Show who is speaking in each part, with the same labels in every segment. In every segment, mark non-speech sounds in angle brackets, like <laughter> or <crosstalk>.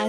Speaker 1: À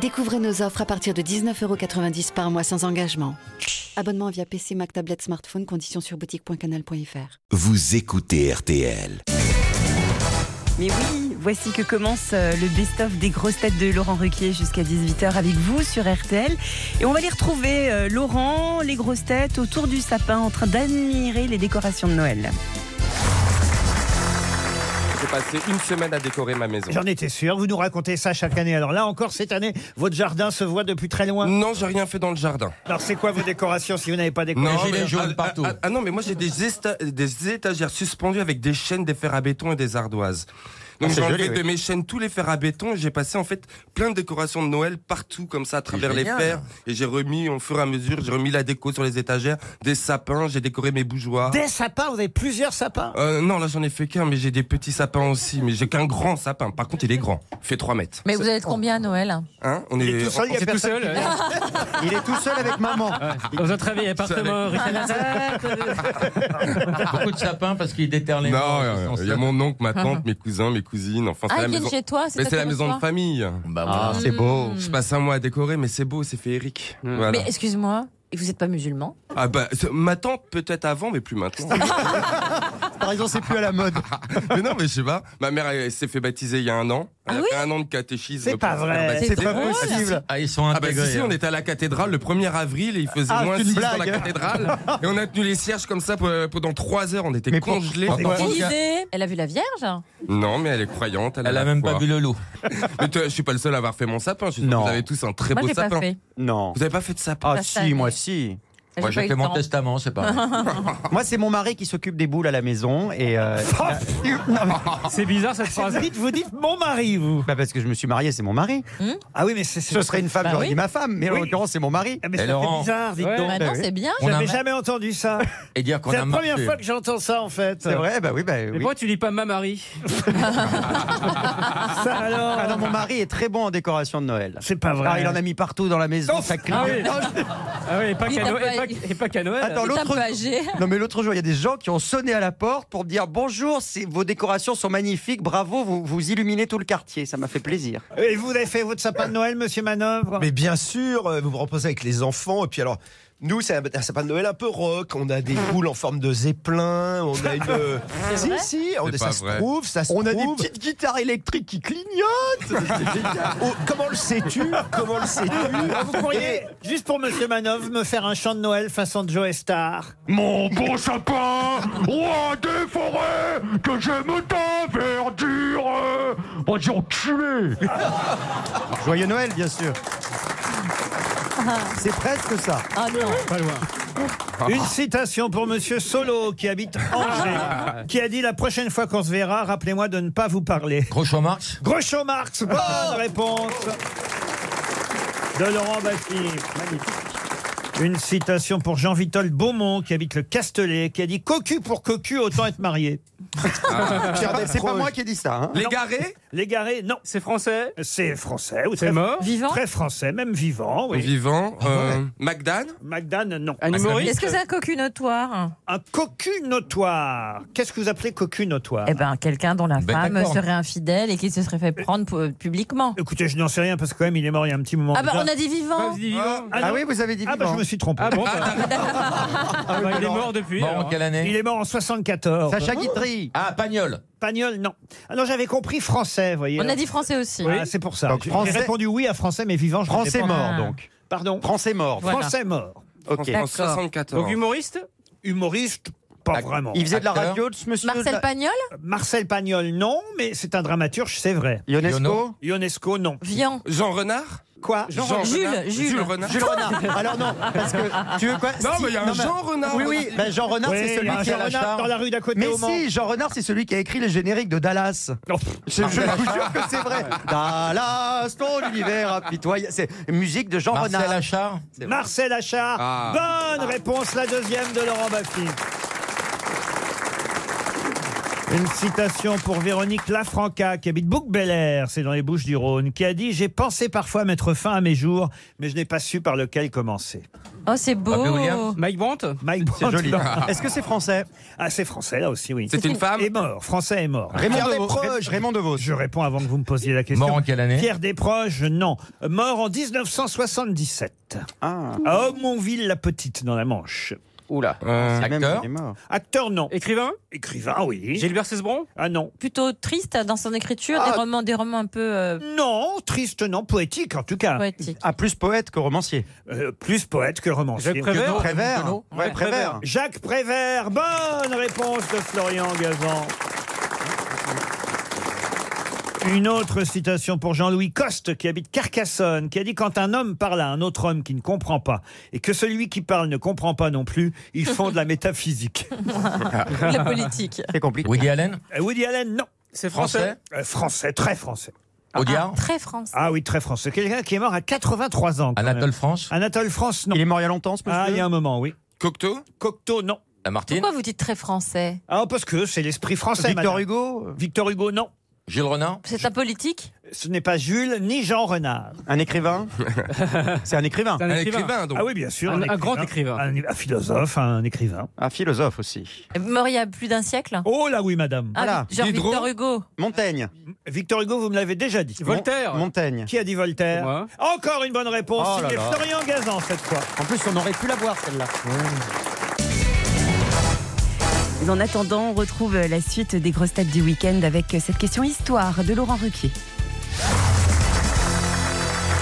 Speaker 1: Découvrez nos offres à partir de 19,90€ par mois sans engagement. Abonnement via PC, Mac, tablette, smartphone, conditions sur boutique.canal.fr.
Speaker 2: Vous écoutez RTL.
Speaker 3: Mais oui, voici que commence euh, le best-of des grosses têtes de Laurent Ruquier jusqu'à 18h avec vous sur RTL. Et on va les retrouver, euh, Laurent, les grosses têtes, autour du sapin en train d'admirer les décorations de Noël.
Speaker 4: J'ai passé une semaine à décorer ma maison.
Speaker 5: J'en étais sûr, vous nous racontez ça chaque année. Alors là encore, cette année, votre jardin se voit depuis très loin.
Speaker 4: Non, j'ai rien fait dans le
Speaker 5: <laughs>
Speaker 4: jardin.
Speaker 5: Alors c'est quoi vos décorations si vous n'avez pas décoré hein.
Speaker 4: mais- ah, ah, Ah, non, mais moi j'ai des, esta- des étagères suspendues avec des chaînes, des fers à béton et des ardoises. Donc
Speaker 6: Ah, c'est
Speaker 4: j'ai enlevé
Speaker 6: joli, oui.
Speaker 4: de mes chaînes tous les fers à béton et j'ai passé en fait plein de décorations de Noël partout comme ça à travers les
Speaker 6: génial.
Speaker 4: fers. Et j'ai remis au fur et à mesure, j'ai remis la déco sur les étagères, des sapins, j'ai décoré mes bougeoirs.
Speaker 5: ah. Des sapins, vous avez plusieurs sapins
Speaker 4: Euh, non, là j'en ai fait qu'un, mais j'ai des petits sapins aussi. Mais j'ai qu'un grand sapin. Par contre, il est grand. Il fait 3 mètres.
Speaker 7: Mais vous êtes combien à Noël
Speaker 4: Hein on est,
Speaker 5: tout seul, il y a
Speaker 4: on-
Speaker 6: Tout
Speaker 5: personne
Speaker 6: seul
Speaker 5: qui-
Speaker 4: <laughs>
Speaker 6: euh,
Speaker 5: Il est tout seul avec maman.
Speaker 6: Dans un travail appartement riche à la
Speaker 5: Ah,
Speaker 8: Beaucoup de sapins parce qu'ils déterrent les morts, ils
Speaker 4: Non,
Speaker 8: sont
Speaker 4: il y a
Speaker 8: seuls.
Speaker 4: mon oncle, ma tante, mes cousins, mes cousines. Enfin, c'est
Speaker 7: Ah,
Speaker 4: la
Speaker 7: ils viennent
Speaker 4: maison.
Speaker 7: chez toi
Speaker 4: Mais c'est
Speaker 7: toi
Speaker 4: la
Speaker 7: qui
Speaker 4: maison de
Speaker 7: reçois
Speaker 4: famille.
Speaker 8: Bah
Speaker 6: Ah,
Speaker 8: voilà.
Speaker 7: Mmh.
Speaker 6: c'est beau.
Speaker 4: Je passe un mois à décorer, mais c'est beau, c'est féerique.
Speaker 6: Mm.
Speaker 4: Voilà.
Speaker 7: Mais excuse-moi, vous n'êtes pas musulman
Speaker 4: Ah bah, c'est- ma tante peut-être avant, mais plus maintenant.
Speaker 6: <laughs> Par exemple, c'est plus à la mode.
Speaker 4: <laughs> mais non, mais je sais pas. Ma mère elle, s'est fait baptiser il y a un an. Elle
Speaker 7: Ah
Speaker 4: a
Speaker 7: oui
Speaker 4: fait un an de catéchisme.
Speaker 5: C'est pas
Speaker 4: pour se faire
Speaker 5: vrai,
Speaker 4: baptiser.
Speaker 5: c'est pas
Speaker 7: drôle.
Speaker 5: possible.
Speaker 8: Ah, ils sont
Speaker 4: Ah bah
Speaker 8: intégrés.
Speaker 4: si, si,
Speaker 8: hein.
Speaker 4: on était à la cathédrale le 1er avril et il faisait
Speaker 5: Ah,
Speaker 4: moins
Speaker 5: c'est une
Speaker 4: 6 dans la
Speaker 5: blague.
Speaker 4: cathédrale et on a tenu les cierges comme ça pour- euh, pendant 3 heures, on était
Speaker 6: Mais pour-
Speaker 4: congelés.
Speaker 6: pourquoi
Speaker 5: Quelle
Speaker 7: Elle a vu la
Speaker 5: Ah,
Speaker 7: Vierge
Speaker 4: Non mais elle est croyante, elle,
Speaker 8: Elle
Speaker 4: a
Speaker 8: a
Speaker 4: la
Speaker 8: même
Speaker 4: foi.
Speaker 8: pas bu le loup.
Speaker 4: <laughs> Mais toi, je suis pas le seul à avoir fait mon sapin, je suis sûr que
Speaker 6: Non.
Speaker 4: vous avez tous un très
Speaker 7: Moi,
Speaker 4: beau
Speaker 7: j'ai
Speaker 4: sapin.
Speaker 7: pas fait.
Speaker 6: Non.
Speaker 4: Vous avez pas fait de
Speaker 7: <laughs>
Speaker 4: sapin
Speaker 6: Ah
Speaker 7: Ça, ça,
Speaker 6: si,
Speaker 7: mais-
Speaker 6: moi si.
Speaker 8: Moi, j'ai
Speaker 7: pas eu
Speaker 8: fait
Speaker 7: le
Speaker 8: mon
Speaker 7: temps.
Speaker 8: testament, c'est pas mal.
Speaker 6: <laughs> Moi, c'est mon mari qui s'occupe des boules à la maison et. euh,
Speaker 9: C'est bizarre cette phrase.
Speaker 5: Vous dites, vous dites mon mari, vous.
Speaker 6: bah, parce que je me suis marié, c'est mon mari.
Speaker 5: Ah oui, mais c'est.
Speaker 6: Ce serait une femme,
Speaker 7: Hmm Bah
Speaker 6: j'aurais
Speaker 7: oui.
Speaker 6: dit ma femme, mais en
Speaker 5: Oui.
Speaker 6: l'occurrence, c'est mon mari.
Speaker 5: Ah, Mais
Speaker 8: Et
Speaker 5: ça fait
Speaker 8: Laurent
Speaker 5: bizarre, dites
Speaker 9: Ouais.
Speaker 5: donc.
Speaker 7: Bah non, c'est bien.
Speaker 8: On a
Speaker 5: J'avais
Speaker 8: mar-
Speaker 5: jamais entendu ça.
Speaker 8: <laughs> Et dire qu'on
Speaker 5: C'est
Speaker 8: a
Speaker 5: la première
Speaker 8: marché.
Speaker 5: fois que j'entends ça en fait.
Speaker 6: C'est vrai, bah oui, bah
Speaker 9: Mais
Speaker 6: oui.
Speaker 9: pourquoi tu dis pas ma Marie
Speaker 6: <laughs>
Speaker 5: Ça alors.
Speaker 6: Ah non, mon mari est très bon en décoration de Noël.
Speaker 5: C'est pas vrai.
Speaker 6: Ah, il en a mis partout dans la maison,
Speaker 5: Non,
Speaker 6: ça crie.
Speaker 9: Ah
Speaker 7: <laughs>
Speaker 9: oui. Ah oui, et pas
Speaker 7: Il
Speaker 9: qu'à
Speaker 7: t'a
Speaker 9: Noël.
Speaker 7: pas-
Speaker 9: et pas qu'- Et pas qu'à Noël.
Speaker 6: Attends,
Speaker 7: Il est un
Speaker 6: l'autre
Speaker 7: peu âgé.
Speaker 6: Non mais l'autre jour, il y a des gens qui ont sonné à la porte pour dire bonjour, c'est- vos décorations sont magnifiques, bravo, vous, vous illuminez tout le quartier, ça m'a fait plaisir.
Speaker 5: Et vous avez fait votre sapin de Noël, monsieur Manœuvre
Speaker 10: Mais bien sûr, euh, vous vous reposez avec les enfants. Et puis alors, nous, c'est un, un sapin de Noël un peu rock. On
Speaker 6: <laughs>
Speaker 10: a des boules en forme de zeppelin. On a une. euh, si, si, on,
Speaker 4: C'est
Speaker 10: ça
Speaker 4: pas
Speaker 10: se
Speaker 4: vrai.
Speaker 10: trouve, ça se
Speaker 6: On a des
Speaker 10: trouve.
Speaker 6: petites guitares électriques qui
Speaker 10: <laughs>
Speaker 6: clignotent.
Speaker 10: Oh, comment le sais-tu Comment le sais-tu
Speaker 5: Ah, Vous pourriez, juste pour Monsieur Manov, me faire un chant de Noël façon Joe Star.
Speaker 6: Mon bon sapin, roi des forêts, que j'aime ta verdure. Oh, j'ai enculé. Joyeux Noël, bien sûr. C'est presque ça.
Speaker 7: Ah non.
Speaker 5: Une citation pour Monsieur Solo, qui habite Angers, qui a dit La prochaine fois qu'on se verra, rappelez-moi de ne pas vous parler.
Speaker 8: Groucho Marx
Speaker 5: Groucho Marx, bonne
Speaker 10: Oh
Speaker 5: réponse de Laurent Baffy. Magnifique. Une citation pour Jean-Vitol Beaumont, qui habite le Castelet, qui a dit Cocu pour cocu, autant être marié. <laughs>
Speaker 6: C'est pas, c'est pas moi qui ai dit ça. hein.
Speaker 4: Les garés
Speaker 5: L'égaré, non.
Speaker 9: C'est français
Speaker 5: C'est français ou
Speaker 9: C'est
Speaker 5: très-
Speaker 9: mort
Speaker 7: Vivant
Speaker 5: Très français, même vivant, oui.
Speaker 4: Vivant, euh, Magdan
Speaker 5: Magdane, non.
Speaker 9: Un humoriste
Speaker 7: Est-ce que c'est un cocu notoire
Speaker 5: Un cocu notoire. Qu'est-ce que vous appelez cocu notoire
Speaker 7: Eh ben, quelqu'un dont la
Speaker 8: Ben,
Speaker 7: femme
Speaker 8: d'accord.
Speaker 7: serait infidèle et qui se serait fait prendre pu- publiquement.
Speaker 5: Écoutez, je n'en sais rien parce que quand même, il est mort il y a un petit moment.
Speaker 7: Ah bah,
Speaker 5: déjà.
Speaker 7: on a dit
Speaker 9: Pas
Speaker 7: vivant.
Speaker 9: dit vivant.
Speaker 5: Ah, non.
Speaker 6: Ah oui, vous avez dit
Speaker 5: Ah bah,
Speaker 6: vivant.
Speaker 5: je me suis trompé.
Speaker 9: Ah bon bah. Ah bah, Il est mort depuis.
Speaker 8: Mort en
Speaker 9: alors.
Speaker 8: quelle année
Speaker 5: Il est mort en 74.
Speaker 6: Sacha Guitry.
Speaker 8: Ah, Pagnol.
Speaker 5: Pagnol, non. Ah non, j'avais compris français, voyez.
Speaker 7: On a dit français aussi.
Speaker 5: Ah, c'est pour ça.
Speaker 6: Donc,
Speaker 5: J'ai
Speaker 6: français-
Speaker 5: j'ai répondu oui à français, mais vivant, je ne
Speaker 6: <laughs>
Speaker 5: sais
Speaker 6: Français
Speaker 5: pas.
Speaker 6: mort
Speaker 7: Ah.
Speaker 6: donc.
Speaker 5: Pardon.
Speaker 6: Français mort.
Speaker 7: Voilà.
Speaker 5: Français mort.
Speaker 6: Ok.
Speaker 4: En
Speaker 7: D'accord.
Speaker 4: 74.
Speaker 9: Donc humoriste
Speaker 5: Humoriste, pas
Speaker 8: Ac-
Speaker 5: vraiment.
Speaker 6: Il faisait de la
Speaker 8: Acteur.
Speaker 6: radio de ce monsieur. de
Speaker 7: Marcel
Speaker 6: la-
Speaker 7: Pagnol
Speaker 5: Marcel Pagnol, non, mais c'est un dramaturge, c'est vrai.
Speaker 6: Ionesco.
Speaker 5: Ionesco, non.
Speaker 7: Vian.
Speaker 4: Jean Renard
Speaker 5: Quoi
Speaker 4: Jean
Speaker 7: Jules,
Speaker 4: Renard
Speaker 7: Jules.
Speaker 4: Renard
Speaker 6: Jules
Speaker 10: <laughs>
Speaker 6: Renard. Alors non, parce que tu veux quoi
Speaker 4: Non, mais il y a un
Speaker 6: mais-
Speaker 4: Jean Renard.
Speaker 6: Oui, oui, ben Jean Renard,
Speaker 5: Ouais,
Speaker 6: c'est celui
Speaker 5: il y a un
Speaker 6: qui a
Speaker 5: Jean
Speaker 6: la
Speaker 5: Renard
Speaker 6: charge.
Speaker 5: dans la rue d'à côté
Speaker 6: Mais
Speaker 5: au Mans.
Speaker 6: si, Jean Renard, c'est celui qui a écrit les génériques de Dallas.
Speaker 5: Non.
Speaker 6: Je, je vous jure que c'est vrai. Dallas, ton univers impitoyable. C'est musique de Jean
Speaker 8: Marcel
Speaker 6: Renard.
Speaker 8: Achard.
Speaker 5: Marcel Achard.
Speaker 4: Ah.
Speaker 5: Bonne réponse, la deuxième de Laurent Baffy. Une citation pour Véronique Lafranca, qui habite bouc air c'est dans les Bouches du Rhône, qui a dit J'ai pensé parfois mettre fin à mes jours, mais je n'ai pas su par lequel commencer.
Speaker 7: Oh,
Speaker 5: Ah,
Speaker 7: c'est beau.
Speaker 5: Mike Brandt Mike
Speaker 9: C'est joli. Est-ce
Speaker 5: que c'est français Ah, c'est français, là aussi, oui.
Speaker 9: C'est une femme
Speaker 5: Est mort, français est mort.
Speaker 9: Raymond Pierre Devos.
Speaker 5: Desproges. Raymond Devos. Je réponds avant que vous me posiez la question.
Speaker 10: Mort en quelle année
Speaker 5: Pierre Desproges, non. Mort en 1977.
Speaker 10: Ah.
Speaker 5: À Aumonville-la-Petite, dans la Manche. Oula.
Speaker 10: Euh, C'est même- acteur il est
Speaker 5: mort. Acteur, non. Écrivain Écrivain, oui. Gilbert Cesbron Ah non. Ah,
Speaker 7: Plutôt triste dans son écriture, des romans, des romans un peu. euh,
Speaker 5: Non, triste, non, poétique en tout cas.
Speaker 7: Poétique.
Speaker 5: Ah, plus poète
Speaker 6: <laughs>
Speaker 5: que romancier. euh, plus poète que romancier.
Speaker 9: Jacques Prévert
Speaker 5: Que-
Speaker 9: Prévert. Ouais, Ouais, Prévert. Prévert.
Speaker 5: Jacques Prévert. Bonne réponse de Florian Gazan. Une autre citation pour Jean-Louis Coste, qui habite Carcassonne, qui a dit Quand un homme parle à un autre homme qui ne comprend pas, et que celui qui parle ne comprend pas non plus, ils font de la métaphysique.
Speaker 7: La politique.
Speaker 5: C'est compliqué.
Speaker 10: Woody Allen
Speaker 5: Euh, Woody Allen, non. C'est
Speaker 10: français
Speaker 5: Français, Euh, français, très français.
Speaker 10: Audiard
Speaker 7: Très français.
Speaker 5: Ah oui, très français. Quelqu'un qui est mort à 83 ans. Anatole
Speaker 10: France
Speaker 5: Anatole France, non. Il est mort il y a longtemps, ce monsieur Ah, il y a un moment, oui.
Speaker 10: Cocteau
Speaker 5: Cocteau, non.
Speaker 10: Lamartine
Speaker 7: Pourquoi vous dites très français
Speaker 5: Ah, parce que c'est l'esprit français.
Speaker 10: Victor
Speaker 5: Hugo Victor Hugo, non.
Speaker 10: Gilles Renard
Speaker 7: C'est la politique
Speaker 5: Ce n'est pas Jules ni Jean Renard. Un écrivain C'est un écrivain.
Speaker 9: C'est un Un écrivain. écrivain, donc.
Speaker 5: Ah oui, bien sûr.
Speaker 9: Un- un grand écrivain.
Speaker 5: Un, un philosophe, un écrivain. Un philosophe aussi.
Speaker 7: Mort il y a plus d'un siècle
Speaker 5: Oh là oui, madame.
Speaker 7: Ah, Voilà. Victor Diderot. Victor Hugo.
Speaker 5: Montaigne. Victor Hugo, vous me l'avez déjà dit.
Speaker 9: Voltaire.
Speaker 5: Montaigne. Qui a dit Voltaire
Speaker 9: Moi.
Speaker 5: Encore une bonne réponse.
Speaker 9: Oh là
Speaker 5: signé
Speaker 9: là.
Speaker 5: Florian Gazan cette fois.
Speaker 9: En plus, on aurait pu l'avoir, celle-là.
Speaker 3: En attendant, on retrouve euh, la suite des grosses têtes du week-end avec euh, cette question histoire de Laurent Ruquier.
Speaker 5: À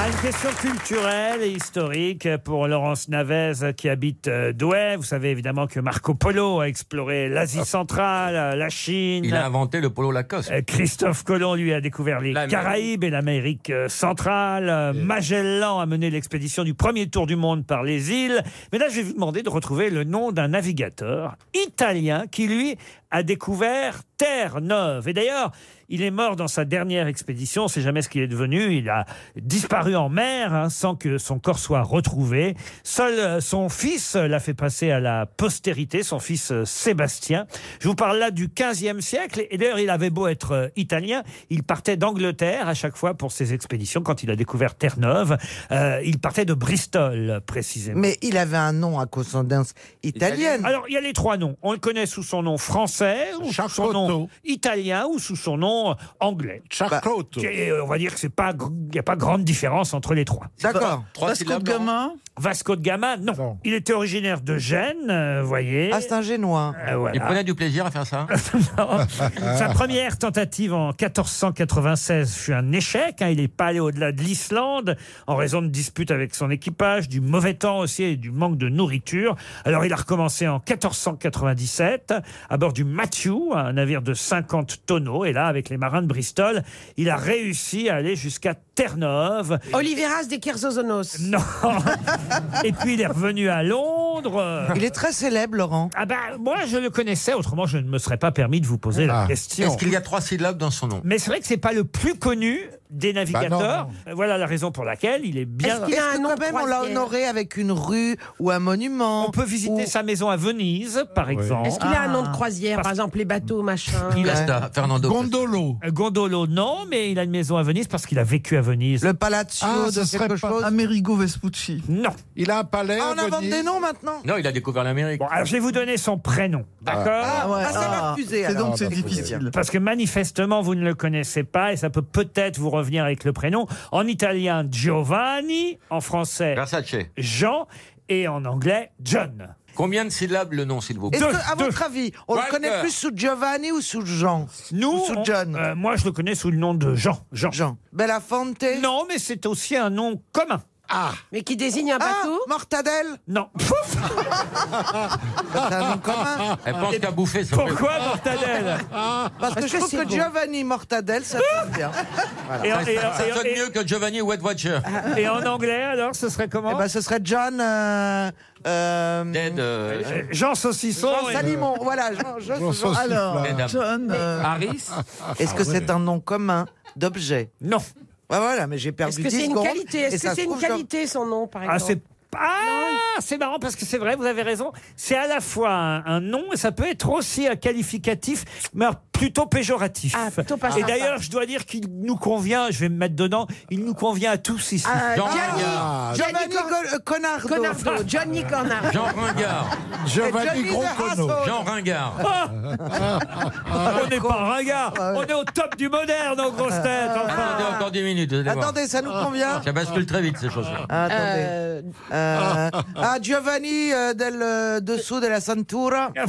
Speaker 5: Ah, une question culturelle et historique pour Laurence Navez qui habite euh, Douai. Vous savez évidemment que Marco Polo a exploré l'Asie centrale, euh, la Chine.
Speaker 10: Ah. Il a inventé le polo Lacoste.
Speaker 5: Euh, Christophe Colomb, lui, a découvert les
Speaker 10: L'Amérique.
Speaker 5: Caraïbes et l'Amérique euh, centrale. Euh, Magellan a mené l'expédition du premier tour du monde par les îles. Mais là, je vais vous demander de retrouver le nom d'un navigateur italien qui, lui, a découvert Terre-Neuve. Et d'ailleurs, il est mort dans sa dernière expédition. On ne sait jamais ce qu'il est devenu. Il a disparu en mer hein, sans que son corps soit retrouvé. Seul euh, son fils l'a fait passer à la postérité, son fils euh, Sébastien. Je vous parle là du 15e siècle. Et d'ailleurs, il avait beau être euh, italien, il partait d'Angleterre à chaque fois pour ses expéditions. Quand il a découvert Terre-Neuve, euh, il partait de Bristol, précisément.
Speaker 11: Mais il avait un nom à consonance italienne.
Speaker 5: Alors, il y a les trois noms. On le connaît sous son nom français, ou sous son nom italien, ou sous son nom euh, anglais.
Speaker 11: Charcotto.
Speaker 5: Bah, et, euh, on va dire que c'est pas, gr- il n'y a pas grande différence entre les trois.
Speaker 11: D'accord. Trois Vasco de syllabes, Gama
Speaker 5: Vasco de Gama, non. Il était originaire de Gênes, euh, vous voyez.
Speaker 11: Ah, c'est un génois.
Speaker 5: Euh, voilà.
Speaker 10: Il prenait du plaisir à faire
Speaker 5: <laughs>
Speaker 10: ça
Speaker 5: Sa première tentative en 1496 fut un échec. hein. il n'est pas allé au-delà de l'Islande en raison de disputes avec son équipage, du mauvais temps aussi et du manque de nourriture. Alors il a recommencé en 1497 à bord du Matthew, un navire de 50 tonneaux. Et là, avec les marins de Bristol, il a réussi à aller jusqu'à Terre-Neuve.
Speaker 12: Oliveras des Kersozonos.
Speaker 5: Non. <laughs> Et puis il est revenu à Londres.
Speaker 11: Il est très célèbre, Laurent.
Speaker 5: Ah ben, moi je le connaissais, autrement je ne me serais pas permis de vous poser la question.
Speaker 10: Est-ce qu'il y a trois syllabes dans son nom
Speaker 5: Mais c'est vrai que c'est pas le plus connu des navigateurs. Euh,
Speaker 11: Bah
Speaker 5: Voilà la raison pour laquelle il est bien.
Speaker 11: Est-ce qu'il a un nom quand même on l'a honoré avec une rue ou un monument
Speaker 5: On peut visiter sa maison à Venise, par exemple. Ah.
Speaker 12: Est-ce qu'il a un nom de croisière, par exemple les bateaux, machin
Speaker 5: Il a-
Speaker 10: Costa, Fernando.
Speaker 5: Gondolo. Gondolo, non, mais il a une maison à Venise parce qu'il a vécu à Venise. Le
Speaker 13: Ah,
Speaker 11: Palazzo de quelque chose
Speaker 13: Amerigo Vespucci.
Speaker 5: Non.
Speaker 13: Il a un palais.
Speaker 11: Ah, on invente des noms maintenant
Speaker 10: Non, il a découvert l'Amérique.
Speaker 5: Alors, je vais vous donner son prénom, d'accord
Speaker 11: Ah, ouais, Ah, ça va ah. refuser, C'est alors. donc, c'est Ah, bah, difficile. c'est bien.
Speaker 5: Parce que manifestement, vous ne le connaissez pas et ça peut peut-être vous revenir avec le prénom. En italien, Giovanni. En français,
Speaker 10: Versace.
Speaker 5: Jean. Et en anglais, John.
Speaker 10: Combien de syllabes le nom, s'il vous plaît
Speaker 11: Est-ce que, à votre avis, on
Speaker 10: Walter.
Speaker 11: le connaît plus sous Giovanni ou sous Jean
Speaker 5: Nous,
Speaker 11: Ou sous
Speaker 5: on-
Speaker 11: John
Speaker 5: euh, moi, je le connais sous le nom de Jean. Jean.
Speaker 11: Belafonte
Speaker 5: Non, mais c'est aussi un nom commun.
Speaker 11: Ah
Speaker 12: Mais qui désigne un bateau
Speaker 11: Mortadelle <laughs>
Speaker 5: Non. <laughs>
Speaker 11: C'est un nom commun
Speaker 10: Elle pense qu'à bouffer ça.
Speaker 5: Pourquoi Mortadelle
Speaker 11: Parce que je trouve que Giovanni Mortadelle, ça sonne
Speaker 5: <laughs>
Speaker 11: bien.
Speaker 5: Et en-
Speaker 10: Ça-
Speaker 5: et en-
Speaker 10: ça
Speaker 5: et en-
Speaker 10: sonne
Speaker 5: et-
Speaker 10: mieux que Giovanni Wet Watcher.
Speaker 5: Et en anglais, alors, ce serait comment
Speaker 11: Eh ben, ce serait John. euh, euh,
Speaker 10: Dead, euh,
Speaker 5: Jean Saucisson.
Speaker 11: Jean
Speaker 5: et-
Speaker 11: Salimon, voilà. Jean, Jean- Jean- alors,
Speaker 10: Dead.
Speaker 11: John. euh,
Speaker 9: Harris
Speaker 11: Est-ce
Speaker 12: Ah,
Speaker 11: que c'est un nom commun d'objet
Speaker 5: Non.
Speaker 11: Ouais, voilà, mais j'ai perdu
Speaker 12: Est-ce que
Speaker 11: 10
Speaker 12: c'est une
Speaker 11: secondes,
Speaker 12: qualité
Speaker 11: et
Speaker 12: Est-ce
Speaker 11: ça
Speaker 12: que c'est
Speaker 11: se
Speaker 12: une
Speaker 11: trouve, Jean-
Speaker 12: qualité son nom, par
Speaker 5: Ah,
Speaker 12: exemple
Speaker 5: c'est ah, c'est marrant parce que c'est vrai, vous avez raison. C'est à la fois un, un nom et ça peut être aussi un qualificatif, mais alors, plutôt péjoratif.
Speaker 12: Ah, pas
Speaker 5: Et
Speaker 12: sympa.
Speaker 5: d'ailleurs, je dois dire qu'il nous convient, je vais me mettre dedans, il nous convient à tous ici.
Speaker 12: Ah, Jean Gianni- Rengard. Gianni Con- euh, Conardo. Conardo, Gianni Conardo. Jean
Speaker 10: Ringard.
Speaker 5: Giovanni Groncono.
Speaker 12: <laughs>
Speaker 10: Jean Ringard.
Speaker 5: Ah
Speaker 10: Ah,
Speaker 5: on n'est pas ringard, on est au top du moderne en
Speaker 12: Ah.
Speaker 5: grosses têtes. Enfin.
Speaker 10: Attendez encore 10 minutes. vous allez voir.
Speaker 11: Attendez, ça nous convient
Speaker 10: Ça bascule très vite, ces choses-là.
Speaker 12: Ah,
Speaker 11: Attendez. Euh, ah, Giovanni euh, del euh, dessous de
Speaker 12: <laughs>
Speaker 11: la Santura.
Speaker 12: Mais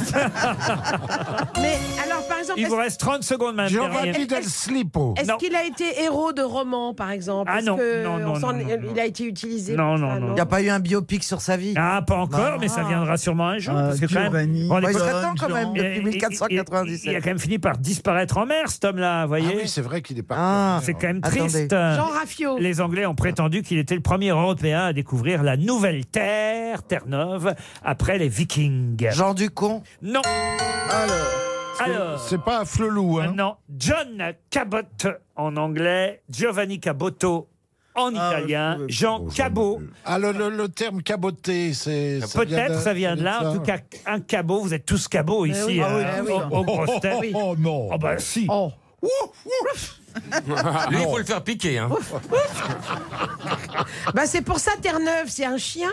Speaker 12: alors, par exemple,
Speaker 5: Il vous
Speaker 12: est-ce-
Speaker 5: reste 30 secondes, madame.
Speaker 12: Giovanni
Speaker 5: Perrier.
Speaker 12: del
Speaker 13: Slippo.
Speaker 12: est-ce qu'il a été héros de roman, par exemple
Speaker 5: Ah
Speaker 12: Est-ce
Speaker 5: non,
Speaker 12: que
Speaker 5: non, non,
Speaker 12: on s'en-
Speaker 5: non, non, non.
Speaker 12: Il a été utilisé
Speaker 5: Non,
Speaker 12: pour
Speaker 5: non,
Speaker 12: ça,
Speaker 5: non.
Speaker 11: Il n'y a pas eu un biopic sur sa vie
Speaker 5: Ah, pas encore, mais ça viendra sûrement un
Speaker 12: Euh,
Speaker 5: jour. parce que quand même,
Speaker 11: Giovanni,
Speaker 5: Ah, on est
Speaker 11: Ouais, il
Speaker 5: pas-
Speaker 11: serait temps quand
Speaker 5: Jean-
Speaker 11: même, depuis
Speaker 5: Et- et-
Speaker 11: 1497.
Speaker 5: Il a quand même fini par disparaître en mer, cet homme-là, vous voyez. oui,
Speaker 13: c'est vrai qu'il est
Speaker 5: parti. c'est quand
Speaker 13: hein.
Speaker 5: même
Speaker 11: Attendez.
Speaker 5: triste.
Speaker 11: Jean
Speaker 12: Raffio.
Speaker 5: Les Anglais ont prétendu qu'il était le premier Européen à découvrir la nouvelle Terre, Terre-Neuve, après les Vikings.
Speaker 11: Jean Ducon
Speaker 5: Non. Alors.
Speaker 13: C'est pas un flelou, hein
Speaker 5: Non. John Cabot en anglais, Giovanni Cabotto en italien, Jean Cabot.
Speaker 13: Ah, le, le- le terme caboté, c'est. ça vient
Speaker 5: Peut-être
Speaker 13: de-
Speaker 5: ça vient de là. En tout cas, un cabot, vous êtes tous cabots
Speaker 13: Mais
Speaker 5: ici.
Speaker 13: oui. Ah oui,
Speaker 5: euh,
Speaker 13: oui.
Speaker 5: aux- aux grosses têtes.
Speaker 13: Oh, oh, oh, non.
Speaker 5: Oh, bah si.
Speaker 10: <laughs>
Speaker 13: Ah,
Speaker 10: Lui, il faut le faire piquer. Hein.
Speaker 12: Bah, c'est pour ça Terre-Neuve, c'est un chien.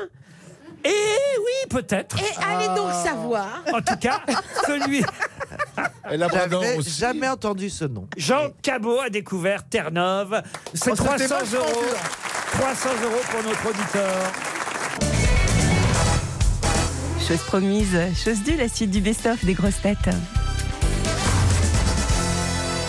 Speaker 5: Eh oui, peut-être. Ah.
Speaker 12: Et allez donc savoir.
Speaker 5: En tout cas, celui.
Speaker 11: J'avais jamais entendu ce nom.
Speaker 5: Jean Cabot a découvert Terre-Neuve. C'est
Speaker 11: Oh, c'était
Speaker 5: 300
Speaker 11: vachement
Speaker 5: euros.
Speaker 11: dur.
Speaker 5: 300 euros pour notre auditeur.
Speaker 3: Chose promise, chose due, la suite du best-of des grosses têtes.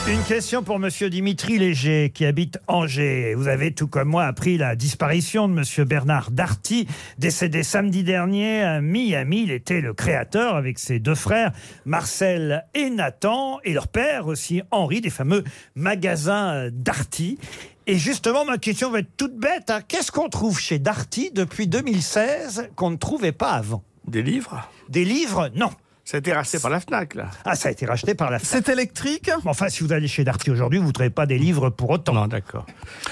Speaker 5: Une question pour Monsieur Dimitri Léger qui habite Angers. Vous avez tout comme moi appris la disparition de Monsieur Bernard Darty, décédé samedi dernier à Miami. Il était le créateur avec ses deux frères Marcel et Nathan et leur père aussi Henri des fameux magasins euh, Darty. Et justement, ma question va être toute bête. hein. Qu'est-ce qu'on trouve chez Darty depuis 2016 qu'on ne trouvait pas avant
Speaker 14: Des livres
Speaker 5: Des livres Non.
Speaker 14: Ça a été racheté par la FNAC, là.
Speaker 5: Ah, ça a été racheté
Speaker 11: <laughs>
Speaker 5: par la C'est électrique Enfin, si vous allez chez Darty aujourd'hui, vous ne trouvez pas des livres pour autant. Non,
Speaker 14: d'accord.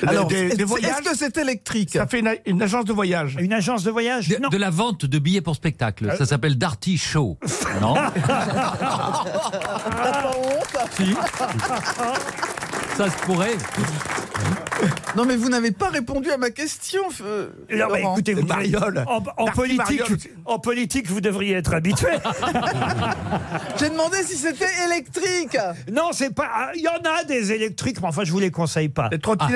Speaker 5: Alors,
Speaker 14: Des- des- des
Speaker 5: est-ce
Speaker 14: voyages
Speaker 5: que c'est électrique
Speaker 14: Ça fait une, une agence de voyage.
Speaker 5: Une agence de voyage
Speaker 15: de, de la vente de billets pour spectacle.
Speaker 14: Euh.
Speaker 15: Ça s'appelle Darty
Speaker 5: <laughs>
Speaker 15: Show. Non Ça se pourrait.
Speaker 13: Non, mais vous n'avez pas répondu à ma question. euh,
Speaker 5: Non, mais
Speaker 13: Laurent.
Speaker 5: écoutez, vous En, en
Speaker 13: Darty
Speaker 5: politique,
Speaker 13: Mariole.
Speaker 5: en politique, vous devriez être habitué.
Speaker 13: J'ai demandé si c'était électrique.
Speaker 5: non, c'est pas. ah, Il y en a des électriques, mais enfin, je vous les conseille pas. Les
Speaker 15: Ah,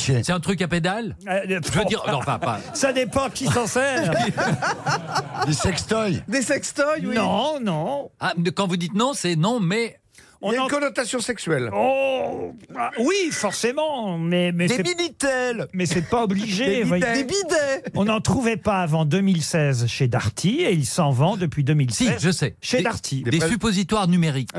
Speaker 15: C'est un truc à pédale
Speaker 5: Euh,
Speaker 15: Je veux dire, non,
Speaker 14: <laughs>
Speaker 15: enfin, pas.
Speaker 5: Ça dépend qui s'en sert.
Speaker 15: <laughs> Des sextoys
Speaker 13: Des sextoys, oui.
Speaker 5: Non, non.
Speaker 15: Ah, mais quand vous dites non, c'est non, mais.
Speaker 5: On a une
Speaker 14: connotation sexuelle.
Speaker 5: Oh, ah, oui, forcément, mais, mais
Speaker 15: Des
Speaker 5: minitel. Mais c'est pas obligé.
Speaker 15: Des
Speaker 5: voyez.
Speaker 15: bidets. Des
Speaker 13: bidets.
Speaker 5: On n'en trouvait pas avant 2016 chez Darty et il s'en vend depuis 2016.
Speaker 15: Si, je sais.
Speaker 5: Chez
Speaker 15: Des-
Speaker 5: Darty.
Speaker 15: Des suppositoires numériques.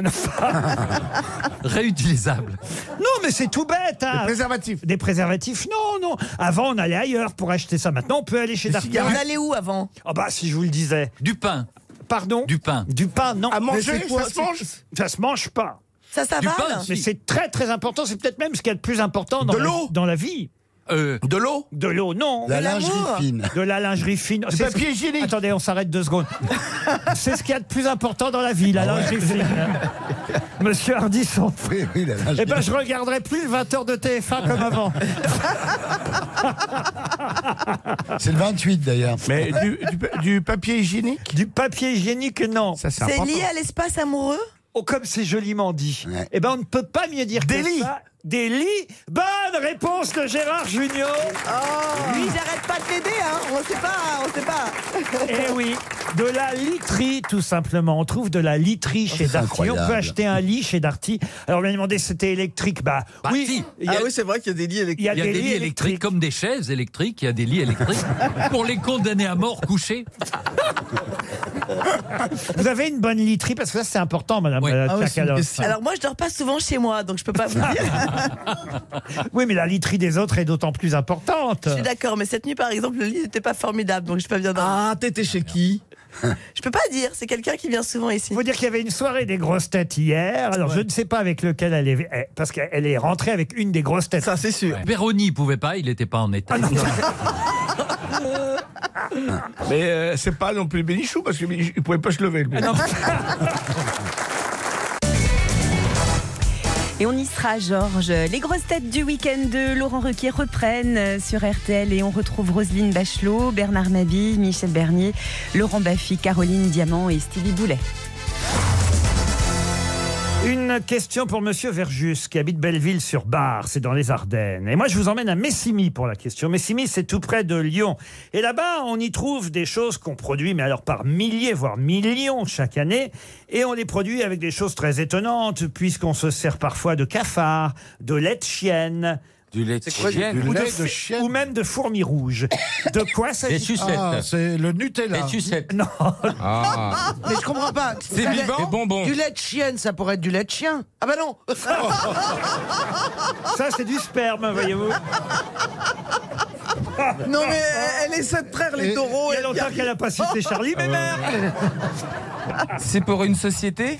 Speaker 15: <laughs> Réutilisables.
Speaker 5: Non, mais c'est tout bête. Des préservatifs. Des préservatifs, non, non. Avant, on allait ailleurs pour acheter ça. Maintenant, on peut aller chez Darty.
Speaker 16: On allait où avant
Speaker 5: Ah bah, si je vous le disais.
Speaker 15: Du pain.
Speaker 5: Pardon
Speaker 15: Du pain.
Speaker 5: Du pain, non.
Speaker 15: À manger, Mais c'est quoi, ça se c'est- mange
Speaker 5: Ça se mange pas.
Speaker 16: Ça s'avale Du pain,
Speaker 5: Mais
Speaker 15: si.
Speaker 5: c'est très très important. C'est peut-être même ce qu'il y a de plus important dans,
Speaker 15: De
Speaker 5: la-
Speaker 15: l'eau
Speaker 5: dans la vie.
Speaker 15: de l'eau
Speaker 5: De l'eau, non.
Speaker 15: De La l'amour lingerie fine.
Speaker 5: De la lingerie fine.
Speaker 15: Du
Speaker 5: C'est ce-
Speaker 15: papier hygiénique.
Speaker 5: Attendez, on s'arrête deux
Speaker 15: <laughs>
Speaker 5: secondes. C'est ce qu'il y a de plus important dans la vie,
Speaker 15: Ah
Speaker 5: la lingerie fine. Monsieur Hardisson.
Speaker 13: Oui, oui, la lingerie.
Speaker 5: Eh ben, je regarderai plus le 20h de TF1 comme avant.
Speaker 13: C'est le 28 d'ailleurs.
Speaker 14: Mais du, du- du papier hygiénique
Speaker 5: Du papier hygiénique, non.
Speaker 16: C'est lié à l'espace amoureux
Speaker 5: Oh, comme c'est joliment dit. Eh ben, on ne peut pas mieux dire
Speaker 16: Des
Speaker 5: que
Speaker 16: lits.
Speaker 5: ça. Des lits. Bonne réponse de Gérard Junior.
Speaker 16: Oh, Lui, j'arrête pas de l'aider, hein. On sait pas, on sait pas.
Speaker 5: <laughs> Eh oui, de la literie, tout simplement. On trouve de la literie chez
Speaker 13: Oh, c'est
Speaker 5: Darty. On peut
Speaker 13: incroyable.
Speaker 5: acheter un lit chez Darty. Alors, on m'a demandé si c'était électrique. Bah, oui. il y
Speaker 13: Ah
Speaker 5: a-
Speaker 13: oui, c'est vrai qu'il y a des lits électriques.
Speaker 5: Il y a
Speaker 15: Il y a des, lits électriques, comme des chaises électriques, il y a des lits
Speaker 5: <laughs>
Speaker 15: électriques pour les condamnés à mort couchés.
Speaker 5: Vous avez une bonne literie, parce que ça, c'est important, madame euh,
Speaker 13: Ah
Speaker 5: Tchakaloff.
Speaker 16: Alors moi, je dors pas souvent chez moi, donc je peux pas vous dire.
Speaker 5: Oui, mais la literie des autres est d'autant plus importante.
Speaker 16: Je suis d'accord, mais cette nuit, par exemple, le lit n'était pas formidable, donc je peux pas bien dormir. Ah, t'étais chez qui <laughs> Je peux pas dire, c'est quelqu'un qui vient souvent ici.
Speaker 5: Faut dire qu'il y avait une soirée des grosses têtes hier. Alors, je ne sais pas avec lequel elle est. eh, Parce qu'elle est rentrée avec une des grosses têtes. Ça, c'est sûr.
Speaker 15: Véroni ne pouvait pas, il n'était pas en
Speaker 5: Ah
Speaker 15: état.
Speaker 14: Mais euh, c'est pas non plus Bénichou, parce qu'il ne pouvait pas se lever. Lui.
Speaker 3: Et on y sera, Georges. Les grosses têtes du week-end de Laurent Ruquier reprennent euh, sur RTL et on retrouve Roselyne Bachelot, Bernard Mabille, Michel Bernier, Laurent Baffy, Caroline Diamant et Stevie Boulet.
Speaker 5: Une question pour Monsieur Verjus, qui habite Belleville-sur-Bar, c'est dans les Ardennes. Et moi, je vous emmène à Messimy pour la question. Messimy, c'est tout près de Lyon. Et là-bas, on y trouve des choses qu'on produit, mais alors par milliers, voire millions chaque année. Et on les produit avec des choses très étonnantes, puisqu'on se sert parfois de cafards, de lait de chienne. Du lait de
Speaker 17: quoi, du chienne lait
Speaker 5: ou,
Speaker 17: de
Speaker 5: f-
Speaker 17: chienne
Speaker 5: ou même de fourmis rouges. De quoi s'agit-il
Speaker 17: Ah, c'est le Nutella.
Speaker 5: Non. Ah.
Speaker 11: Ah, Mais je comprends pas.
Speaker 17: C'est
Speaker 11: Du lait-
Speaker 17: vivant Des bonbons.
Speaker 11: Du lait de chienne, ça pourrait être du lait de chien. Ah bah non
Speaker 5: Ça, c'est du sperme, voyez-vous.
Speaker 13: <laughs> Non, mais elle elle essaie de traire les taureaux.
Speaker 5: Il y a longtemps qu'elle n'a pas
Speaker 13: <laughs>
Speaker 5: sucé Charlie, mais merde
Speaker 18: C'est pour une société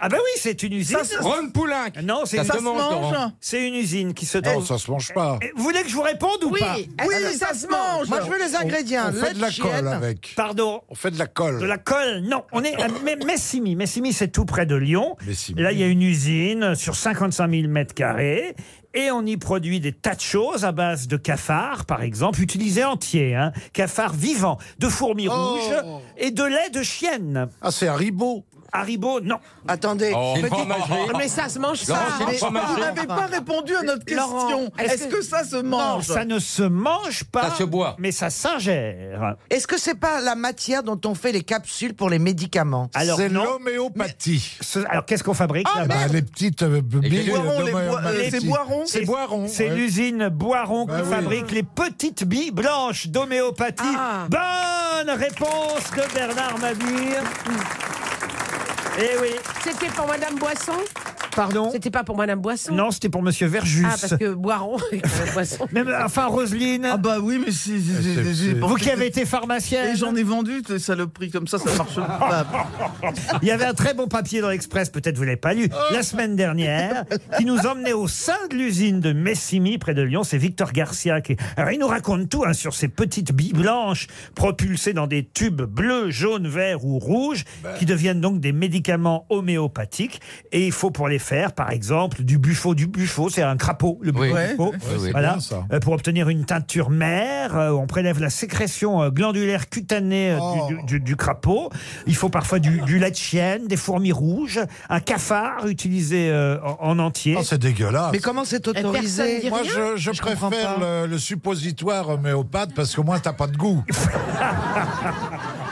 Speaker 5: Ah ben oui, c'est une usine.
Speaker 18: Ça se- Rome
Speaker 5: Poulenc. Non, c'est
Speaker 18: Ça
Speaker 5: une...
Speaker 18: se Ça se mange, mange. Laurent.
Speaker 5: C'est une usine qui se
Speaker 17: Non, ça se mange pas.
Speaker 5: Eh, Vous voulez que je vous réponde ou
Speaker 11: Oui.
Speaker 5: pas
Speaker 11: Oui, Oui, ça ça se se mange. mange. Moi, je veux les
Speaker 5: On-
Speaker 11: ingrédients.
Speaker 17: Oh, on fait Lait de de la chienne. colle avec.
Speaker 5: Pardon.
Speaker 17: On fait de la colle.
Speaker 5: De la colle, non. On
Speaker 17: <coughs>
Speaker 5: est à Me- Messimy. Messimy, c'est tout près de Lyon.
Speaker 17: Messimy.
Speaker 5: Là, il y a une usine sur 55 000 mètres carrés. Et on y produit des tas de choses à base de cafards, par exemple, utilisés entiers. Hein. Cafards vivants, de fourmis
Speaker 17: Oh.
Speaker 5: rouges et de lait de chienne.
Speaker 17: Ah, c'est Haribo
Speaker 5: Haribo, non.
Speaker 11: Attendez.
Speaker 17: Oh, c'est une
Speaker 10: Ah,
Speaker 17: fromagerie.
Speaker 12: Mais ça se mange
Speaker 5: Laurent,
Speaker 12: ça.
Speaker 5: c'est une
Speaker 12: Mais-
Speaker 5: fromagerie.
Speaker 12: Vous n'avez pas
Speaker 13: répondu à notre
Speaker 12: Laurent,
Speaker 13: question.
Speaker 12: est-ce
Speaker 13: Est-ce que ça se mange
Speaker 5: Non, ça ne se mange pas.
Speaker 11: Ça se
Speaker 5: boit. Mais ça s'ingère.
Speaker 11: Est-ce que c'est pas la matière dont on fait les capsules pour les médicaments
Speaker 5: Alors,
Speaker 17: C'est
Speaker 5: non.
Speaker 17: l'homéopathie.
Speaker 5: Ce- Alors, qu'est-ce qu'on fabrique
Speaker 17: Ah,
Speaker 5: là-bas
Speaker 17: bah, les petites euh, billes d'homéopathie. euh, C'est
Speaker 5: C'est-
Speaker 17: Boiron.
Speaker 5: C'est
Speaker 17: ouais.
Speaker 5: l'usine Boiron qui
Speaker 17: Bah oui.
Speaker 5: fabrique les petites billes blanches d'homéopathie.
Speaker 17: Ah.
Speaker 5: Bonne réponse de Bernard Mabir.
Speaker 17: Mm.
Speaker 5: Eh oui.
Speaker 12: C'était pour Madame Boisson
Speaker 5: Pardon
Speaker 12: C'était pas pour Madame Boisson
Speaker 5: Non, c'était pour Monsieur Verjus.
Speaker 12: Ah, parce que
Speaker 5: <laughs>
Speaker 12: Boiron et Madame Boisson.
Speaker 5: Même, enfin, Roselyne.
Speaker 13: Ah bah oui, mais si. si- si- si- si-
Speaker 5: Vous qui avez été pharmacienne.
Speaker 13: Et j'en ai vendu, ça saloperies comme ça, ça marche pas.
Speaker 5: Il y avait un très bon papier dans l'Express, peut-être vous l'avez pas lu, la semaine dernière, qui nous emmenait au sein de l'usine de Messimy, près de Lyon. C'est Victor Garcia qui. Alors, il nous raconte tout hein, sur ces petites billes blanches propulsées dans des tubes bleus, jaunes, verts ou rouges, qui deviennent donc des médicaments homéopathiques. Et il faut pour les faire, par exemple, du buffo. Du buffo, c'est un crapaud, le
Speaker 18: Oui.
Speaker 5: buffo.
Speaker 18: Ouais.
Speaker 5: buffo.
Speaker 18: Ouais, c'est
Speaker 5: voilà.
Speaker 18: bien, ça.
Speaker 5: Euh, Pour obtenir une teinture mère, euh, on prélève la sécrétion euh, glandulaire cutanée euh, du-
Speaker 17: Oh.
Speaker 5: du, du, du crapaud. Il faut parfois du, du lait de chienne, des fourmis rouges, un cafard utilisé euh, en, en entier.
Speaker 17: Ah, c'est dégueulasse.
Speaker 11: Mais comment c'est
Speaker 12: personne
Speaker 11: autorisé
Speaker 12: dit
Speaker 17: Moi, je, je préfère le, le suppositoire homéopathe parce qu'au moins, t'as pas de
Speaker 5: <laughs>
Speaker 17: goût.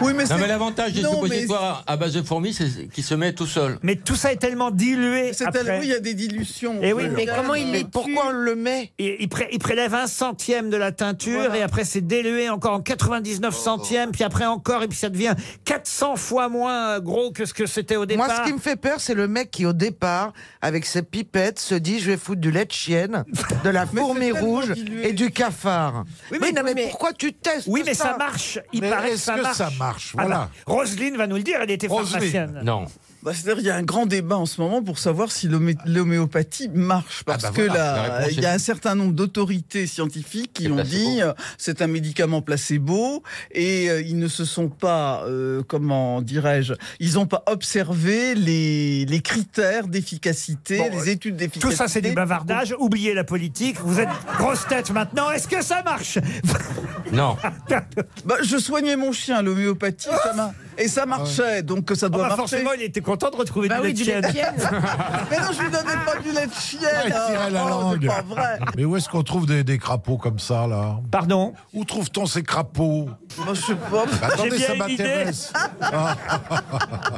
Speaker 13: Oui, mais
Speaker 10: Non,
Speaker 13: c'est.
Speaker 10: mais l'avantage des
Speaker 13: Non, mais
Speaker 10: suppositoires à base de fourmis, c'est qu'ils se mettent tout seuls.
Speaker 5: Mais tout ça est tellement dilué.
Speaker 13: c'est
Speaker 5: <laughs> après.
Speaker 13: tellement- oui, il y a des dilutions.
Speaker 5: Eh oui. Mais
Speaker 12: comment il les
Speaker 13: Mais
Speaker 12: tue
Speaker 11: Pourquoi on le met
Speaker 5: Et il, pré- il prélève un centième de la teinture et après c'est dilué encore en 99 centièmes, puis après encore, et puis ça devient 400 fois moins euh, gros que ce que c'était au départ.
Speaker 11: Moi, ce qui me fait peur, c'est le mec qui, au départ, avec ses pipettes, se dit je vais foutre du lait de chienne, de la fourmi
Speaker 13: tellement
Speaker 11: rouge
Speaker 13: dilué.
Speaker 11: et du cafard. Oui,
Speaker 5: Oui, mais-
Speaker 11: mais, non, mais,
Speaker 12: mais-
Speaker 11: pourquoi tu testes
Speaker 5: Oui, mais ça,
Speaker 11: ça
Speaker 5: marche. Il
Speaker 17: Mais
Speaker 5: paraît que
Speaker 17: est-ce
Speaker 5: ça
Speaker 17: que
Speaker 5: marche.
Speaker 17: ça marche
Speaker 5: Ah
Speaker 17: Voilà.
Speaker 5: bah, Roselyne va nous le dire, elle était
Speaker 17: Roselyne.
Speaker 5: pharmacienne.
Speaker 10: Non.
Speaker 13: Bah, C'est-à-dire, il y a un grand débat en ce moment pour savoir si l'homé- l'homéopathie marche. Parce
Speaker 10: bah
Speaker 13: que
Speaker 10: voilà,
Speaker 13: là,
Speaker 10: la réponse
Speaker 13: il y a un certain nombre d'autorités scientifiques qui
Speaker 10: C'est
Speaker 13: ont
Speaker 10: placebo.
Speaker 13: dit euh, c'est un médicament placebo et euh, ils ne se sont pas, euh, comment dirais-je, ils n'ont pas observé les, les critères d'efficacité,
Speaker 5: Bon,
Speaker 13: les
Speaker 5: euh,
Speaker 13: études d'efficacité.
Speaker 5: Tout ça, c'est du bavardage. Oubliez la politique. Vous êtes grosse tête maintenant. Est-ce que ça marche
Speaker 10: Non.
Speaker 13: <laughs> Bah, je soignais mon chien, à l'homéopathie, ça m'a- et ça marchait, donc ça
Speaker 5: Ah
Speaker 13: doit marcher.
Speaker 5: bah, Forcément, il était content de retrouver
Speaker 12: Bah
Speaker 5: du
Speaker 12: oui,
Speaker 5: lait de
Speaker 12: du lait de
Speaker 5: chienne. <laughs>
Speaker 12: chienne.
Speaker 13: Mais non, je lui donnais pas du lait de
Speaker 17: Ouais,
Speaker 13: chienne.
Speaker 17: il tirait la
Speaker 13: Oh,
Speaker 17: langue.
Speaker 13: c'est pas vrai.
Speaker 17: Mais où est-ce qu'on trouve des, des crapauds comme ça, là
Speaker 5: Pardon
Speaker 17: Où trouve-t-on ces crapauds
Speaker 13: Moi, je sais pas.
Speaker 17: Bah, Attendez,
Speaker 5: bien
Speaker 17: ça
Speaker 5: une
Speaker 17: m'intéresse.
Speaker 13: <laughs>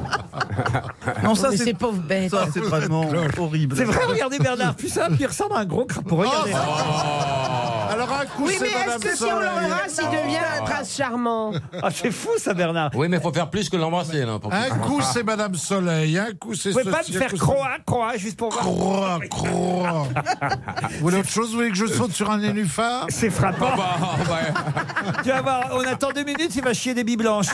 Speaker 13: Non, ça,
Speaker 12: Mais
Speaker 13: c'est
Speaker 12: ces pauvres bêtes.
Speaker 13: Ça, c'est vraiment horrible.
Speaker 5: C'est vrai, regardez Bernard. Plus simple, il ressemble à un gros crapaud.
Speaker 10: Oh.
Speaker 5: Regardez.
Speaker 17: Alors, un coup,
Speaker 12: Oui, mais
Speaker 17: c'est Madame
Speaker 12: est-ce que si on
Speaker 17: Soleil.
Speaker 12: l'embrasse, il
Speaker 10: Ah.
Speaker 12: devient un prince charmant
Speaker 5: Ah, c'est fou, ça, Bernard.
Speaker 10: Oui, mais faut faire plus que l'embrasser. Là, pour...
Speaker 17: Un coup, c'est Madame Soleil. Un coup, c'est
Speaker 5: Ah. Vous pouvez pas
Speaker 17: ceci,
Speaker 5: me
Speaker 17: un
Speaker 5: faire
Speaker 17: coup, c'est-
Speaker 5: croire, croire, juste pour voir.
Speaker 17: Croix, croix. Vous voulez autre chose Vous voulez que je saute sur un nénuphar
Speaker 5: C'est frappant.
Speaker 17: oh,
Speaker 10: Bah, ouais.
Speaker 5: Tu vas voir, on attend deux minutes, il va chier des billes blanches.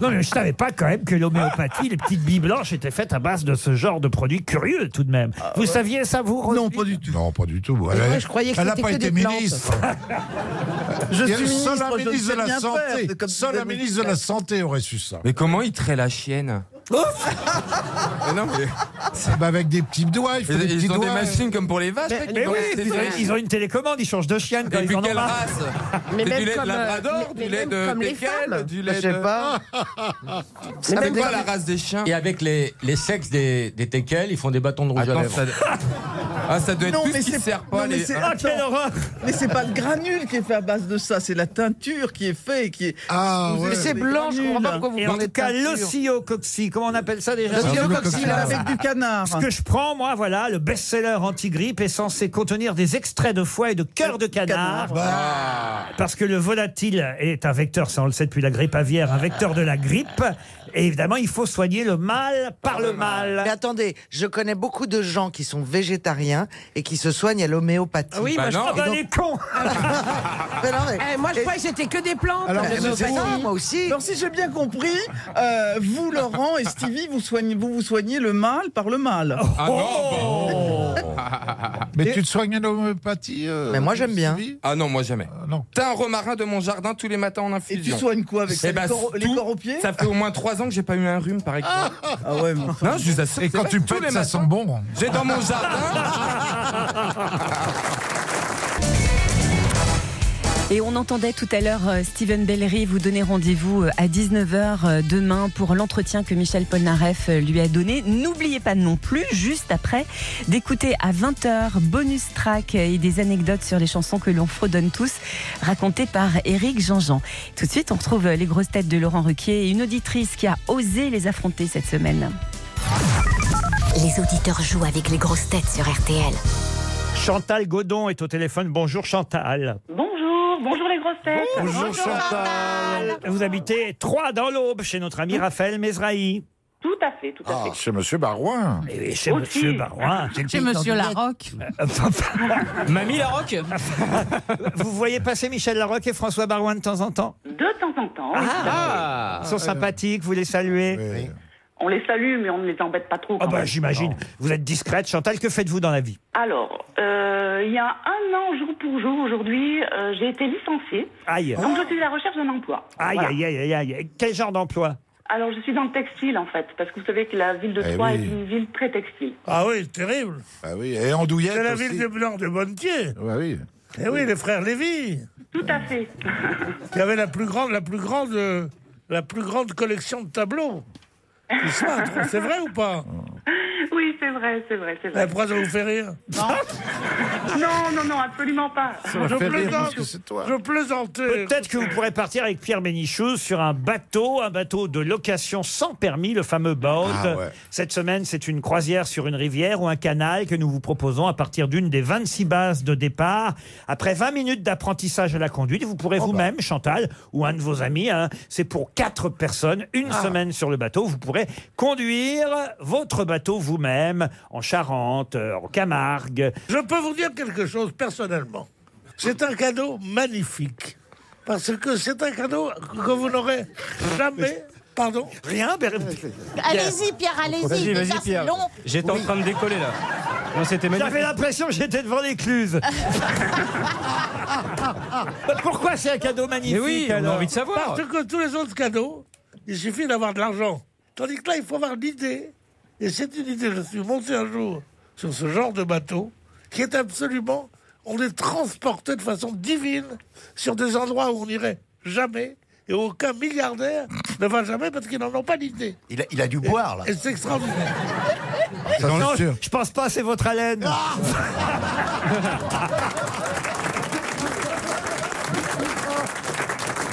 Speaker 5: Non, mais je savais pas quand même que l'homéopathie, les petites billes blanches étaient faites à base de ce genre de produits curieux tout de même.
Speaker 17: Ah,
Speaker 5: Vous saviez ça, vous Non, pas du tout.
Speaker 17: Non, pas du tout.
Speaker 5: Mais
Speaker 17: Elle
Speaker 5: moi,
Speaker 17: est-
Speaker 5: je croyais que
Speaker 17: Elle n'a
Speaker 5: c'était
Speaker 17: pas
Speaker 5: que
Speaker 17: été
Speaker 5: des plantes.
Speaker 17: ministre.
Speaker 13: <laughs> Je
Speaker 17: Il y a
Speaker 13: suis
Speaker 17: seul
Speaker 13: ministre,
Speaker 17: la
Speaker 13: je
Speaker 17: ministre
Speaker 13: sais
Speaker 17: de la
Speaker 13: bien faire,
Speaker 17: Santé.
Speaker 13: c'est comme
Speaker 17: Seul
Speaker 13: vous
Speaker 17: la
Speaker 13: avez
Speaker 17: ministre
Speaker 13: dit.
Speaker 17: de la Santé aurait su ça.
Speaker 9: Mais comment il traite la chienne
Speaker 17: <laughs>
Speaker 9: Mais non, mais-
Speaker 17: Bah, avec des petits doigts, il faut
Speaker 9: Ils-
Speaker 17: des
Speaker 9: ils
Speaker 17: petits
Speaker 9: ont des
Speaker 17: doigts.
Speaker 9: machines comme pour les vaches,
Speaker 5: Mais,
Speaker 9: mec,
Speaker 5: mais
Speaker 9: ils ont-
Speaker 5: oui,
Speaker 9: c'est-
Speaker 5: ils ont,
Speaker 9: c'est-
Speaker 5: ils ont une télécommande, ils changent de chienne quand
Speaker 9: Et
Speaker 5: ils
Speaker 9: puis
Speaker 5: en ont
Speaker 9: quelle
Speaker 5: marre.
Speaker 9: race
Speaker 13: <laughs>
Speaker 9: C'est du lait de
Speaker 13: euh,
Speaker 9: labrador, du lait de Pékel, du lait de... <laughs>
Speaker 10: C'est
Speaker 9: C'est quoi la race des chiens
Speaker 10: Et avec les, les sexes des, des teckels, ils font des bâtons de rouge à
Speaker 9: Attends,
Speaker 10: lèvres.
Speaker 9: ça- Ah, ça doit être plus qui
Speaker 13: c'est-
Speaker 9: sert pas
Speaker 13: <laughs> non, mais
Speaker 9: les...
Speaker 13: c'est-
Speaker 10: Ah,
Speaker 5: Ah,
Speaker 13: attends. Mais c'est pas le granule qui est fait à base de ça, c'est la teinture qui est faite et qui est.
Speaker 17: Ah,
Speaker 5: ouais. Et en tout cas, l'ocyococci, comment on appelle ça déjà
Speaker 13: L'ocyococci, là, avec du canard.
Speaker 5: Ce que je prends, moi, voilà, le best-seller anti-grippe est censé contenir des extraits de foie et de cœur de canard.
Speaker 9: Bah.
Speaker 5: <laughs> Parce que le volatile est un vecteur, ça on le sait depuis la grippe aviaire, un vecteur de la grippe. Et évidemment, il faut soigner le mal par le mal.
Speaker 11: Mais attendez, je connais beaucoup de gens qui sont végétariens et qui se soignent à l'homéopathie.
Speaker 12: Ah oui, Bah moi, je non. crois- Ah, bah, les
Speaker 5: cons
Speaker 11: <laughs>
Speaker 12: Eh, moi, je croyais que c'était que des plantes.
Speaker 13: Bah,
Speaker 11: moi aussi.
Speaker 13: Donc, si j'ai bien compris, euh, vous, Laurent et Stevie, vous, soignez, vous vous soignez le mal par le mal.
Speaker 17: Ah
Speaker 11: Oh
Speaker 17: non,
Speaker 13: Oh <laughs>
Speaker 17: Mais tu te soignes à l'homéopathie euh, Sylvie
Speaker 9: bah. Ah non, moi jamais. T'as un romarin de mon jardin tous les matins en infusion.
Speaker 13: tu soignes quoi avec ça,
Speaker 9: Eh
Speaker 13: les
Speaker 9: ben,
Speaker 13: corps- les
Speaker 9: tout. <laughs>
Speaker 13: corps aux pieds
Speaker 9: Ça fait au moins 3 ans que j'ai pas eu un rhume, par exemple.
Speaker 13: Ah ouais, mais enfin-
Speaker 9: Non, je vous assure.
Speaker 13: Et
Speaker 9: c'est
Speaker 13: quand
Speaker 9: vrai,
Speaker 13: tu
Speaker 9: tous
Speaker 13: pètes,
Speaker 9: les
Speaker 13: ça
Speaker 9: matins,
Speaker 13: sent bon, hein.
Speaker 9: J'ai dans mon jardin.
Speaker 3: Et on entendait tout à l'heure euh, Steven Bellery vous donner rendez-vous euh, à 19h euh, demain pour l'entretien que Michel Polnareff euh, lui a donné. N'oubliez pas non plus, juste après, d'écouter à 20h bonus track euh, et des anecdotes sur les chansons que l'on fredonne tous, racontées par Éric Jean-Jean. Tout de suite, on retrouve euh, les grosses têtes de Laurent Ruquier et une auditrice qui a osé les affronter cette semaine.
Speaker 19: Les auditeurs jouent avec les grosses têtes sur RTL.
Speaker 5: Chantal Godon est au téléphone. Bonjour Chantal.
Speaker 8: <laughs> Bonjour, bonjour les grosses têtes.
Speaker 5: Vous habitez trois dans l'aube chez notre ami Raphaël Mesrahi.
Speaker 8: Tout à fait, tout
Speaker 17: Ah, chez Monsieur Barouin.
Speaker 5: Et Eh oui, chez Monsieur Barouin.
Speaker 7: Chez Monsieur Larocque.
Speaker 5: <laughs> Mamie Larocque. Vous voyez passer Michel Larocque et François Barouin de temps en temps
Speaker 8: De temps en temps. oui, tout
Speaker 5: Ah.
Speaker 8: à
Speaker 5: Ils
Speaker 8: fait.
Speaker 5: sont sympathiques, vous les saluez
Speaker 8: On les salue, mais on ne les embête pas trop.
Speaker 5: Ah
Speaker 8: quand
Speaker 5: bah
Speaker 8: même.
Speaker 5: j'imagine. Vous êtes discrète, Chantal. Que faites-vous dans la vie
Speaker 8: Alors, euh, il y a un an, jour pour jour, aujourd'hui, euh, j'ai été licenciée.
Speaker 5: Aïe.
Speaker 8: Donc je suis à la recherche d'un emploi.
Speaker 5: Aïe,
Speaker 8: Voilà.
Speaker 5: aïe, aïe, aïe, aïe. Quel genre d'emploi
Speaker 8: Alors je suis dans le textile en fait, parce que vous savez que la ville de
Speaker 17: Eh
Speaker 8: Troyes
Speaker 17: oui.
Speaker 8: est une ville très textile. <laughs>
Speaker 20: Ah oui, terrible.
Speaker 17: Ah oui, et Andouillette
Speaker 20: C'est la
Speaker 17: aussi.
Speaker 20: ville de Blanc de Montier.
Speaker 17: Ouais, oui.
Speaker 20: Eh oui, les frères Lévy.
Speaker 8: Tout à fait.
Speaker 20: qui avait la plus grande, la plus grande, euh, la plus grande collection de tableaux. Qui se montrent, C'est vrai ou pas
Speaker 8: Oui, c'est vrai, c'est vrai, c'est
Speaker 20: Eh,
Speaker 8: vrai.
Speaker 20: Pourquoi ça vous fait rire
Speaker 8: Non, non, non, absolument pas.
Speaker 20: Je plaisante. Je plaisantais.
Speaker 5: Peut-être que vous pourrez partir avec Pierre Bénichou sur un bateau, un bateau de location sans permis, le fameux boat.
Speaker 17: Ah ouais.
Speaker 5: Cette semaine, c'est une croisière sur une rivière ou un canal que nous vous proposons à partir d'une des 26 bases de départ. Après 20 minutes d'apprentissage à la conduite, vous
Speaker 20: Oh, bah.
Speaker 5: pourrez vous-même, Chantal, ou un de vos amis, hein, c'est pour quatre personnes, une
Speaker 20: Ah.
Speaker 5: semaine sur le bateau, vous pourrez conduire votre bateau vous-même en Charente, euh, en Camargue.
Speaker 20: Je peux vous dire quelque chose personnellement. C'est un cadeau magnifique. Parce que c'est un cadeau que vous n'aurez jamais. Pardon
Speaker 5: Rien,
Speaker 21: Allez-y, Pierre, allez-y. Déjà, c'est
Speaker 5: <laughs>
Speaker 21: long.
Speaker 9: J'étais en train de décoller là. Non, c'était
Speaker 5: J'avais l'impression que j'étais devant l'écluse.
Speaker 9: <laughs>
Speaker 5: Bah, Pourquoi c'est un cadeau magnifique alors
Speaker 20: Parce que tous les autres cadeaux, il suffit d'avoir de l'argent. Tandis que là, il faut avoir l'idée. Et cette idée. Je suis monté un jour sur ce genre de bateau qui est absolument. On est transporté de façon divine sur des endroits où on n'irait jamais et où aucun milliardaire ne va jamais parce qu'ils n'en ont pas l'idée.
Speaker 22: Il a, il a dû
Speaker 20: Et-
Speaker 22: boire, là.
Speaker 20: Et c'est extraordinaire.
Speaker 5: Non, Ah je, je pense pas, c'est votre haleine.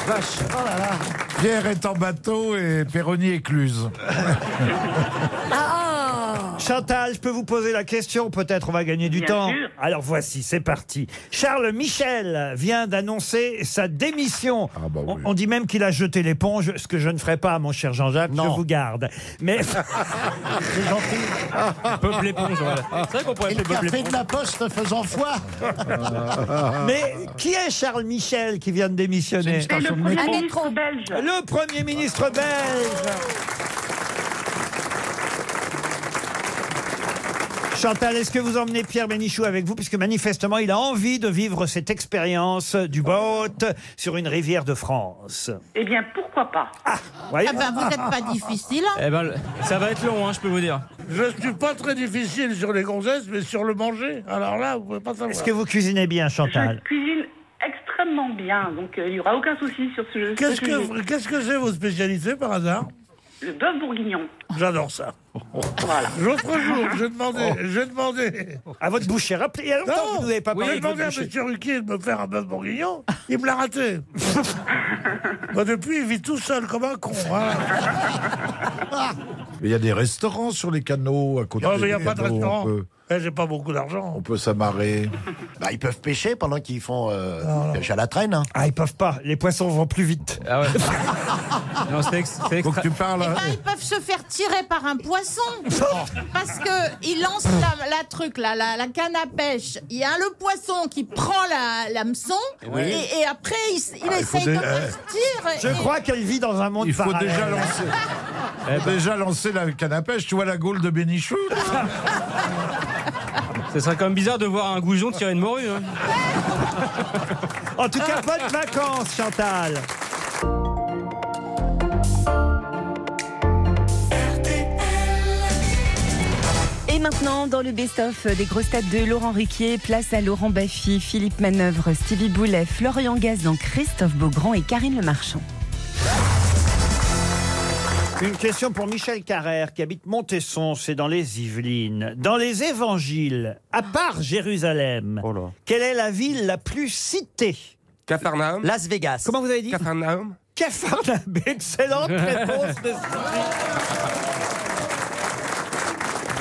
Speaker 17: Vache.
Speaker 5: Oh
Speaker 17: Pierre est en bateau et Péroni écluse.
Speaker 5: Ah Chantal, je peux vous poser la question, peut-être on va gagner du
Speaker 23: Bien
Speaker 5: temps.
Speaker 23: sûr.
Speaker 5: Alors voici, c'est parti. Charles Michel vient d'annoncer sa démission.
Speaker 23: Ah bah
Speaker 5: on, on dit même qu'il a jeté l'éponge, ce que je ne ferai pas, mon cher Jean-Jacques, je vous garde. Mais c'est
Speaker 22: Ah,
Speaker 5: gentil.
Speaker 23: <laughs> Peuple éponge, voilà. C'est vrai qu'on pourrait
Speaker 24: Il
Speaker 23: appeler
Speaker 24: a
Speaker 23: peuple
Speaker 24: fait de
Speaker 23: éponge.
Speaker 24: la poste faisant foi.
Speaker 5: Mais qui est Charles Michel qui vient de démissionner
Speaker 23: C'est le premier Un ministre métro. belge.
Speaker 5: Le Premier ministre belge. Chantal, est-ce que vous emmenez Pierre Bénichou avec vous Puisque manifestement, il a envie de vivre cette expérience du boat sur une rivière de France.
Speaker 8: Eh bien, pourquoi pas
Speaker 5: Vous voyez
Speaker 8: Ah ben, vous n'êtes pas difficile.
Speaker 14: Eh ben, ça va être long, je peux vous dire.
Speaker 20: Je suis pas très difficile sur les gonzesses, mais sur le manger, alors là, vous pouvez pas savoir.
Speaker 5: Est-ce que vous cuisinez bien, Chantal
Speaker 8: Cuisine extrêmement bien, donc euh, il n'y aura aucun souci sur ce jeu.
Speaker 20: Qu'est-ce que qu'est-ce que c'est vos spécialités par hasard
Speaker 8: Le
Speaker 9: <laughs>
Speaker 8: bœuf bourguignon.
Speaker 20: J'adore ça. L'autre jour, je demandais, je demandais.
Speaker 5: Oh. À votre boucher, rappelez, il y a longtemps que vous n'avez pas parlé
Speaker 20: J'ai
Speaker 5: avec votre
Speaker 20: demandé à
Speaker 5: boucher.
Speaker 20: M. Ruquier de me faire un bœuf bourguignon, il me l'a
Speaker 5: <laughs>
Speaker 20: raté. Bah, depuis, il vit tout seul comme un con. hein.
Speaker 24: Mais il y a des restaurants sur les canaux à côté.
Speaker 20: Non,
Speaker 24: des
Speaker 20: mais il n'y a pas de
Speaker 24: canaux,
Speaker 20: restaurant.
Speaker 24: On peut,
Speaker 20: Eh, J'ai pas beaucoup d'argent.
Speaker 24: on peut s'amarrer. <laughs> Bah, ils peuvent pêcher pendant qu'ils font euh, pêche à la traîne. hein.
Speaker 5: Ah, ils peuvent pas. Les poissons vont plus vite.
Speaker 14: Ah ouais. non, c'est ex- c'est extra-
Speaker 24: parles. hein.
Speaker 21: Ben, ils peuvent se faire tirer par un poisson
Speaker 5: Oh.
Speaker 21: parce que ils lancent la, la truc là, la, la canne à pêche. Il y a le poisson qui prend la l'hameçon
Speaker 5: Oui.
Speaker 21: et, et après il, s- il
Speaker 5: Ah, il faut
Speaker 21: essaye
Speaker 5: des-
Speaker 21: de
Speaker 5: euh,
Speaker 21: tire.
Speaker 5: Je crois qu'elle vit dans un monde
Speaker 24: Il faut
Speaker 5: parallèle.
Speaker 24: déjà lancer.
Speaker 14: Eh ben.
Speaker 24: Déjà lancé la canne à pêche, tu vois la gaule de Bénichou
Speaker 14: <laughs> Ce serait quand même bizarre de voir un goujon tirer une morue. hein.
Speaker 5: <laughs> En tout cas, bonnes vacances, Chantal.
Speaker 3: Et maintenant, dans le best-of des grosses têtes de Laurent Ruquier, place à Laurent Baffy, Philippe Manœuvre, Stevie Boulet, Florian Gazan, Christophe Beaugrand et Karine Le Marchand.
Speaker 5: Une question pour Michel Carrère qui habite Montesson, c'est dans les Yvelines. Dans les évangiles, à part Jérusalem, quelle est la ville la plus citée
Speaker 4: Capharnaüm.
Speaker 5: Las Vegas. Comment vous avez dit
Speaker 4: Capharnaüm.
Speaker 5: Capharnaüm. <laughs> Excellente réponse de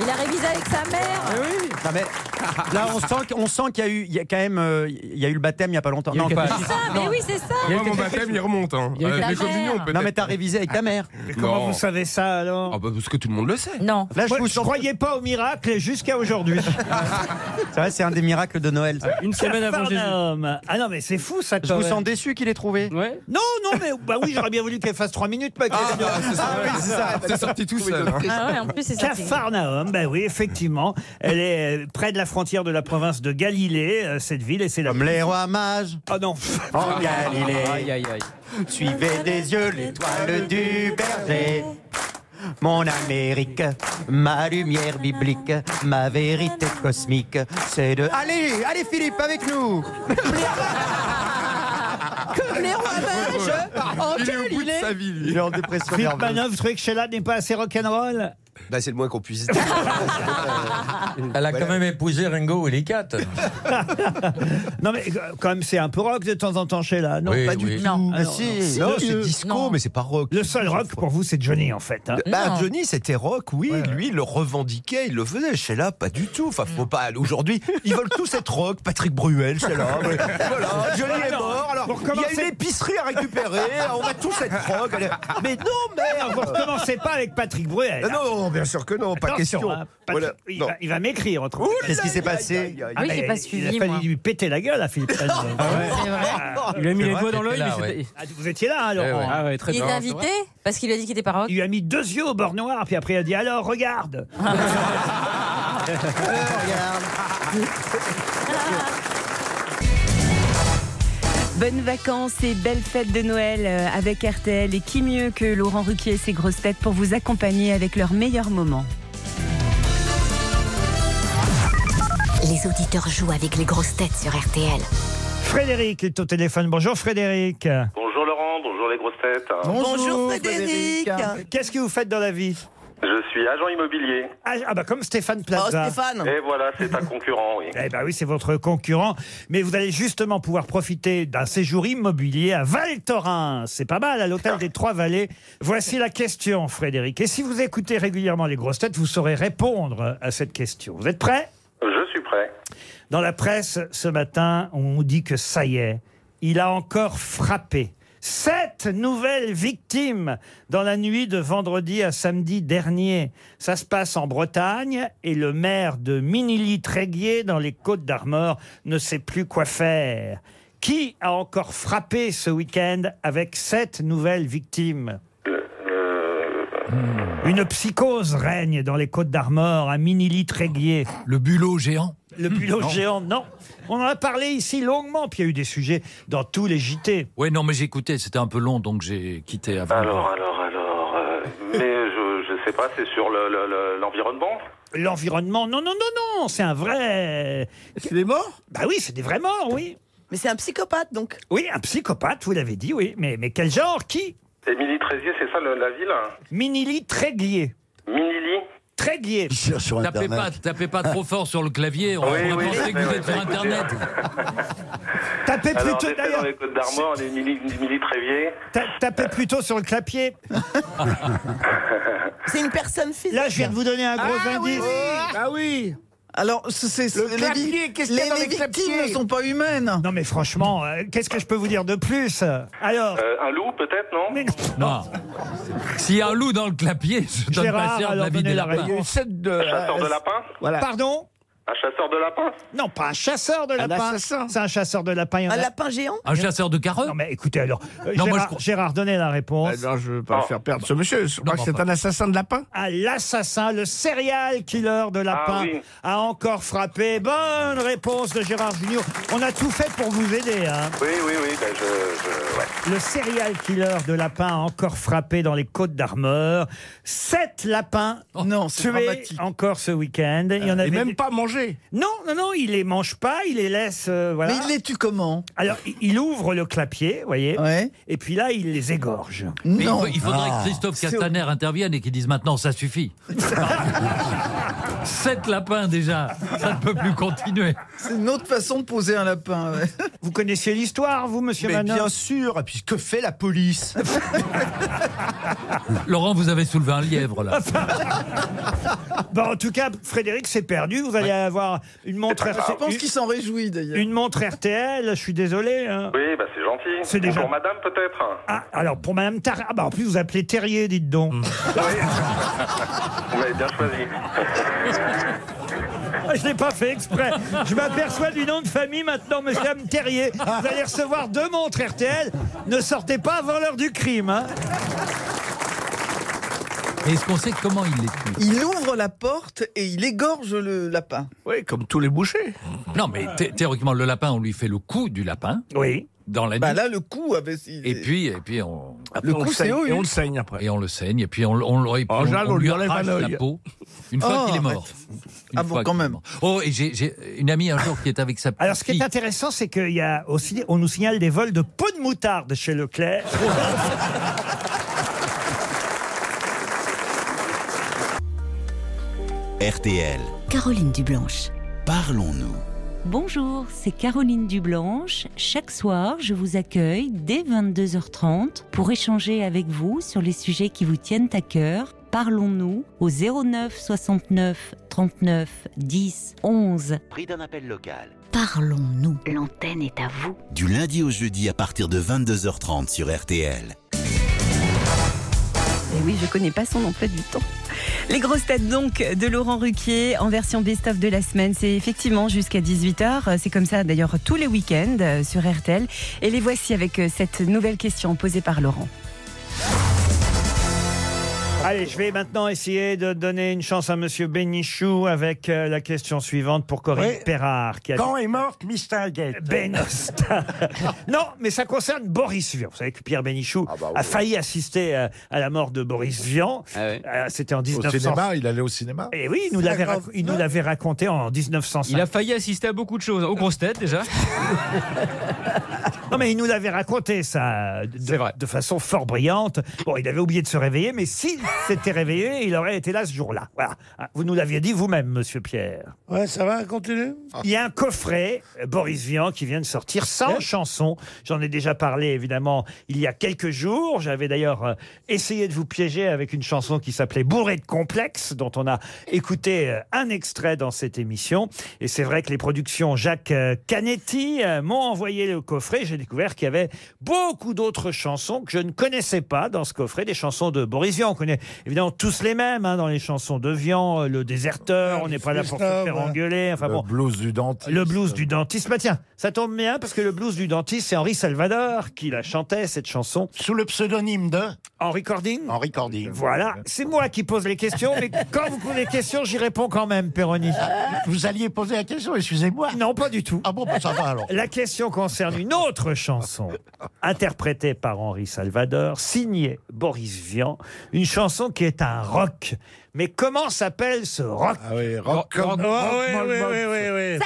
Speaker 7: Il a révisé avec sa mère.
Speaker 6: Non, mais là, on sent, qu'- on sent qu'il y a eu, il y a quand même, euh, il y a eu le baptême il y a pas longtemps.
Speaker 4: Il y a
Speaker 6: Non,
Speaker 4: eu
Speaker 6: pas.
Speaker 4: quelque chose.
Speaker 7: Ah, mais oui, c'est ça.
Speaker 4: Moi, mon baptême, il remonte. Hein.
Speaker 6: Il y a eu
Speaker 4: Euh,
Speaker 6: ta
Speaker 4: les
Speaker 6: mère.
Speaker 4: communions,
Speaker 6: Non,
Speaker 4: peut-être.
Speaker 6: mais t'as révisé avec ta mère. Mais
Speaker 5: comment vous savez ça alors
Speaker 4: Ah, bah, parce que tout le monde le sait.
Speaker 7: Non.
Speaker 6: Là, je
Speaker 5: Moi,
Speaker 6: vous
Speaker 5: je croyais pas au miracle jusqu'à aujourd'hui.
Speaker 6: <laughs> C'est vrai, c'est un des miracles de Noël.
Speaker 5: <laughs>
Speaker 6: ça.
Speaker 5: Capharnaüm. Ah non, mais c'est fou ça.
Speaker 6: Je
Speaker 5: quand
Speaker 6: vous
Speaker 5: même.
Speaker 6: sens déçu qu'il ait trouvé.
Speaker 5: Non, non, mais bah oui, j'aurais bien voulu qu'elle fasse 3 minutes. Pas qu'elle-
Speaker 6: Ah, bah, c'est ça,
Speaker 5: oui, c'est ça.
Speaker 4: C'est sorti tout seul, hein.
Speaker 7: Ah ouais, en plus, c'est sorti.
Speaker 5: Capharnaüm, ben oui, effectivement. Elle est euh, près de la frontière de la province de Galilée, euh, cette ville, et c'est la. Comme
Speaker 6: les rois mages.
Speaker 5: Ah non.
Speaker 6: <laughs> En Galilée.
Speaker 5: Aïe, aïe, aïe.
Speaker 6: Suivez des yeux l'étoile du berger. Mon Amérique, ma lumière biblique, ma vérité cosmique, c'est de... Allez, allez Philippe, avec <laughs> nous
Speaker 16: Comme les rois mages. En Galilée.
Speaker 4: vie,
Speaker 6: Il est en dépression
Speaker 5: Ah, Philippe
Speaker 6: nerveuse.
Speaker 5: Manœuvre, vous trouvez que Sheila n'est pas assez rock'n'roll
Speaker 22: Bah, c'est le moins qu'on puisse dire.
Speaker 10: Elle a quand même épousé Ringo et les quatre.
Speaker 5: <laughs> Non, mais euh, quand même, c'est un peu rock de temps en temps, Sheila. Non,
Speaker 10: Oui,
Speaker 5: pas du
Speaker 10: oui.
Speaker 5: tout.
Speaker 10: Non.
Speaker 5: Ah
Speaker 22: Ah, si, non, c'est disco, mais c'est pas rock.
Speaker 5: Le seul rock pour vous, c'est Johnny, en fait. hein.
Speaker 22: Bah, Johnny, c'était rock, oui. Lui, il le revendiquait, il le faisait. Sheila, pas du tout. Enfin, faut pas. Aujourd'hui, ils veulent tous être rock. Patrick Bruel,
Speaker 10: <laughs>
Speaker 22: Sheila. mais voilà, Johnny est
Speaker 5: Non,
Speaker 22: mort. Alors,
Speaker 5: Ah, pour
Speaker 22: il y a
Speaker 5: commencer-
Speaker 22: une épicerie à récupérer. On va tous être rock. Allez. Mais non, merde.
Speaker 5: Vous recommencez pas avec Patrick Bruel.
Speaker 22: Ah Non, bien sûr que non, pas
Speaker 5: Attention,
Speaker 22: question.
Speaker 5: hein, Patrick-
Speaker 22: Voilà,
Speaker 5: il,
Speaker 22: non.
Speaker 5: va, il va m'écrire, entre
Speaker 22: Ouh
Speaker 5: Qu'est-ce qui s'est
Speaker 22: passé
Speaker 5: Ah,
Speaker 7: Oui,
Speaker 5: mais
Speaker 7: j'ai pas
Speaker 5: Il
Speaker 7: suivi,
Speaker 5: a fallu
Speaker 7: moi.
Speaker 5: lui péter la gueule à Philippe Manœuvre.
Speaker 7: C'est vrai.
Speaker 14: Il a mis
Speaker 5: C'est
Speaker 14: les
Speaker 5: vrai
Speaker 14: doigts dans
Speaker 5: qu'elle
Speaker 14: l'œil,
Speaker 5: était
Speaker 14: mais
Speaker 5: là,
Speaker 14: c'était.
Speaker 5: Ah, Vous étiez là, hein,
Speaker 14: Eh
Speaker 5: Laurent
Speaker 14: ouais. Ah ouais, très
Speaker 7: Il est
Speaker 14: bien.
Speaker 7: invité parce qu'il lui a dit qu'il était pas rock.
Speaker 5: Il lui a mis deux yeux au bord noir, puis après il a dit
Speaker 4: <laughs>
Speaker 5: alors regarde.
Speaker 4: Oh,
Speaker 3: Bonnes vacances et belles fêtes de Noël euh, avec RTL. Et qui mieux que Laurent Ruquier et ses grosses têtes pour vous accompagner avec leurs meilleurs moments
Speaker 19: Les auditeurs jouent avec les grosses têtes sur RTL.
Speaker 5: Frédéric est au téléphone. Bonjour Frédéric.
Speaker 25: Bonjour Laurent, bonjour les grosses têtes.
Speaker 16: Bonjour, Frédéric.
Speaker 5: Qu'est-ce que vous faites dans la vie
Speaker 15: Je suis agent immobilier.
Speaker 5: Ah, ah bah comme Stéphane Plaza.
Speaker 15: Et voilà, c'est un concurrent,
Speaker 5: <laughs>
Speaker 15: oui.
Speaker 5: Eh ben oui, c'est votre concurrent. Mais vous allez justement pouvoir profiter d'un séjour immobilier à Val Thorens. C'est pas mal, à l'hôtel des Trois Vallées. Voici la question, Frédéric. Et si vous écoutez régulièrement les grosses têtes, vous saurez répondre à cette question. Vous êtes prêts
Speaker 15: Je suis prêt.
Speaker 5: Dans la presse, ce matin, on dit que ça y est, il a encore frappé. Sept nouvelles victimes dans la nuit de vendredi à samedi dernier. Ça se passe en Bretagne et le maire de Minilly-Tréguier dans les Côtes-d'Armor ne sait plus quoi faire. Qui a encore frappé ce week-end avec sept nouvelles victimes une psychose règne dans les Côtes d'Armor, à Minilly-Tréguier. Le bulot géant Le bulot
Speaker 18: Non.
Speaker 5: géant, non. On en a parlé ici longuement, puis il y a eu des sujets dans tous les JT.
Speaker 18: Ouais, non, mais j'écoutais, c'était un peu long, donc j'ai quitté avant.
Speaker 15: Alors, alors, alors. euh, mais je ne sais pas, c'est sur le- le- le- l'environnement
Speaker 5: L'environnement, non, non, non, non, c'est un vrai... C'est des morts Bah oui, c'est des vrais morts, oui. Mais c'est un psychopathe, donc Oui, un psychopathe, vous l'avez dit, oui. Mais, mais quel genre Qui
Speaker 15: <laughs> Émilie Trézier, c'est ça le- la ville
Speaker 5: Minilly-Tréguier.
Speaker 15: Minili
Speaker 5: Tréguier.
Speaker 18: Tapez pas, tapez pas trop fort sur le clavier, on,
Speaker 15: Oui,
Speaker 18: on va
Speaker 15: oui,
Speaker 18: penser que
Speaker 15: oui,
Speaker 18: vous
Speaker 15: oui,
Speaker 18: êtes
Speaker 15: bah,
Speaker 18: sur
Speaker 15: écoutez,
Speaker 18: Internet.
Speaker 5: Tapez
Speaker 15: Alors,
Speaker 5: plutôt
Speaker 15: en effet,
Speaker 5: d'ailleurs.
Speaker 15: dans les Côtes d'Armor, les Émilie Émilie Trévier.
Speaker 5: Ta- Tapez plutôt sur le clapier.
Speaker 16: C'est une personne physique.
Speaker 5: Là, je viens de vous donner un gros indice.
Speaker 16: Ah oui Alors, c'est- c'est
Speaker 5: Bah Le
Speaker 16: les,
Speaker 5: clapier,
Speaker 16: vi-
Speaker 5: qu'est-ce qu'il y a
Speaker 16: les-
Speaker 5: dans
Speaker 16: les
Speaker 5: les
Speaker 16: victimes
Speaker 5: clapiers
Speaker 16: ne sont pas humaines.
Speaker 5: Non mais franchement, euh, qu'est-ce que je peux vous dire de plus <laughs> Alors,
Speaker 15: Euh, un loup, peut-être, non
Speaker 18: Non. S'il y a un loup dans le clavier, je donne
Speaker 5: Gérard,
Speaker 18: pas cher de
Speaker 5: alors,
Speaker 18: la vie
Speaker 5: donnez
Speaker 18: des
Speaker 5: la
Speaker 18: lapins.
Speaker 5: réponse.
Speaker 15: Un chasseur de euh, lapins
Speaker 5: Pardon
Speaker 15: Un chasseur de lapins
Speaker 5: Non, pas un chasseur de
Speaker 15: Un
Speaker 5: lapin.
Speaker 15: assassin.
Speaker 5: C'est un chasseur de lapin. il y en a-
Speaker 16: géant
Speaker 18: Un chasseur de carreaux
Speaker 5: Non mais écoutez alors, euh,
Speaker 18: Non, moi,
Speaker 5: Gérard,
Speaker 18: je crois-
Speaker 5: Gérard, donnez la réponse.
Speaker 18: Ah, non, je veux
Speaker 5: pas
Speaker 18: faire
Speaker 5: perdre ce monsieur. Je
Speaker 18: crois que c'est un
Speaker 5: assassin de lapin. Ah, l'assassin, le serial killer de lapin
Speaker 18: Ah oui.
Speaker 5: a encore frappé. Bonne réponse de Gérard Junior. On a tout fait pour vous aider. Hein.
Speaker 15: Oui, oui, oui, ben je. je- ouais.
Speaker 5: Le serial killer de lapin a encore frappé dans les côtes d'Armor. Sept lapins
Speaker 18: Oh,
Speaker 16: non,
Speaker 5: tués encore ce week-end.
Speaker 18: Euh,
Speaker 5: Il y en avait même pas mangé. Non, non, non, il les mange pas, il les laisse. euh, voilà.
Speaker 16: Mais il les tue comment
Speaker 5: Alors, il- il ouvre le clapier, vous voyez, et puis là, il les égorge.
Speaker 18: Mais il, faut- il faudrait
Speaker 16: Ah.
Speaker 5: Ah.
Speaker 18: que Christophe Castaner intervienne et qu'il dise maintenant ça
Speaker 5: <laughs>
Speaker 18: suffit. Sept lapins déjà, ça ne peut plus continuer.
Speaker 16: C'est une autre façon de poser un lapin.
Speaker 5: <laughs> Vous connaissiez l'histoire, vous, monsieur
Speaker 22: Mais
Speaker 5: Manon
Speaker 22: bien sûr, et puis que fait la police
Speaker 5: <laughs>
Speaker 18: Laurent, vous avez soulevé un lièvre
Speaker 5: <laughs>
Speaker 18: là.
Speaker 5: Bon, en tout cas, Frédéric s'est perdu. Vous allez avoir une montre.
Speaker 16: Je pense qu'il s'en réjouit d'ailleurs.
Speaker 5: Une montre RTL. Je suis désolé. hein.
Speaker 15: Oui, ben c'est gentil.
Speaker 5: C'est déjà-
Speaker 15: Pour madame, peut-être
Speaker 5: Ah, alors pour Madame Tar, ah bah en plus vous appelez Terrier, dites donc.
Speaker 18: Mm.
Speaker 15: <laughs> Vous m'avez bien choisi.
Speaker 5: Ah, <laughs> Je l'ai pas fait exprès. Je m'aperçois du nom de famille maintenant, Monsieur M. Terrier. Vous allez recevoir deux montres RTL. Ne sortez pas avant l'heure du crime. hein.
Speaker 18: Et est-ce qu'on sait comment il les tue
Speaker 16: Il ouvre la porte et il égorge le lapin.
Speaker 18: Oui, comme tous les bouchers. Non, mais thé- théoriquement, le lapin, on lui fait le coup du lapin.
Speaker 5: Oui.
Speaker 18: Dans la nuit.
Speaker 16: Bah là, le coup avait. Ah,
Speaker 18: Et puis, et puis on.
Speaker 16: Le on coup, le c'est saigne, haut, et on oui. le
Speaker 18: saigne après. Et on le saigne, et puis on, on, le- et puis
Speaker 16: En
Speaker 18: on-
Speaker 16: général, on lui enlève
Speaker 18: arrache
Speaker 16: un œil.
Speaker 18: la peau. Une fois
Speaker 16: Oh,
Speaker 18: qu'il est mort. ah bon, quand même. Oh, et j'ai- j'ai une amie un jour qui est avec sa petite
Speaker 5: Alors ce qui
Speaker 18: fille.
Speaker 5: est intéressant, c'est qu'il y a aussi, on nous signale des vols de pots de moutarde chez Leclerc.
Speaker 18: Oh,
Speaker 25: RTL. Caroline Dublanche. Parlons-nous. Bonjour, c'est Caroline Dublanche. Chaque soir, je vous accueille dès 22h30 pour échanger avec vous sur les sujets qui vous tiennent à cœur. Parlons-nous au 09 69 39 10 11.
Speaker 26: Prix d'un appel local.
Speaker 25: Parlons-nous. L'antenne est à
Speaker 21: <laughs>
Speaker 25: vous. Du lundi au jeudi à partir de 22h30 sur RTL.
Speaker 3: Et Eh oui, je connais pas son emploi du temps. Les grosses têtes donc de Laurent Ruquier en version best-of de la semaine, c'est effectivement jusqu'à 18h. C'est comme ça d'ailleurs tous les week-ends euh, sur RTL. Et les voici avec euh, cette nouvelle question posée par Laurent.
Speaker 5: Allez, je vais maintenant essayer de donner une chance à Monsieur Bénichou avec euh, la question suivante pour Corinne
Speaker 6: Oui.
Speaker 5: Perrard. Qui a
Speaker 6: Quand
Speaker 5: dit- Ben
Speaker 6: est morte Miss
Speaker 5: <laughs>
Speaker 6: Tinguette
Speaker 5: Benosta. non, mais ça concerne Boris Vian. Vous savez que Pierre Bénichou a failli assister euh, à la mort de Boris Vian.
Speaker 14: Ah
Speaker 5: Euh, C'était en
Speaker 17: Au
Speaker 5: 1900.
Speaker 17: cinéma, il allait au cinéma.
Speaker 5: Et oui, il nous l'avait rac- il nous l'avait raconté en 1905.
Speaker 14: Il a failli assister à beaucoup de choses. Aux grosses têtes, déjà.
Speaker 5: Non, mais il nous l'avait raconté, ça, de, de façon fort brillante. Bon, il avait oublié de se réveiller, mais s'il s'était réveillé, il aurait été là ce jour-là. Voilà. Ah, Vous nous l'aviez dit vous-même, monsieur Pierre.
Speaker 20: Ouais, ça va, continue
Speaker 5: Il y a un coffret, euh, Boris Vian, qui vient de sortir 100 chansons. J'en ai déjà parlé, évidemment, il y a quelques jours. J'avais d'ailleurs euh, essayé de vous piéger avec une chanson qui s'appelait Bourré de complexe, dont on a écouté euh, un extrait dans cette émission. Et c'est vrai que les productions Jacques euh, Canetti euh, m'ont envoyé le coffret. J'ai découvert qu'il y avait beaucoup d'autres chansons que je ne connaissais pas dans ce coffret. Des chansons de Boris Vian. On connaît évidemment tous les mêmes hein, dans les chansons de Vian, euh, Le Déserteur, On n'est pas là pour se faire engueuler. Enfin,
Speaker 17: le
Speaker 5: bon.
Speaker 17: blues du dentiste.
Speaker 5: Le blues du dentiste. Bah tiens, ça tombe bien parce que le blues du dentiste, c'est Henri Salvador qui la chantait, cette chanson. Sous le pseudonyme de Henri Cording. Henri Cording. Voilà. C'est moi qui pose les questions, <laughs> mais quand vous posez les questions, j'y réponds quand même, Péroni. Euh, Vous alliez poser la question, excusez-moi. Non, pas du tout. Ah bon,
Speaker 24: bah, ça va, alors.
Speaker 5: La question concerne une autre chanson, interprétée par Henri Salvador, signée Boris Vian, une chanson qui est un rock. Mais comment s'appelle ce rock Ah oui,
Speaker 17: rock, rock,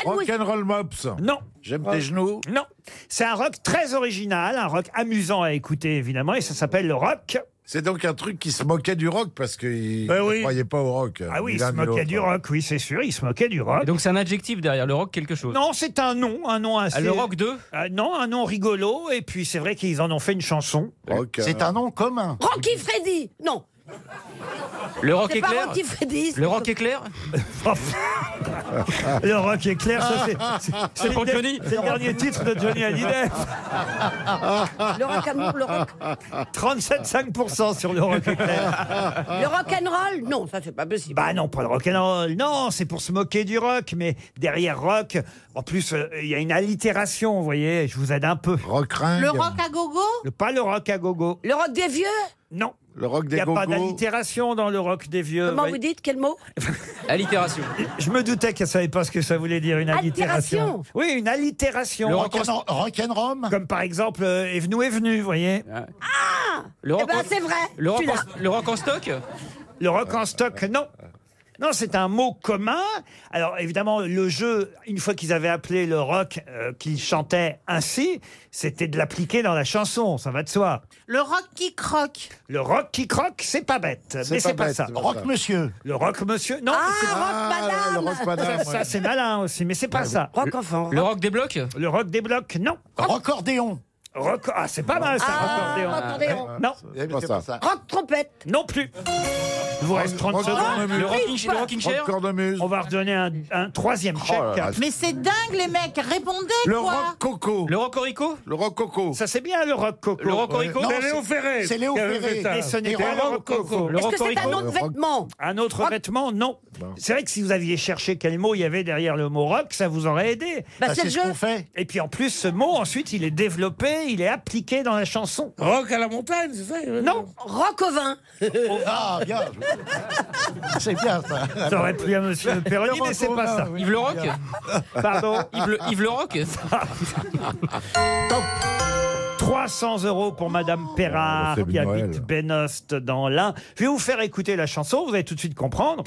Speaker 5: Rock'n'roll Mops. Non. J'aime tes genoux. Non. C'est un rock très original, un rock amusant à écouter évidemment, et ça s'appelle le rock. Eh
Speaker 17: C'est donc un truc qui se moquait du rock parce qu'il ne croyait pas au rock.
Speaker 5: Ben Ah oui, il se moquait du rock, oui, c'est sûr, il se moquait du rock.
Speaker 14: Donc c'est un adjectif derrière le rock quelque chose.
Speaker 5: Non, c'est un nom, un nom assez.
Speaker 14: Ah, le rock
Speaker 5: 2 Non, un nom rigolo, et puis c'est vrai qu'ils en ont fait une chanson.
Speaker 24: C'est un
Speaker 5: nom commun.
Speaker 11: Rocky Freddy Non
Speaker 5: Le rock
Speaker 11: C'est
Speaker 5: est
Speaker 11: pas
Speaker 5: clair
Speaker 11: Rocky Freddy c'est-
Speaker 5: Le rock est clair <laughs> Le rock est clair, ça c'est- c'est.
Speaker 14: C'est pour
Speaker 5: le-
Speaker 14: Johnny.
Speaker 5: C'est le dernier titre de Johnny Hallyday.
Speaker 11: Le rock amour, le rock.
Speaker 5: 37,5% sur le rock est clair.
Speaker 11: Le rock and roll Non, ça c'est pas possible.
Speaker 5: Bah non, pas le rock'n'roll. Non, c'est pour se moquer du rock, mais derrière rock, en plus, euh, il y a une allitération, vous voyez, je vous aide un peu. Rock
Speaker 21: Le rock à gogo
Speaker 5: Pas le rock à gogo.
Speaker 11: Le rock des vieux
Speaker 5: Non.
Speaker 17: Le rock
Speaker 5: Il n'y a pas d'allitération dans le rock des vieux.
Speaker 11: Comment
Speaker 5: voyez.
Speaker 11: vous dites Quel mot
Speaker 5: Allitération. Je me doutais qu'elle savait pas ce que ça voulait dire une allitération.
Speaker 11: Allitération.
Speaker 5: Oui, une allitération.
Speaker 11: Le
Speaker 5: rock'n'rome. Comme par exemple euh, est venu est venu, vous voyez.
Speaker 14: Ah. Le
Speaker 11: Eh ben c'est vrai
Speaker 14: Le rock,
Speaker 11: tu l'as.
Speaker 14: en, le rock en stock
Speaker 5: Le rock en stock, non. Non, c'est un mot commun. Alors évidemment, le jeu, une fois qu'ils avaient appelé le rock euh, qu'ils chantaient ainsi, c'était de l'appliquer dans la chanson, ça va de soi.
Speaker 21: Le rock qui croque.
Speaker 5: Le rock qui croque, c'est pas bête,
Speaker 24: C'est
Speaker 5: mais
Speaker 24: pas
Speaker 5: c'est pas
Speaker 24: bête,
Speaker 5: ça.
Speaker 24: c'est pas Rock ça. monsieur.
Speaker 5: Le rock monsieur, non.
Speaker 11: Ah,
Speaker 5: c'est pas-
Speaker 11: rock madame
Speaker 17: le rock madame,
Speaker 5: Ça, ça,
Speaker 17: ouais.
Speaker 5: c'est malin aussi, mais c'est pas ça.
Speaker 11: Rock enfant.
Speaker 5: Le rock des blocs Le rock des blocs, non. Rockordéon. Rock... Ah, c'est pas mal ça,
Speaker 11: Ah,
Speaker 5: rockordéon.
Speaker 11: rockordéon.
Speaker 5: Non.
Speaker 17: C'est pas ça.
Speaker 11: Rock trompette
Speaker 5: Non plus. Il vous reste 30
Speaker 17: rock
Speaker 5: secondes.
Speaker 17: cornemuse. Le rocking- le rocking chair Rock
Speaker 5: On va redonner un, un troisième
Speaker 14: Oh
Speaker 21: Oh
Speaker 5: chèque.
Speaker 21: Mais c'est dingue, les mecs. Répondez, quoi.
Speaker 17: coco.
Speaker 14: Le rocorico
Speaker 17: Le rock coco.
Speaker 5: Ça c'est bien le rock coco.
Speaker 14: Le rocorico
Speaker 17: Ouais. Non,
Speaker 14: C'est
Speaker 17: Léo Ferré.
Speaker 5: C'est Léo Ferré. Mais ce n'est pas le rock coco.
Speaker 11: Est-ce que c'est un autre vêtement
Speaker 5: Un autre vêtement Non. C'est vrai que si vous aviez cherché quel mot il y avait derrière le mot rock, ça vous aurait aidé.
Speaker 11: Bah, Bah, c'est c'est le ce jeu. qu'on
Speaker 5: fait. Et puis en plus, ce mot, ensuite, il est développé, il est appliqué dans la chanson.
Speaker 20: Rock à la montagne, c'est ça
Speaker 5: Non.
Speaker 11: Rock au vin
Speaker 24: Ah, bien. C'est bien, ça.
Speaker 5: Ça aurait plu à monsieur Perroni, mais c'est pas ça.
Speaker 14: Yves le rock
Speaker 5: <laughs> Pardon
Speaker 14: Yves le, Yves le
Speaker 23: <laughs>
Speaker 14: rock
Speaker 5: 300 euros pour Madame Perrard,
Speaker 17: Oh, c'est
Speaker 5: qui
Speaker 17: Noël.
Speaker 5: habite Benost dans l'Ain. Je vais vous faire écouter la chanson, vous allez tout de suite comprendre.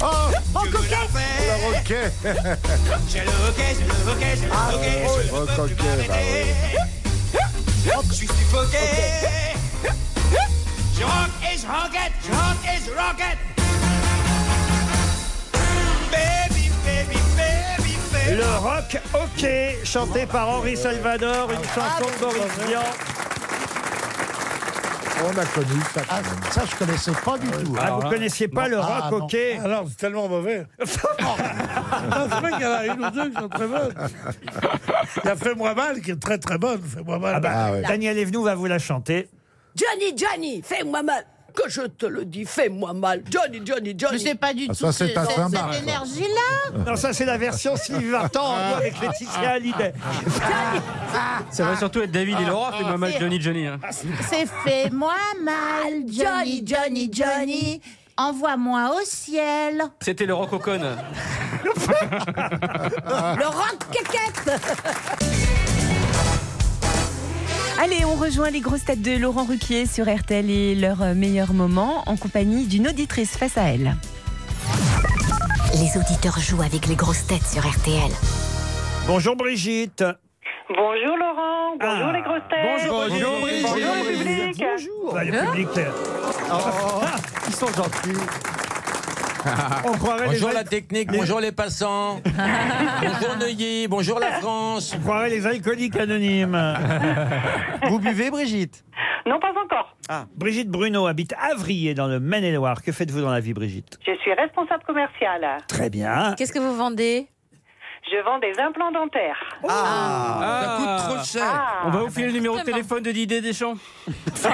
Speaker 17: Oh,
Speaker 11: oh coquet
Speaker 17: Le roquet
Speaker 23: J'ai le hockey, j'ai le hockey, j'ai
Speaker 5: Ah,
Speaker 23: le hockey.
Speaker 17: Le rock coquet, bah oui.
Speaker 5: bah
Speaker 23: Oh, Je suis suffoqué. Je rock et je rocket, je rock et je rocket. Baby, baby, baby, baby.
Speaker 5: Le rock OK, chanté par Henri Salvador, une chanson de Boris Vian.
Speaker 17: On a connu ça.
Speaker 24: Ah, ça, je connaissais pas du tout.
Speaker 17: hein.
Speaker 5: Ah, vous connaissiez pas le rock
Speaker 24: ok
Speaker 5: OK
Speaker 20: Ah, Alors, c'est tellement
Speaker 5: <laughs>
Speaker 20: mauvais. non, c'est vrai qu'il y en a une ou deux qui sont très bonnes. Il y a Fais-moi mal qui est très très bonne. Fais-moi mal.
Speaker 5: Ah bah, Daniel Evenou va vous la chanter.
Speaker 11: Johnny, Johnny, fais-moi mal Que je te le dis, fais-moi mal Johnny, Johnny, Johnny
Speaker 21: Mais c'est pas du
Speaker 17: Ah,
Speaker 21: tout
Speaker 17: ça, c'est
Speaker 21: ce-
Speaker 17: un
Speaker 21: cette-
Speaker 17: symbole,
Speaker 21: cette
Speaker 17: ça.
Speaker 21: énergie-là.
Speaker 5: Euh. Non, ça c'est la version Sylvie Vartan en duo avec Laetitia Hallyday.
Speaker 14: Ça va surtout être David et Laura, fais-moi mal Johnny Johnny. hein.
Speaker 21: Ah, C'est fais-moi mal, Johnny, Johnny, Johnny. Envoie-moi au ciel.
Speaker 14: C'était le rococone.
Speaker 15: Ah.
Speaker 11: Le rock caquette
Speaker 3: Allez, on rejoint les grosses têtes de Laurent Ruquier sur RTL et leur euh, meilleur moment en compagnie d'une auditrice face à elle.
Speaker 19: Les auditeurs jouent avec les grosses têtes sur RTL.
Speaker 5: Bonjour Brigitte.
Speaker 12: Bonjour Laurent, bonjour les grosses têtes.
Speaker 5: Bonjour, Brigitte.
Speaker 12: Bonjour le public.
Speaker 9: Hein
Speaker 5: Bah, le public, euh,
Speaker 6: ils sont
Speaker 10: <laughs>
Speaker 6: gentils.
Speaker 5: <laughs> On croirait les
Speaker 10: bonjour
Speaker 5: vrais-
Speaker 10: la technique,
Speaker 5: les-
Speaker 10: bonjour les passants, bonjour Neuilly, bonjour la France.
Speaker 5: On croirait les alcooliques anonymes.
Speaker 10: <laughs>
Speaker 5: Vous buvez, Brigitte Ah.
Speaker 9: Non, pas encore.
Speaker 5: Brigitte Bruno habite Avrier dans le Maine-et-Loire. Que faites-vous dans la vie, Brigitte
Speaker 9: Je suis responsable commerciale.
Speaker 5: Très bien.
Speaker 9: Qu'est-ce que vous vendez Je vends des implants dentaires.
Speaker 5: Ah,
Speaker 9: ça coûte trop cher. Ah.
Speaker 14: On va vous filer le numéro de téléphone de Didier Deschamps.
Speaker 9: Ah.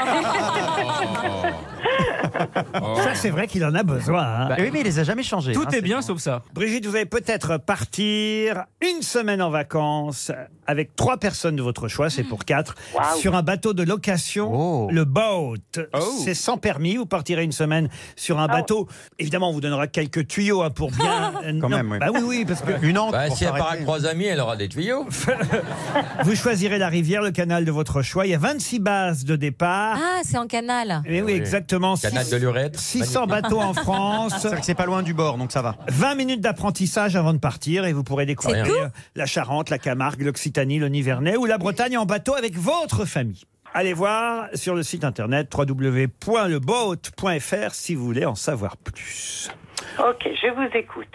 Speaker 10: Oh.
Speaker 5: Ça, c'est vrai qu'il en a besoin. hein.
Speaker 14: Bah, oui, mais il les
Speaker 5: a jamais changés.
Speaker 14: Tout est bien sauf ça.
Speaker 5: Brigitte, vous allez peut-être partir une semaine en vacances avec trois personnes de votre choix, c'est pour quatre,
Speaker 6: Waouh.
Speaker 5: sur un bateau de location, le boat. C'est sans permis, vous partirez une semaine sur un bateau. Évidemment, on vous donnera quelques tuyaux hein,
Speaker 10: <laughs>
Speaker 5: pour <laughs> bien...
Speaker 14: euh,
Speaker 10: Quand
Speaker 5: Non,
Speaker 10: même, oui.
Speaker 5: Bah oui, oui, parce
Speaker 10: <laughs>
Speaker 5: que...
Speaker 10: Bah, si elle part avec trois amis, elle aura
Speaker 14: <laughs>
Speaker 10: des tuyaux.
Speaker 5: Vous choisirez la rivière, le canal de votre choix. Il y a 26 bases de départ.
Speaker 7: Ah, c'est en canal.
Speaker 5: Eh oui, exactement.
Speaker 10: Canal
Speaker 5: Six-
Speaker 10: de l'urètre.
Speaker 5: 600
Speaker 6: <laughs>
Speaker 5: bateaux en France.
Speaker 6: C'est vrai que c'est pas loin du bord, donc ça va.
Speaker 5: 20 minutes d'apprentissage avant de partir et vous pourrez découvrir
Speaker 6: C'est tout
Speaker 5: la Charente, la Camargue, l'Occitanie, le Nivernais ou la Bretagne en bateau avec votre famille. Allez voir sur le site internet www.leboat.fr si vous voulez en savoir plus.
Speaker 9: <laughs> Ok, je vous écoute.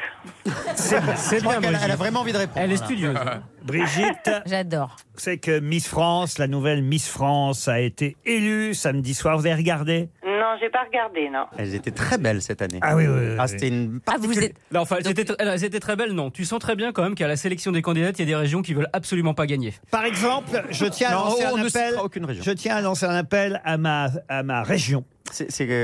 Speaker 5: C'est
Speaker 6: bien, qu'elle a- Brigitte. elle a vraiment envie de répondre.
Speaker 5: Elle est
Speaker 6: Voilà.
Speaker 5: studieuse. Brigitte.
Speaker 7: J'adore.
Speaker 5: C'est que Miss France, la nouvelle Miss France, a été élue samedi soir. Vous avez regardé
Speaker 9: Non, j'ai pas regardé, non.
Speaker 6: Elles étaient très belles cette année.
Speaker 5: Ah oui, oui.
Speaker 6: Ah, c'était une.
Speaker 7: Ah, vous êtes.
Speaker 14: Non, enfin, elles étaient- elles étaient très belles, non. Tu sens très bien quand même qu'à la sélection des candidates, il y a des régions qui veulent absolument pas gagner.
Speaker 5: Par exemple, je tiens à
Speaker 14: Non,
Speaker 5: lancer
Speaker 14: on
Speaker 5: un
Speaker 14: ne citera
Speaker 5: appel.
Speaker 14: aucune région.
Speaker 5: Je tiens à lancer un appel à ma à ma région.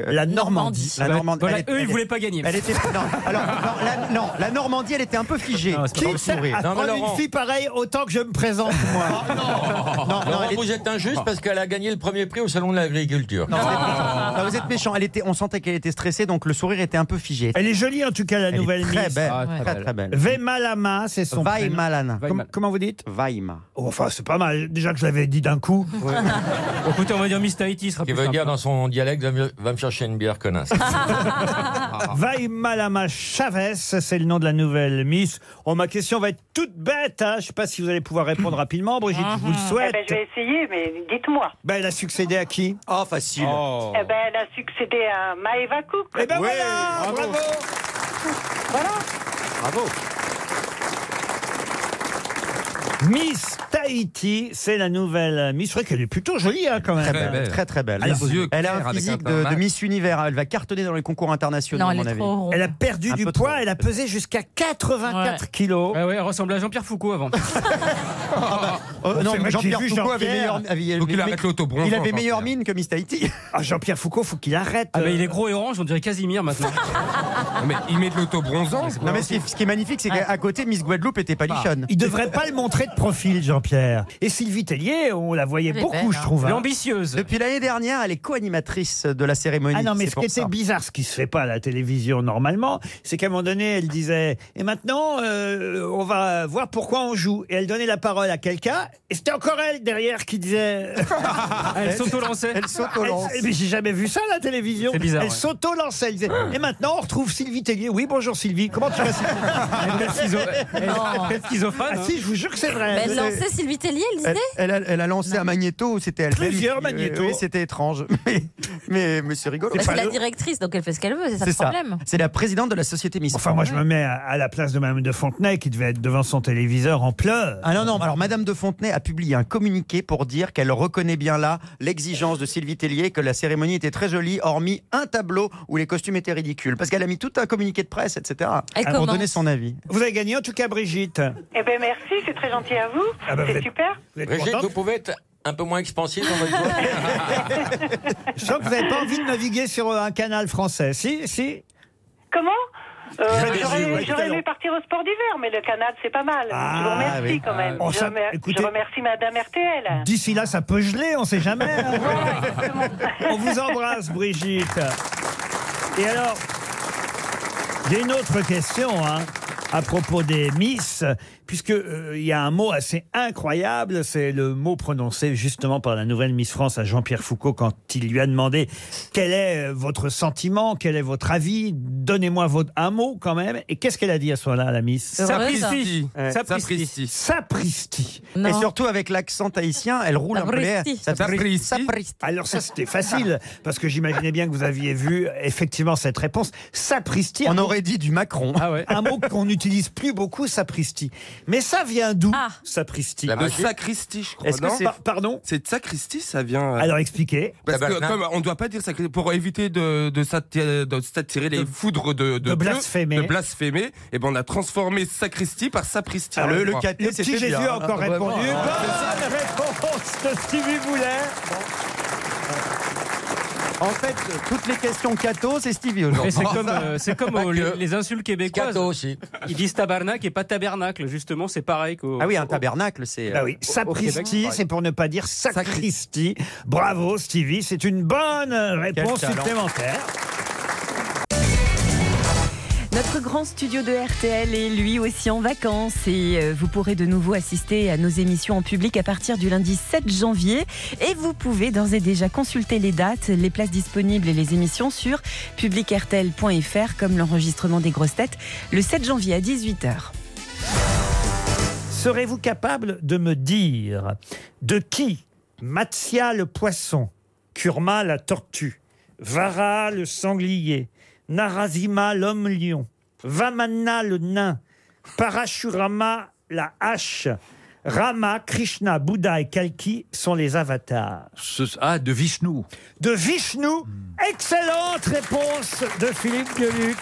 Speaker 5: la Normandie.
Speaker 6: La Normandie.
Speaker 14: Voilà,
Speaker 6: Elle est-
Speaker 14: eux, ils
Speaker 6: elle est-
Speaker 14: voulaient pas gagner.
Speaker 6: Elle était. Non,
Speaker 5: <laughs>
Speaker 6: alors, non, la, non, la Normandie, elle était un peu figée.
Speaker 5: Qui sert à prendre une fille pareille autant que je me présente moi <laughs>
Speaker 10: Non,
Speaker 6: non, elle est-
Speaker 10: vous êtes injuste parce qu'elle a gagné le premier prix au salon de l'agriculture.
Speaker 6: Non, vous êtes méchant. Non, vous êtes méchant. Elle était, on sentait qu'elle était stressée, donc le sourire était un peu figé.
Speaker 5: Elle est jolie en tout cas la
Speaker 6: Elle est
Speaker 5: nouvelle
Speaker 6: très
Speaker 5: Miss.
Speaker 6: belle, Ah, très, très belle.
Speaker 5: Vaimalama, c'est son prénom.
Speaker 6: Vaimalana.
Speaker 5: Com- comment vous dites
Speaker 6: Vaima.
Speaker 5: Oh, Enfin, c'est pas mal. Déjà que je l'avais dit d'un coup. <laughs>
Speaker 14: Écoutez, on va dire Miss Tahiti, ce sera
Speaker 10: Qui
Speaker 14: plus
Speaker 10: veut
Speaker 14: simple.
Speaker 10: dire dans son dialecte, va me, va me chercher une bière, connasse.
Speaker 5: Vaimalama Chavez, c'est le nom de la nouvelle Miss. Oh, ma question va être toute bête. hein. Je ne sais pas si vous allez pouvoir répondre rapidement, Brigitte. Je vous le
Speaker 9: Eh
Speaker 5: souhaite.
Speaker 9: ben, je vais essayer, mais dites-moi.
Speaker 5: Ben, elle a succédé à qui
Speaker 14: Ah,
Speaker 5: Oh, facile.
Speaker 9: Eh ben, elle a succédé à euh, Maeva Cook.
Speaker 5: Eh ben voilà, bravo.
Speaker 9: Voilà.
Speaker 5: Bravo. Miss Tahiti, c'est la nouvelle euh, Miss. C'est vrai qu'elle est plutôt jolie hein, quand même.
Speaker 6: Très belle, très très belle.
Speaker 5: Alors,
Speaker 6: Elle, a un physique de, de Miss Univers. Elle va cartonner dans les concours internationaux, à mon avis.
Speaker 5: Elle a perdu
Speaker 6: Un
Speaker 5: du
Speaker 6: peu
Speaker 5: poids, elle a pesé jusqu'à 84 kilos.
Speaker 14: Ah ouais, elle ressemble à Jean-Pierre Foucault
Speaker 6: <laughs>
Speaker 14: avant.
Speaker 6: Oh, non,
Speaker 5: C'est vrai que
Speaker 6: Jean-Pierre
Speaker 5: j'ai vu
Speaker 6: Foucault avait
Speaker 5: Jean-Pierre.
Speaker 6: meilleur. avait-
Speaker 5: Faut qu'il
Speaker 6: mais-
Speaker 5: arrête l'autobronzant,
Speaker 6: Il avait
Speaker 5: hein, Jean-Pierre.
Speaker 6: meilleure mine que Miss Tahiti.
Speaker 5: Ah, Jean-Pierre Foucault, faut qu'il arrête.
Speaker 14: Ah
Speaker 5: euh,
Speaker 14: bah il est gros et orange, on dirait Casimir
Speaker 6: <laughs>
Speaker 14: maintenant.
Speaker 4: mais il met de l'autobronzant.
Speaker 6: Non, mais ce qui, est- ce qui est magnifique, c'est qu'à côté, Miss Guadeloupe était palichonne.
Speaker 5: Bah, Il devrait pas le montrer de profil, Jean-Pierre. Et Sylvie Tellier, on la voyait
Speaker 6: Elle est
Speaker 5: beaucoup,
Speaker 6: belle,
Speaker 5: je
Speaker 6: hein.
Speaker 5: trouve. hein.
Speaker 14: L'ambitieuse.
Speaker 6: Depuis l'année dernière, elle est co-animatrice de la cérémonie.
Speaker 5: Ah non, mais
Speaker 6: c'est
Speaker 5: ce
Speaker 6: pour
Speaker 5: qui était
Speaker 6: ça.
Speaker 5: bizarre, ce qui se fait pas à la télévision normalement, c'est qu'à un moment donné, elle disait Et maintenant, euh, on va voir pourquoi on joue. Et elle donnait la parole à quelqu'un, et c'était encore elle derrière qui disait
Speaker 14: <laughs> Elle s'auto-lançait. Elle s'auto-lance.
Speaker 5: Elle- Mais j'ai jamais vu ça à la télévision.
Speaker 14: C'est bizarre,
Speaker 5: Elle
Speaker 14: ouais. Ah.
Speaker 5: s'auto-lançait. Elle disait Et maintenant, on retrouve Sylvie Tellier. Oui, bonjour Sylvie. Comment tu vas Sylvie
Speaker 14: <laughs> Elle est
Speaker 5: <laughs>
Speaker 14: schizo- elle est peut-être schizophrène,
Speaker 5: Ah
Speaker 14: hein.
Speaker 5: si, je vous jure que c'est vrai.
Speaker 7: Mais elle lançait Sylvie Tellier, elle disait
Speaker 6: Elle a, elle a lancé un magnéto, c'était elle.
Speaker 5: Plusieurs magnétos.
Speaker 6: c'était étrange. <laughs> Mais, mais, mais c'est rigolo.
Speaker 7: Bah, C'est la directrice, donc elle fait ce qu'elle veut, c'est ça le
Speaker 6: C'est ça.
Speaker 7: problème.
Speaker 6: C'est la présidente de la société Miss
Speaker 5: Enfin, moi, je me mets à, à la place de Madame de Fontenay qui devait être devant son téléviseur en pleurs.
Speaker 6: Ah non, non, alors Madame de Fontenay a publié un communiqué pour dire qu'elle reconnaît bien là l'exigence de Sylvie Tellier, que la cérémonie était très jolie, hormis un tableau où les costumes étaient ridicules. Parce qu'elle a mis tout un communiqué de presse, etc.
Speaker 9: Elle
Speaker 6: pour
Speaker 9: commence.
Speaker 6: donner son avis.
Speaker 5: Vous avez gagné en tout cas, Brigitte.
Speaker 9: Eh ben, merci, c'est très gentil à vous.
Speaker 5: Ah bah, vous
Speaker 9: c'est
Speaker 5: êtes- <laughs>
Speaker 9: super.
Speaker 10: Brigitte, vous pouvez être un peu moins expansif dans
Speaker 6: <laughs>
Speaker 10: votre voix
Speaker 5: Je sens que vous n'avez pas envie de naviguer sur un canal français. Si, si.
Speaker 9: Comment Euh,
Speaker 5: Très déçu, ouais,
Speaker 9: J'aurais
Speaker 5: tout à
Speaker 9: j'aurais aimé
Speaker 5: l'heure.
Speaker 9: partir au sport d'hiver, mais le Canada, c'est pas mal. je vous remercie
Speaker 5: Ah, oui.
Speaker 9: quand même.
Speaker 5: On
Speaker 9: je,
Speaker 5: s'a-
Speaker 9: remer- je
Speaker 5: écoutez-
Speaker 9: remercie Madame RTL.
Speaker 5: D'ici là, ça peut geler, on sait jamais. hein. on vous embrasse, Brigitte. Et alors, j'ai une autre question. hein. à propos des Miss, puisque euh, il y a un mot assez incroyable, c'est le mot prononcé justement par la nouvelle Miss France à Jean-Pierre Foucault quand il lui a demandé quel est euh, votre sentiment, quel est votre avis, donnez-moi votre un mot quand même. Et qu'est-ce qu'elle a dit à ce moment-là, la Miss
Speaker 6: Heureuse. Sapristi. Ouais.
Speaker 5: Sapristi. Sapristi.
Speaker 6: Non. Et surtout avec l'accent haïtien, elle roule un peu les-
Speaker 5: Sapristi.
Speaker 6: Ça- Sapristi.
Speaker 5: Alors ça, c'était facile, parce que j'imaginais bien que vous aviez vu effectivement cette réponse. Sapristi. On aurait dit du Macron.
Speaker 4: Ah
Speaker 5: Un mot qu'on n'utilise plus beaucoup, sapristi. Mais ça vient d'où, sapristi
Speaker 4: De sacristi, je crois.
Speaker 5: Est-ce que
Speaker 4: non
Speaker 5: c'est- par- Pardon
Speaker 4: C'est de sacristi, ça vient. euh,
Speaker 5: Alors expliquez.
Speaker 4: Parce que comme on ne doit pas dire ça pour éviter de, de s'attirer de s'attirer les foudres de, de, Dieu,
Speaker 5: blasphémer.
Speaker 4: de blasphémer, et ben on a transformé sacristi par sapristi.
Speaker 5: Alors, Ah, le- le cathé, Le c'était petit bien, Jésus a hein. encore Vraiment, répondu. hein. Bonne réponse de Stevie Boulet.
Speaker 6: En fait, toutes les questions catho, c'est Stevie
Speaker 14: Et
Speaker 6: aujourd'hui.
Speaker 14: c'est comme,
Speaker 6: <laughs>
Speaker 14: euh, c'est comme
Speaker 6: Pas
Speaker 14: aux-
Speaker 6: que.
Speaker 14: les, les insultes québécoises. Ils disent tabarnak et pas tabernacle. Justement, c'est pareil qu'au.
Speaker 6: Ah oui, un tabernacle, c'est. euh,
Speaker 5: Bah oui, sapristi, c'est pour ne pas dire sacristi. Bravo Stevie, c'est une bonne réponse
Speaker 6: talent.
Speaker 5: supplémentaire.
Speaker 3: Notre grand studio de RTL est lui aussi en vacances et euh, vous pourrez de nouveau assister à nos émissions en public à partir du lundi 7 janvier et vous pouvez d'ores et déjà consulter les dates, les places disponibles et les émissions sur publicrtl.fr comme l'enregistrement des grosses têtes le 7 janvier à 18h.
Speaker 5: Serez-vous capable de me dire de qui Matzia le poisson, Kurma la tortue, Vara le sanglier, Narazima l'homme lion, Vamana le nain, Parashurama la hache, Rama, Krishna, Bouddha et Kalki sont les avatars
Speaker 18: Ce- ah, de Vishnu.
Speaker 5: de Vishnu. Excellente réponse de Philippe Gueluc.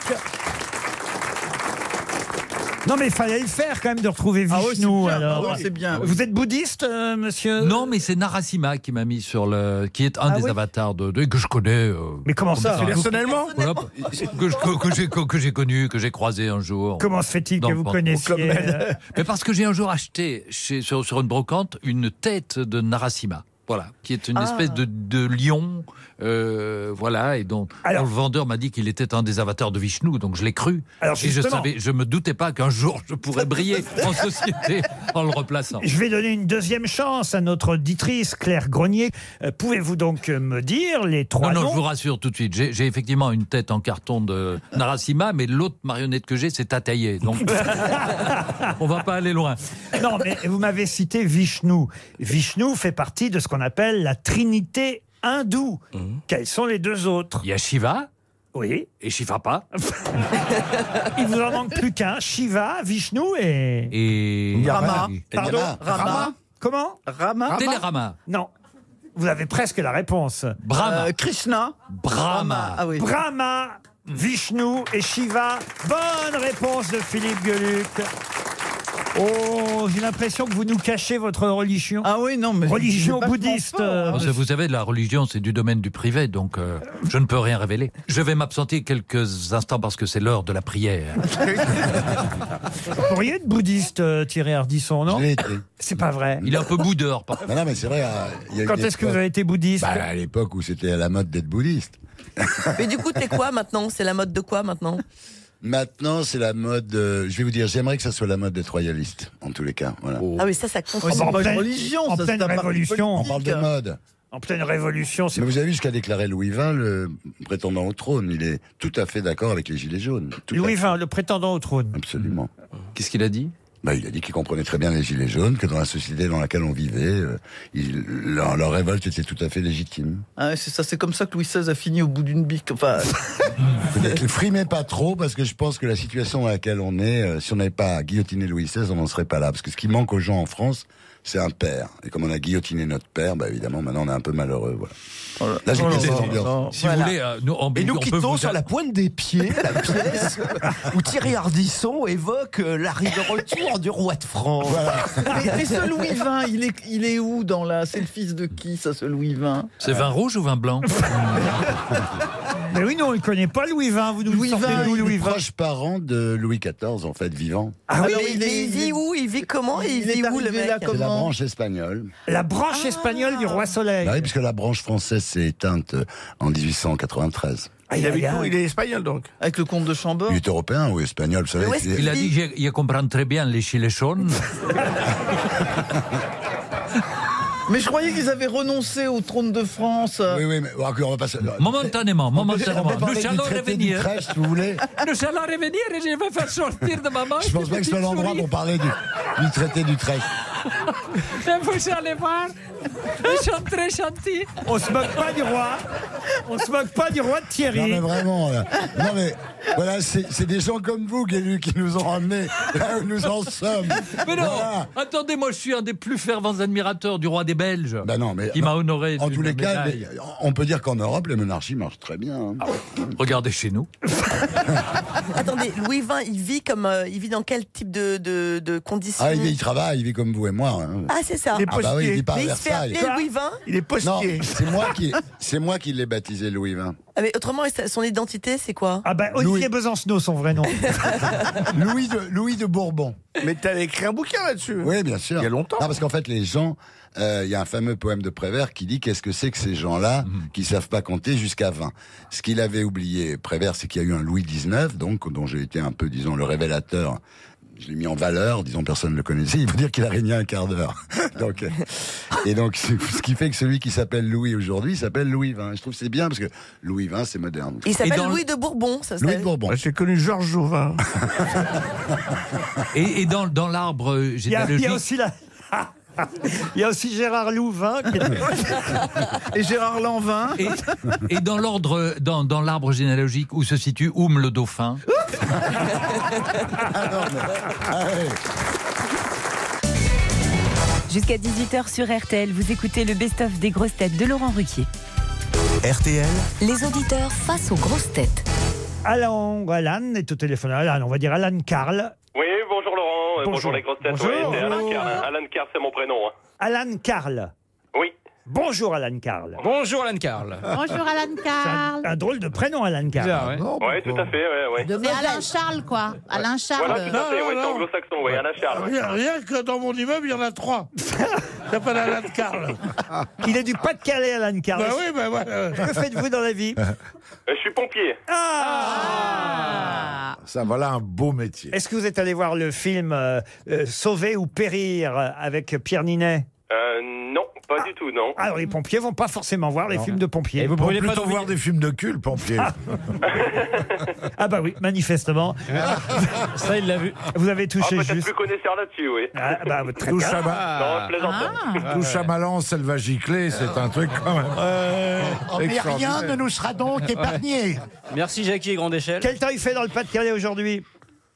Speaker 5: Non mais il fallait le faire quand même de retrouver Vishnu alors.
Speaker 18: Ah
Speaker 5: Vous êtes bouddhiste, euh, monsieur Ah
Speaker 18: Non, mais c'est Narasimha qui m'a mis sur le. qui est un des avatars de, de- que je connais. euh.
Speaker 5: mais comment ça
Speaker 18: Personnellement Que je- que- que j'ai que j'ai connu, que j'ai croisé un jour.
Speaker 5: Comment se fait-il
Speaker 18: Dans
Speaker 5: que
Speaker 18: le
Speaker 5: vous
Speaker 18: Panthéon.
Speaker 5: connaissiez, euh,
Speaker 18: Mais parce que j'ai un jour acheté chez, sur, sur une brocante une tête de Narasimha. Voilà, qui est une
Speaker 5: Ah.
Speaker 18: espèce de, de lion, euh, voilà, et dont dont le vendeur m'a dit qu'il était un des avatars de Vishnu, donc je l'ai cru.
Speaker 5: Alors,
Speaker 18: et je
Speaker 5: justement.
Speaker 18: savais, je me doutais pas qu'un jour je pourrais briller en société en le replaçant.
Speaker 5: Je vais donner une deuxième chance à notre auditrice Claire Grenier. Euh, Pouvez-vous donc euh, me dire les trois
Speaker 18: Non, non,
Speaker 5: noms
Speaker 18: je vous rassure tout de suite. J'ai j'ai effectivement une tête en carton de Narasimha, mais l'autre marionnette que j'ai, c'est Tataillé.
Speaker 5: <laughs>
Speaker 18: Donc, on va pas aller loin.
Speaker 5: Non, mais vous m'avez cité Vishnu. Vishnu fait partie de ce qu'on appelle la trinité hindoue. Quels sont les deux autres
Speaker 18: Il y a Mmh. Shiva.
Speaker 5: Oui.
Speaker 18: Et Shiva pas.
Speaker 5: Il vous en manque plus qu'un. Shiva, Vishnu et...
Speaker 18: Et
Speaker 5: Rama. Pardon
Speaker 18: Rama.
Speaker 5: Comment Rama.
Speaker 18: Télérama.
Speaker 5: Non. Vous avez presque la réponse.
Speaker 18: Brahma. Euh,
Speaker 5: Krishna.
Speaker 18: Brahma. Mm. Ah oui.
Speaker 5: Brahma, Vishnu et Shiva. Bonne réponse de Philippe Gueluc. Oh, j'ai l'impression que vous nous cachez votre religion. Ah oui, non, mais. <laughs> Religion
Speaker 18: C'est vachement
Speaker 5: bouddhiste. euh,
Speaker 18: Vous, vous savez, la religion, c'est du domaine du privé, donc euh, je ne peux rien révéler. Je vais m'absenter quelques instants parce que c'est l'heure de la prière.
Speaker 5: Vous pourriez être bouddhiste, euh, Thierry Ardisson, non C'est pas vrai.
Speaker 18: Il est un peu boudeur.
Speaker 24: Non, non, mais c'est vrai. euh, il y a
Speaker 5: Quand
Speaker 24: une
Speaker 5: est-ce que
Speaker 24: époque-
Speaker 5: vous avez été bouddhiste
Speaker 24: Bah, À l'époque où c'était à la mode d'être bouddhiste.
Speaker 16: Mais du coup, t'es quoi maintenant C'est la mode de quoi maintenant
Speaker 24: Maintenant, c'est la mode. euh, je vais vous dire, j'aimerais que ça soit la mode d'être royaliste, en tous les cas. Voilà.
Speaker 16: Ah oui, ça, ça compte.
Speaker 24: Oh, c'est
Speaker 5: En
Speaker 24: pas une
Speaker 5: pleine-
Speaker 24: religion,
Speaker 5: en
Speaker 24: ça,
Speaker 5: pleine
Speaker 24: c'est un parti
Speaker 5: révolution.
Speaker 24: politique. On parle de mode.
Speaker 5: En pleine révolution, c'est
Speaker 24: Mais vous avez vu ce qu'a déclaré Louis XX, le prétendant au trône. Il est tout à fait d'accord avec les Gilets jaunes. Tout à
Speaker 5: Louis
Speaker 24: fait.
Speaker 5: XX, le prétendant au trône.
Speaker 24: Absolument.
Speaker 18: Qu'est-ce qu'il a dit
Speaker 24: bah, il a dit qu'il comprenait très bien les gilets jaunes, que dans la société dans laquelle on vivait, euh, il- leur, leur révolte était tout à fait légitime.
Speaker 12: Ah, c'est ça, c'est comme ça que Louis XVI a fini au bout d'une bique.
Speaker 18: <laughs>
Speaker 12: Enfin,
Speaker 24: Peut-être le frimez pas trop, parce que je pense que la situation dans laquelle on est, euh, si on n'avait pas guillotiné Louis XVI, on n'en serait pas là. Parce que ce qui manque aux gens en France, c'est un père. Et comme on a guillotiné notre père, bah, évidemment, maintenant on est un peu malheureux. Voilà. Là, j'ai
Speaker 18: Oh là
Speaker 24: plus des
Speaker 18: là
Speaker 24: ambiances.
Speaker 18: Si vous voulez, euh, nous, en
Speaker 22: Et
Speaker 18: Bulgarie,
Speaker 22: nous
Speaker 18: on peut
Speaker 22: quittons
Speaker 18: vous
Speaker 22: sur
Speaker 18: dire-
Speaker 22: la pointe des pieds la pièce où Thierry Ardisson évoque euh, l'arrivée de retour du roi de France.
Speaker 18: <laughs>
Speaker 12: <laughs> et, et ce Louis XX, il est, il est où dans la. C'est le fils de qui, ça, ce Louis XX
Speaker 18: C'est vin rouge ou vin blanc
Speaker 5: Mais oui, non, on ne connaît pas Louis XX. Vous nous
Speaker 24: Louis
Speaker 5: sortez d'où, Louis Ah XX
Speaker 24: proche parent de Louis XIV, en fait, vivant.
Speaker 16: Alors, Ah il, vit où Il vit comment Il, vit où le mec
Speaker 24: C'est la branche espagnole.
Speaker 5: La branche espagnole du roi Soleil.
Speaker 24: Bah oui, puisque la branche française s'est éteinte euh, en 1893.
Speaker 20: Ah, il, habite où Il est espagnol donc.
Speaker 12: Avec le comte de Chambord
Speaker 24: Il est européen ou espagnol, vous savez.
Speaker 20: Mais où est-ce
Speaker 24: c'est-
Speaker 18: Il a dit je, je comprends très bien les
Speaker 24: <laughs>
Speaker 18: gilets jaunes.
Speaker 12: Mais je croyais qu'ils avaient renoncé au trône de France.
Speaker 24: Oui, oui, mais on va pas se...
Speaker 18: Momentanément,
Speaker 24: On
Speaker 18: momentanément.
Speaker 24: peut parler
Speaker 18: Nous
Speaker 24: du
Speaker 18: allons
Speaker 24: traité
Speaker 18: revenir.
Speaker 24: d'Utrecht, si vous voulez.
Speaker 18: <laughs> Nous allons revenir et je vais faire sortir de ma main.
Speaker 24: Je pense pas que ce soit l'endroit pour parler du, du traité d'Utrecht.
Speaker 18: Et vous allez voir, ils sont très gentils.
Speaker 5: On se moque pas du roi. On se moque pas du roi de Thierry.
Speaker 24: Non mais vraiment, là. Non mais, voilà, c'est c'est des gens comme vous, Guélu, qui nous ont ramenés là où nous en sommes.
Speaker 18: <laughs> Mais non,
Speaker 24: Voilà.
Speaker 18: attendez, moi je suis un des plus fervents admirateurs du roi des Belges.
Speaker 24: Bah non, mais,
Speaker 18: Il m'a honoré
Speaker 24: En
Speaker 18: d'une
Speaker 24: tous les cas,
Speaker 18: médaille. Ah
Speaker 24: les- on peut dire qu'en Europe, les monarchies marchent très bien. hein.
Speaker 18: Regardez chez nous.
Speaker 16: Ah, Attendez, Louis XX, il vit comme. euh, il vit dans quel type de, de, de conditions
Speaker 24: Ah, il, vit- il travaille, il vit comme vous et moi. hein.
Speaker 16: Ah, c'est ça.
Speaker 24: Ah bah oui, il vit pas à
Speaker 16: Mais il se fait
Speaker 24: Versailles.
Speaker 16: appeler Louis XX.
Speaker 24: Il est postier. Non, c'est moi qui, c'est moi qui l'ai baptisé Louis XX.
Speaker 16: Ah, mais autrement, et sa- son identité, c'est quoi
Speaker 5: Ah ben, Olivier Besancenot, son vrai nom.
Speaker 24: <laughs> Louis de, Louis de Bourbon.
Speaker 20: Mais t'avais écrit un bouquin là-dessus.
Speaker 24: Oui, bien sûr.
Speaker 20: Il y a longtemps.
Speaker 24: Non, parce qu'en fait, les gens, euh, il y a un fameux poème de Prévert qui dit qu'est-ce que c'est que ces gens-là
Speaker 20: Mhm.
Speaker 24: qui savent pas compter jusqu'à 20. Ce qu'il avait oublié, Prévert, c'est qu'il y a eu un Louis XIX, donc dont j'ai été un peu, disons, le révélateur. Je l'ai mis en valeur, disons personne ne le connaissait. Il faut dire qu'il a régné un quart d'heure. <laughs> donc, euh, et donc, ce ce qui fait que celui qui s'appelle Louis aujourd'hui s'appelle Louis XX. Je trouve que c'est bien parce que Louis XX, c'est moderne.
Speaker 16: <laughs> Il s'appelle Louis de Bourbon, ça
Speaker 24: Louis
Speaker 16: serait-
Speaker 24: de Bourbon.
Speaker 20: J'ai connu Georges Jouvin.
Speaker 24: <laughs>
Speaker 18: Et, et dans, dans l'arbre euh,
Speaker 5: Il y, a, il y a
Speaker 18: généalogique.
Speaker 5: aussi la... Il y a aussi Gérard Louvain qui
Speaker 18: <laughs>
Speaker 5: est- et Gérard Lanvin.
Speaker 18: Et, et dans l'ordre, dans, dans l'arbre généalogique où se situe Oum le dauphin.
Speaker 25: Jusqu'à 18h sur RTL, vous écoutez le best-of des grosses têtes de Laurent Ruquier.
Speaker 13: RTL.
Speaker 19: Les auditeurs face aux grosses têtes.
Speaker 5: Alan, Alan est au téléphone. Alan, on va dire Alan Carl.
Speaker 15: Oui, bonjour Laurent, euh, bonjour, les grosses têtes,
Speaker 5: Bonjour.
Speaker 15: ouais, c'est Alan
Speaker 5: Bonjour.
Speaker 15: Carr. hein. Alan Carr, c'est mon prénom. hein.
Speaker 5: Alan Carl.
Speaker 15: Oui.
Speaker 5: Bonjour Alan Carl.
Speaker 15: Bonjour Alan Carl.
Speaker 21: Bonjour Alan Carl.
Speaker 5: Un drôle de prénom Alan Carl.
Speaker 15: Bizarre, Ouais, tout à fait, ouais, ouais.
Speaker 21: C'est Alain Charles, quoi. Alain Charles.
Speaker 15: Voilà, tout à fait, ouais, c'est anglo-saxon, ouais, Alan Charles. ouais.
Speaker 20: Ah, Rien, rien que dans mon immeuble, il y en a trois. Il s'appelle Alain de Carle.
Speaker 5: Il est du Pas-de-Calais Alan Carl.
Speaker 20: Bah oui, bah voilà.
Speaker 5: Que faites-vous dans la vie
Speaker 15: Euh, Je suis pompier.
Speaker 5: Ah.
Speaker 17: Ça, voilà un beau métier.
Speaker 5: Est-ce que vous êtes allé voir le film euh, euh, Sauver ou périr euh, avec Pierre Ninet
Speaker 15: Euh, non, pas du tout, non.
Speaker 5: Alors les pompiers vont pas forcément voir les
Speaker 17: Non.
Speaker 5: films de pompiers.
Speaker 17: Et vous pourriez plutôt voir des films de cul, pompier.
Speaker 5: Ah bah oui, manifestement. Ça, il l'a vu. Vous avez
Speaker 15: Ah,
Speaker 5: touché
Speaker 15: peut-être
Speaker 5: juste.
Speaker 15: plus connaisseur là-dessus, oui.
Speaker 5: Ah, bah, très
Speaker 17: Touche
Speaker 5: bien.
Speaker 17: à ma-
Speaker 15: Non, je plaisante.
Speaker 20: Hein
Speaker 17: Touche à Malance, elle va gicler, c'est un truc quand même. Oh,
Speaker 14: mais rien ne
Speaker 17: nous sera donc épargné.
Speaker 14: Merci Jackie et Grande Échelle.
Speaker 5: Quel temps il fait dans le Pas-de-Calais aujourd'hui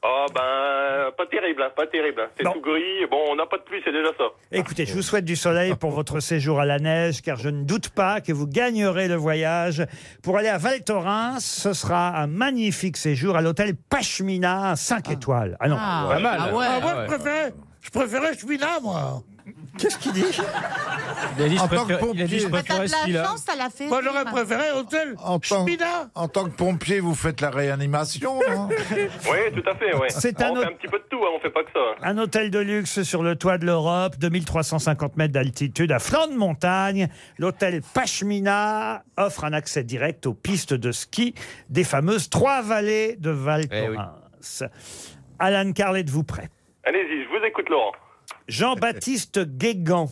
Speaker 15: Oh, ben, pas terrible, hein, pas terrible. hein. C'est tout gris, bon, on n'a pas de pluie, c'est déjà
Speaker 5: <laughs>
Speaker 15: ça.
Speaker 5: Écoutez, je vous souhaite du soleil pour votre séjour à la neige, car je ne doute pas que vous gagnerez le voyage. Pour aller à Val Thorens, ce sera un magnifique séjour à l'hôtel Pachmina 5 étoiles. Ah non,
Speaker 20: Ah,
Speaker 5: Ouais.
Speaker 20: Ah ouais, je préférais, je préférais Chemina, moi.
Speaker 5: Qu'est-ce qu'il dit
Speaker 14: Il a dit, je
Speaker 20: En tant
Speaker 14: préfère-
Speaker 20: que
Speaker 14: il a dit, je
Speaker 20: pompier.
Speaker 14: préfère
Speaker 20: T'as de la
Speaker 14: celui-là.
Speaker 20: chance.
Speaker 21: Ça l'a fait.
Speaker 20: Moi, j'aurais
Speaker 21: rire.
Speaker 20: préféré Hôtel
Speaker 17: En tant, en tant que pompier, vous faites la réanimation. hein
Speaker 15: Oui, tout à fait, oui.
Speaker 5: C'est
Speaker 15: on
Speaker 5: un
Speaker 15: fait
Speaker 5: autre-
Speaker 15: un petit peu de tout, hein, on fait pas que ça. hein.
Speaker 5: Un hôtel de luxe sur le toit de l'Europe, 2350 mètres d'altitude, à flanc de montagne. L'hôtel Pachmina offre un accès direct aux pistes de ski des fameuses trois vallées de Val Thorens. Alan Carl, êtes-vous prêt
Speaker 15: Allez-y, je vous écoute, Laurent.
Speaker 5: Jean-Baptiste Guégan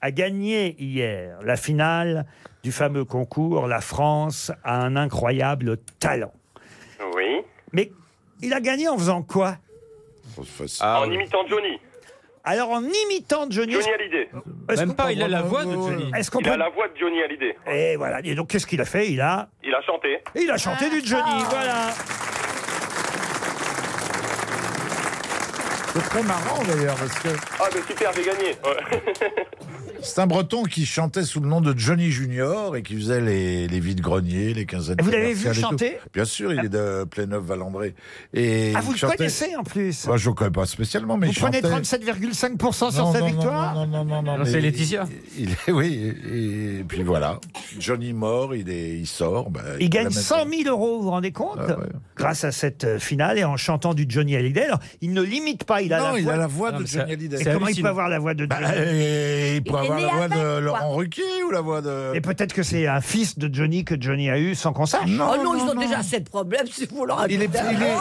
Speaker 5: a gagné hier la finale du fameux concours La France a un incroyable talent.
Speaker 15: Oui.
Speaker 5: Mais il a gagné en faisant quoi
Speaker 10: Ah
Speaker 15: en imitant Johnny.
Speaker 5: Alors en imitant Johnny.
Speaker 15: Johnny Hallyday.
Speaker 5: Est-ce qu'on peut- Est-ce qu'on
Speaker 15: Il a
Speaker 5: peut-
Speaker 15: la voix de Johnny Hallyday.
Speaker 5: Et voilà. Et donc qu'est-ce qu'il a fait Il a
Speaker 15: Il a chanté.
Speaker 5: il a chanté du
Speaker 17: Ah.
Speaker 5: Johnny. Voilà.
Speaker 17: <laughs> C'est très marrant d'ailleurs, parce que
Speaker 15: Ah, mais super, j'ai gagné. Ouais.
Speaker 17: c'est un breton qui chantait sous le nom de Johnny Junior et qui faisait les, les vides-greniers, les quinzaines.
Speaker 5: Vous l'avez vu
Speaker 17: commerciales et
Speaker 5: chanter
Speaker 17: tout. Bien sûr, il est de Pléneuve-Valandré. Et
Speaker 5: Ah
Speaker 17: il
Speaker 5: vous le
Speaker 17: chantait-
Speaker 5: connaissez en plus.
Speaker 17: Bah, Je ne connais pas spécialement, mais
Speaker 5: Vous
Speaker 17: il
Speaker 5: prenez
Speaker 17: chantait-
Speaker 5: 37,5% sur
Speaker 17: Non,
Speaker 5: sa
Speaker 17: non, non,
Speaker 5: victoire.
Speaker 17: non, non, non, non,
Speaker 14: Non,
Speaker 17: mais
Speaker 14: c'est
Speaker 17: il-
Speaker 14: Laetitia.
Speaker 17: il- il- oui, et, et puis voilà. Johnny mort, il, est, il sort. bah,
Speaker 5: Il gagne
Speaker 17: la met-
Speaker 5: 100 000 euros, vous vous rendez compte
Speaker 17: Ah
Speaker 5: Grâce à cette euh, finale et en chantant du Johnny Hallyday. Alors, il ne l'imite pas, il a,
Speaker 17: Non,
Speaker 5: la,
Speaker 17: il
Speaker 5: voix...
Speaker 17: a la voix de
Speaker 5: mais
Speaker 17: Johnny
Speaker 5: c'est-
Speaker 17: Hallyday. C'est
Speaker 5: Et comment il peut
Speaker 17: hallucinant.
Speaker 5: avoir la voix de Johnny
Speaker 17: Bah, et- et il peut
Speaker 5: Et- et
Speaker 17: avoir
Speaker 5: né
Speaker 17: la voix
Speaker 5: avec,
Speaker 17: de
Speaker 5: quoi.
Speaker 17: Laurent Ruquier ou la voix de.
Speaker 5: Et peut-être que c'est un fils de Johnny que Johnny a eu sans qu'on sache.
Speaker 11: oh non, ils ont déjà assez de problèmes si vous leur
Speaker 17: Il est-
Speaker 11: racontez.
Speaker 17: il est-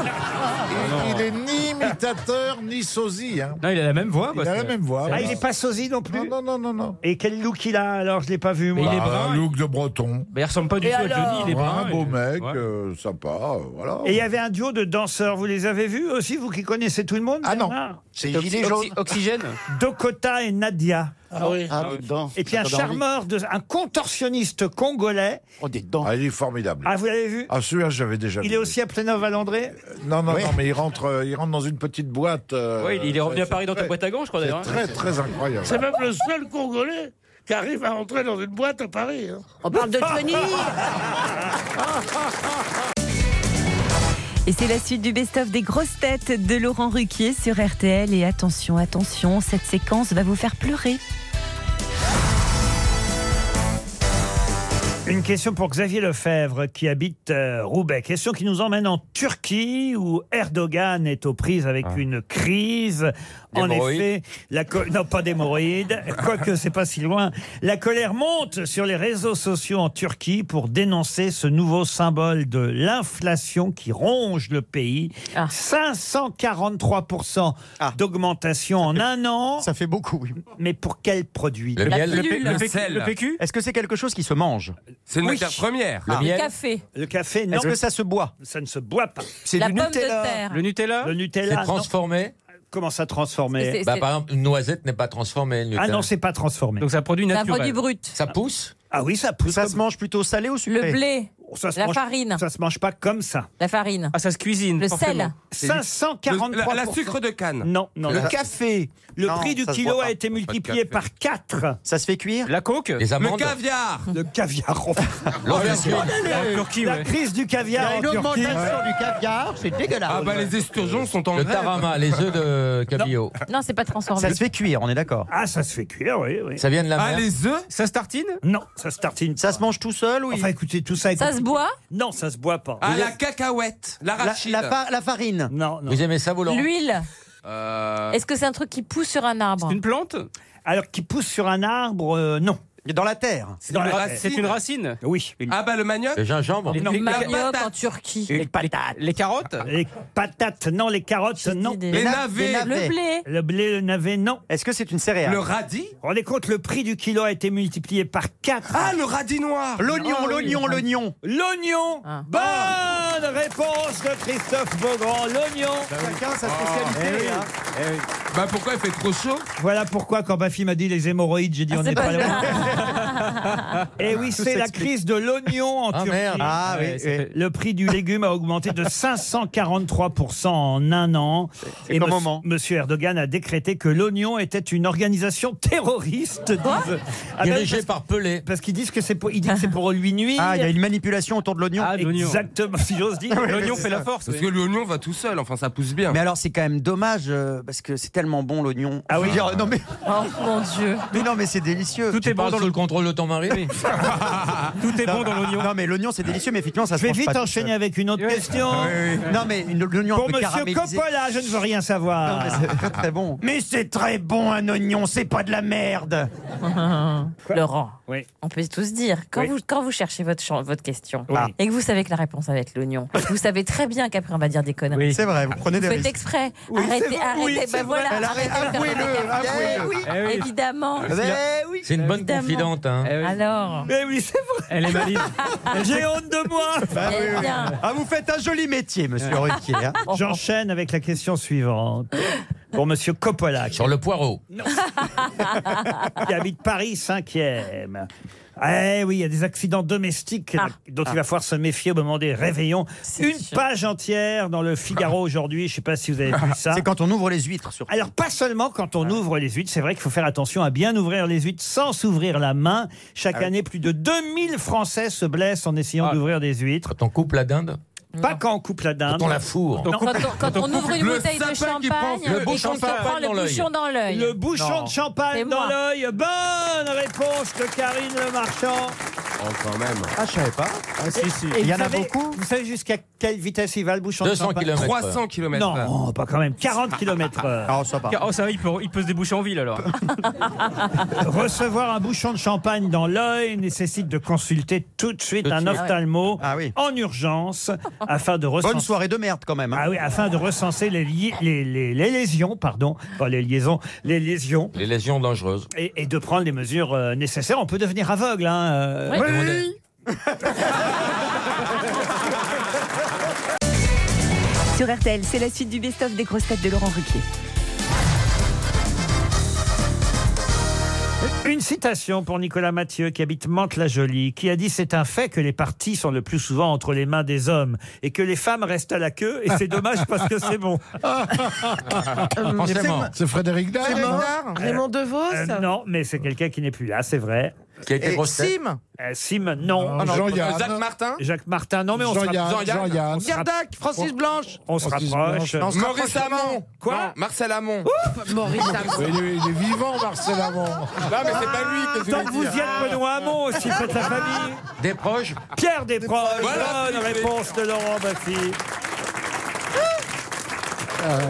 Speaker 17: Il est ni imitateur ni sosie. hein.
Speaker 14: Non, il a la même voix.
Speaker 17: Il a la même voix.
Speaker 5: Ah,
Speaker 17: voilà.
Speaker 5: il n'est pas sosie non plus
Speaker 17: Non, non, non, non.
Speaker 5: Et quel look il a alors Je l'ai pas vu, moi.
Speaker 17: Bah, Un look de breton.
Speaker 14: Mais il ressemble pas
Speaker 5: du Et tout à alors Johnny, il est brun,
Speaker 17: Un beau
Speaker 5: et-
Speaker 17: mec, euh, sympa, euh, voilà.
Speaker 5: Et il y avait un duo de danseurs, vous les avez vus aussi, vous qui connaissez tout le monde Ah non,
Speaker 17: c'est Gilets Oxy- jaunes.
Speaker 5: <laughs>
Speaker 14: Oxygène
Speaker 5: Dokota et Nadia.
Speaker 17: Ah oui. Ah oui.
Speaker 5: Et puis un
Speaker 17: Attends, Henri.
Speaker 5: charmeur, de, un contorsionniste congolais.
Speaker 17: Oh, des dents. Ah, il est formidable.
Speaker 5: Ah, vous l'avez vu
Speaker 17: Ah, celui-là, j'avais déjà
Speaker 5: Il
Speaker 17: vu. Euh,
Speaker 5: est aussi à Plénov-Valandré
Speaker 17: Non, non,
Speaker 5: Oui.
Speaker 17: non, mais il rentre, euh, il rentre dans une petite boîte. euh,
Speaker 14: Oui, il est revenu
Speaker 17: c'est-
Speaker 14: à Paris dans ta boîte à gants, je crois
Speaker 17: C'est
Speaker 14: d'ailleurs. hein.
Speaker 17: très, très incroyable.
Speaker 20: hein. C'est même le seul Congolais qui arrive à entrer dans une boîte à Paris. hein.
Speaker 11: On parle de Johnny
Speaker 3: Et c'est la suite du best-of des grosses têtes de Laurent Ruquier sur RTL. Et attention, attention, cette séquence va vous faire pleurer.
Speaker 5: Une question pour Xavier Lefebvre qui habite euh, Roubaix. Question qui nous emmène en Turquie où Erdogan est aux prises avec
Speaker 6: Ah.
Speaker 5: une crise. En
Speaker 23: D'hémorroïdes.
Speaker 5: effet, la co- non
Speaker 6: <laughs>
Speaker 5: pas d'hémorroïdes, quoique c'est pas si loin. La colère monte sur les réseaux sociaux en Turquie pour dénoncer ce nouveau symbole de l'inflation qui ronge le pays.
Speaker 6: Ah.
Speaker 5: 543% d'augmentation en un an. Ça
Speaker 6: fait beaucoup. Oui.
Speaker 5: Mais pour quel produit
Speaker 6: Le La miel. pilule. Le
Speaker 5: P-
Speaker 6: sel.
Speaker 5: PQ
Speaker 6: Est-ce que c'est quelque chose qui se mange
Speaker 5: C'est une matière première. Le miel.
Speaker 6: café.
Speaker 5: Le café, non.
Speaker 6: Est-ce que ça se boit
Speaker 5: Ça ne se boit pas.
Speaker 6: C'est La du pomme de Nutella. terre.
Speaker 5: Le Nutella Le Nutella.
Speaker 10: C'est transformé
Speaker 5: Comment ça transformé
Speaker 10: bah, Par exemple, une noisette n'est pas transformée. le
Speaker 5: Ah
Speaker 10: Nutella.
Speaker 5: non, c'est pas transformé.
Speaker 14: Donc ça produit
Speaker 10: Ça
Speaker 14: naturel.
Speaker 10: produit
Speaker 14: brut.
Speaker 10: Ça pousse
Speaker 5: Ah oui, ça pousse.
Speaker 6: Ça se mange plutôt salé ou sucré
Speaker 5: Le blé. Oh, Ça se
Speaker 7: La
Speaker 5: mange-
Speaker 7: farine.
Speaker 5: Ça se mange pas comme ça.
Speaker 7: La farine.
Speaker 14: Ah, ça se cuisine.
Speaker 7: Le
Speaker 5: forcément.
Speaker 7: sel.
Speaker 5: C'est du- 543
Speaker 4: La, la sucre de canne.
Speaker 5: Non, non.
Speaker 4: Le
Speaker 5: non.
Speaker 4: café.
Speaker 5: Le
Speaker 4: Non,
Speaker 5: prix du
Speaker 4: ça se
Speaker 5: kilo
Speaker 4: boit
Speaker 5: a
Speaker 4: pas.
Speaker 5: été
Speaker 4: Pas de
Speaker 5: multiplié
Speaker 4: café.
Speaker 5: par 4.
Speaker 6: Ça se fait cuire
Speaker 14: La coke
Speaker 10: Les
Speaker 4: Le
Speaker 10: amandes
Speaker 6: <laughs>
Speaker 4: caviar.
Speaker 5: Le caviar. oh. <laughs>
Speaker 4: En Turquie,
Speaker 5: La
Speaker 4: ouais.
Speaker 5: crise du caviar en Turquie.
Speaker 6: du caviar, c'est dégueulasse.
Speaker 4: Ah bah les esturgeons sont en
Speaker 10: Le
Speaker 4: grève.
Speaker 6: <laughs>
Speaker 10: tarama, les œufs de cabillaud.
Speaker 7: Non, c'est pas transformé.
Speaker 6: Ça se fait cuire, on est d'accord.
Speaker 5: Ah, ça se fait cuire, oui, oui.
Speaker 10: Ça vient de la mer.
Speaker 4: Ah, œufs
Speaker 14: Ça se tartine
Speaker 5: Non, ça se tartine.
Speaker 6: Ça se mange tout seul ou il-
Speaker 5: Enfin, écoutez, tout ça. est
Speaker 7: Ça se
Speaker 5: compliqué.
Speaker 7: boit
Speaker 5: Non, ça se boit pas.
Speaker 4: Ah la cacahuète,
Speaker 6: la,
Speaker 4: l'arachide.
Speaker 14: Euh.
Speaker 6: la fa- la farine
Speaker 5: Non, non.
Speaker 10: Vous aimez ça, vous, Laurent
Speaker 7: L'huile.
Speaker 4: Euh,
Speaker 7: Est-ce que c'est un truc qui pousse sur un arbre
Speaker 14: Une plante
Speaker 5: Alors qui pousse sur un arbre, euh, non.
Speaker 6: Dans la terre
Speaker 14: C'est
Speaker 5: Dans
Speaker 14: une
Speaker 5: la
Speaker 14: ra-
Speaker 5: terre.
Speaker 14: C'est une racine
Speaker 5: Oui.
Speaker 4: Ah bah le manioc.
Speaker 10: Le gingembre
Speaker 14: Les- les-
Speaker 7: Manioc
Speaker 14: les-
Speaker 7: en Turquie.
Speaker 6: Les patates.
Speaker 14: Les carottes
Speaker 5: Les patates, non. Les carottes, non.
Speaker 4: Les
Speaker 6: na-
Speaker 4: navets.
Speaker 6: les navets.
Speaker 7: Le blé.
Speaker 5: Le blé, le navet, non.
Speaker 6: Est-ce que c'est une céréale
Speaker 4: Le radis.
Speaker 5: Vous vous rendez compte, le prix du kilo a été multiplié par 4.
Speaker 4: Ah le radis noir.
Speaker 6: L'oignon,
Speaker 5: Ah oui.
Speaker 6: l'oignon, l'oignon.
Speaker 5: L'oignon
Speaker 7: Ah.
Speaker 5: Bonne réponse de Christophe Beaugrand, l'oignon
Speaker 6: Bah Chacun sa
Speaker 5: Eh
Speaker 6: spécialité.
Speaker 5: oui.
Speaker 6: hein.
Speaker 4: Bah pourquoi il fait trop chaud
Speaker 5: Eh Voilà pourquoi, quand ma fille m'a dit les hémorroïdes, j'ai dit on
Speaker 7: Ah, c'est
Speaker 5: n'est
Speaker 7: pas
Speaker 5: pas loin.
Speaker 6: hein.
Speaker 5: Et Eh oui, c'est la crise de l'oignon en
Speaker 10: Ah,
Speaker 5: Turquie.
Speaker 10: merde.
Speaker 6: Ah oui,
Speaker 14: Ouais,
Speaker 6: oui.
Speaker 14: ça fait-
Speaker 5: Le prix du légume a augmenté de 543% en un an.
Speaker 6: c'est
Speaker 5: Et
Speaker 6: qu'au
Speaker 5: mons-
Speaker 6: moment.
Speaker 5: Monsieur Erdogan a décrété que l'Oignon était une organisation terroriste. disent- Ah ben,
Speaker 10: Dirigé par Pelé.
Speaker 5: Parce qu'ils disent que c'est pour, ils disent que c'est pour lui nuire.
Speaker 6: Ah, il y a une manipulation autour de l'oignon.
Speaker 14: Ah, l'oignon.
Speaker 5: Exactement, Euh, bah, si j'ose
Speaker 4: <laughs>
Speaker 5: dire.
Speaker 14: L'oignon fait la force.
Speaker 4: Parce
Speaker 14: oui.
Speaker 4: que l'oignon va tout seul, enfin ça pousse bien.
Speaker 6: Mais alors, c'est quand même dommage euh, parce que c'est tellement bon l'oignon.
Speaker 5: Ah oui.
Speaker 6: Je veux dire, non mais,
Speaker 7: Oh mon dieu.
Speaker 6: mais non mais c'est délicieux.
Speaker 14: Tout est bon
Speaker 10: Pas
Speaker 14: dans
Speaker 10: sous
Speaker 14: le
Speaker 10: le contrôle de ton mari
Speaker 6: <laughs>
Speaker 14: Tout est bon dans l'oignon.
Speaker 6: Non mais l'oignon c'est délicieux, mais effectivement ça
Speaker 5: Je
Speaker 6: se
Speaker 5: vais
Speaker 6: mange
Speaker 5: vite
Speaker 6: pas tout
Speaker 5: enchaîner
Speaker 6: seul.
Speaker 5: avec une autre
Speaker 14: Oui.
Speaker 5: question.
Speaker 6: Non mais une- l'oignon un
Speaker 5: Pour
Speaker 6: peu
Speaker 5: Monsieur
Speaker 6: caramélisé.
Speaker 5: Coppola, je ne veux rien
Speaker 6: Non,
Speaker 5: savoir.
Speaker 6: mais c'est très, très bon. Mais c'est très bon un oignon, c'est pas de la merde.
Speaker 7: <laughs> Laurent,
Speaker 5: Oui.
Speaker 7: on peut tous dire, quand,
Speaker 5: Oui.
Speaker 7: vous, quand vous cherchez votre, chan- votre question
Speaker 5: Oui.
Speaker 7: et que vous savez que la réponse va être l'oignon,
Speaker 6: <laughs>
Speaker 7: vous savez très bien qu'après on va dire des conneries.
Speaker 6: C'est vrai, vous prenez
Speaker 7: Vous
Speaker 6: des
Speaker 7: faites
Speaker 6: risques.
Speaker 7: exprès.
Speaker 6: Oui, c'est
Speaker 7: arrêtez,
Speaker 6: vrai.
Speaker 7: arrêtez.
Speaker 6: Oui,
Speaker 7: ben
Speaker 6: c'est
Speaker 7: voilà,
Speaker 6: vrai. Elle
Speaker 7: arrêtez
Speaker 6: arrête-
Speaker 7: de faire
Speaker 6: avouez-le,
Speaker 7: des conneries.
Speaker 6: avouez-le.
Speaker 14: Eh oui.
Speaker 7: Évidemment.
Speaker 23: Ben
Speaker 6: Eh oui.
Speaker 10: Ah, C'est une bonne
Speaker 7: Évidemment.
Speaker 10: confidente. Hein.
Speaker 14: Eh oui.
Speaker 7: Alors,
Speaker 5: Eh oui, c'est
Speaker 14: Elle est
Speaker 10: <laughs>
Speaker 14: maligne.
Speaker 5: vrai. <laughs> J'ai honte de moi. Eh
Speaker 6: Bah oui, oui.
Speaker 7: bien.
Speaker 6: Ah, vous faites un joli métier,
Speaker 5: <laughs>
Speaker 6: monsieur Ruquier. hein.
Speaker 5: J'enchaîne avec la question suivante. Pour Monsieur Coppola,
Speaker 10: Sur le poireau.
Speaker 5: qui habite Paris 5e. Eh oui, il y a des accidents domestiques
Speaker 7: Ah.
Speaker 5: dont il va falloir se méfier au moment des réveillons.
Speaker 7: C'est
Speaker 5: Une
Speaker 7: sûr.
Speaker 5: page entière dans le Figaro aujourd'hui, je ne sais pas si vous avez vu ça.
Speaker 6: C'est quand on ouvre les huîtres, surtout.
Speaker 5: Alors pas seulement quand on ouvre les huîtres, c'est vrai qu'il faut faire attention à bien ouvrir les huîtres sans s'ouvrir la main. Chaque
Speaker 6: Ah
Speaker 5: année, plus de 2000 Français se blessent en essayant
Speaker 14: Ah.
Speaker 5: d'ouvrir des huîtres.
Speaker 10: Quand on coupe la dinde,
Speaker 5: Pas quand on coupe la dinde.
Speaker 10: quand on la fourre.
Speaker 7: quand on, quand on ouvre une
Speaker 4: le
Speaker 7: bouteille de
Speaker 4: sapin qui prend
Speaker 7: champagne
Speaker 4: feu.
Speaker 10: Le
Speaker 7: et
Speaker 10: beau
Speaker 7: qu'on se
Speaker 10: champagne
Speaker 7: prend
Speaker 10: dans
Speaker 7: le
Speaker 10: l'œil.
Speaker 7: bouchon dans l'œil.
Speaker 5: Le bouchon
Speaker 6: Non.
Speaker 5: de champagne
Speaker 7: C'est
Speaker 5: dans
Speaker 7: moi.
Speaker 5: l'œil. Bonne réponse de Karine Le Marchand.
Speaker 22: Oh, quand même.
Speaker 5: Ah, je savais pas.
Speaker 22: si, si.
Speaker 5: Il y en a beaucoup. Vous savez jusqu'à quelle vitesse il va le bouchon de
Speaker 22: 200
Speaker 5: champagne
Speaker 22: kilomètres. 300 kilomètres.
Speaker 5: Non, pas quand
Speaker 10: <laughs>
Speaker 5: même. 40 km heure.
Speaker 14: Ah, Oh, ça va, il peut, il peut se déboucher en ville alors.
Speaker 5: Euh, Recevoir un bouchon de champagne dans l'œil nécessite de consulter tout de suite Ah
Speaker 14: Tout de
Speaker 5: un
Speaker 14: suite.
Speaker 5: ophtalmo en urgence afin de recenser. Bonne soirée de merde quand même. Ah oui, afin de recenser les, li- les, les- les lésions, pardon, pas les liaisons, les lésions.
Speaker 10: Les lésions dangereuses.
Speaker 5: Et, et de prendre les mesures euh, nécessaires. On peut devenir aveugle. Hein, euh,
Speaker 10: Oui. Oui.
Speaker 3: Sur RTL, c'est la suite du best-of des grosses têtes de Laurent Ruquier.
Speaker 5: Une citation pour Nicolas Mathieu qui habite Mantes-la-Jolie, qui a dit c'est un fait que les partis sont le plus souvent entre les mains des hommes et que les femmes restent à la queue et c'est dommage parce que c'est
Speaker 17: <laughs>
Speaker 5: <laughs> bon.
Speaker 17: Euh, C'est Frédéric Eh. Dard.
Speaker 5: Raymond DeVos Euh, Non, mais c'est quelqu'un qui n'est plus là, c'est vrai.
Speaker 17: Qui a été Et grosse tête Sim
Speaker 5: Euh, Sim, non.
Speaker 17: Ah non, Jean-Yann. Jacques Martin
Speaker 5: Jacques Martin, non mais on se
Speaker 17: Jean-Yann,
Speaker 5: rapproche.
Speaker 17: Jean-Yann.
Speaker 5: On se rapp-
Speaker 17: Pierre Dac, Francis
Speaker 5: on-
Speaker 17: Blanche.
Speaker 5: On se
Speaker 17: Francis
Speaker 5: rapproche.
Speaker 17: Blanche. Non,
Speaker 4: Maurice Hamon.
Speaker 5: Quoi
Speaker 4: Non, Marcel Hamon.
Speaker 17: Maurice Hamon. Il est- il est vivant, Marcel Hamon.
Speaker 4: Non, mais c'est pas lui que je
Speaker 5: Tant
Speaker 4: voulais
Speaker 5: que vous y
Speaker 4: dire.
Speaker 5: Oh, êtes, Benoît Hamon aussi, faites la famille.
Speaker 10: Des proches
Speaker 5: Pierre Desproges,
Speaker 10: Voilà,
Speaker 5: bonne
Speaker 10: c'est fait.
Speaker 5: réponse de Laurent Baffy. Euh,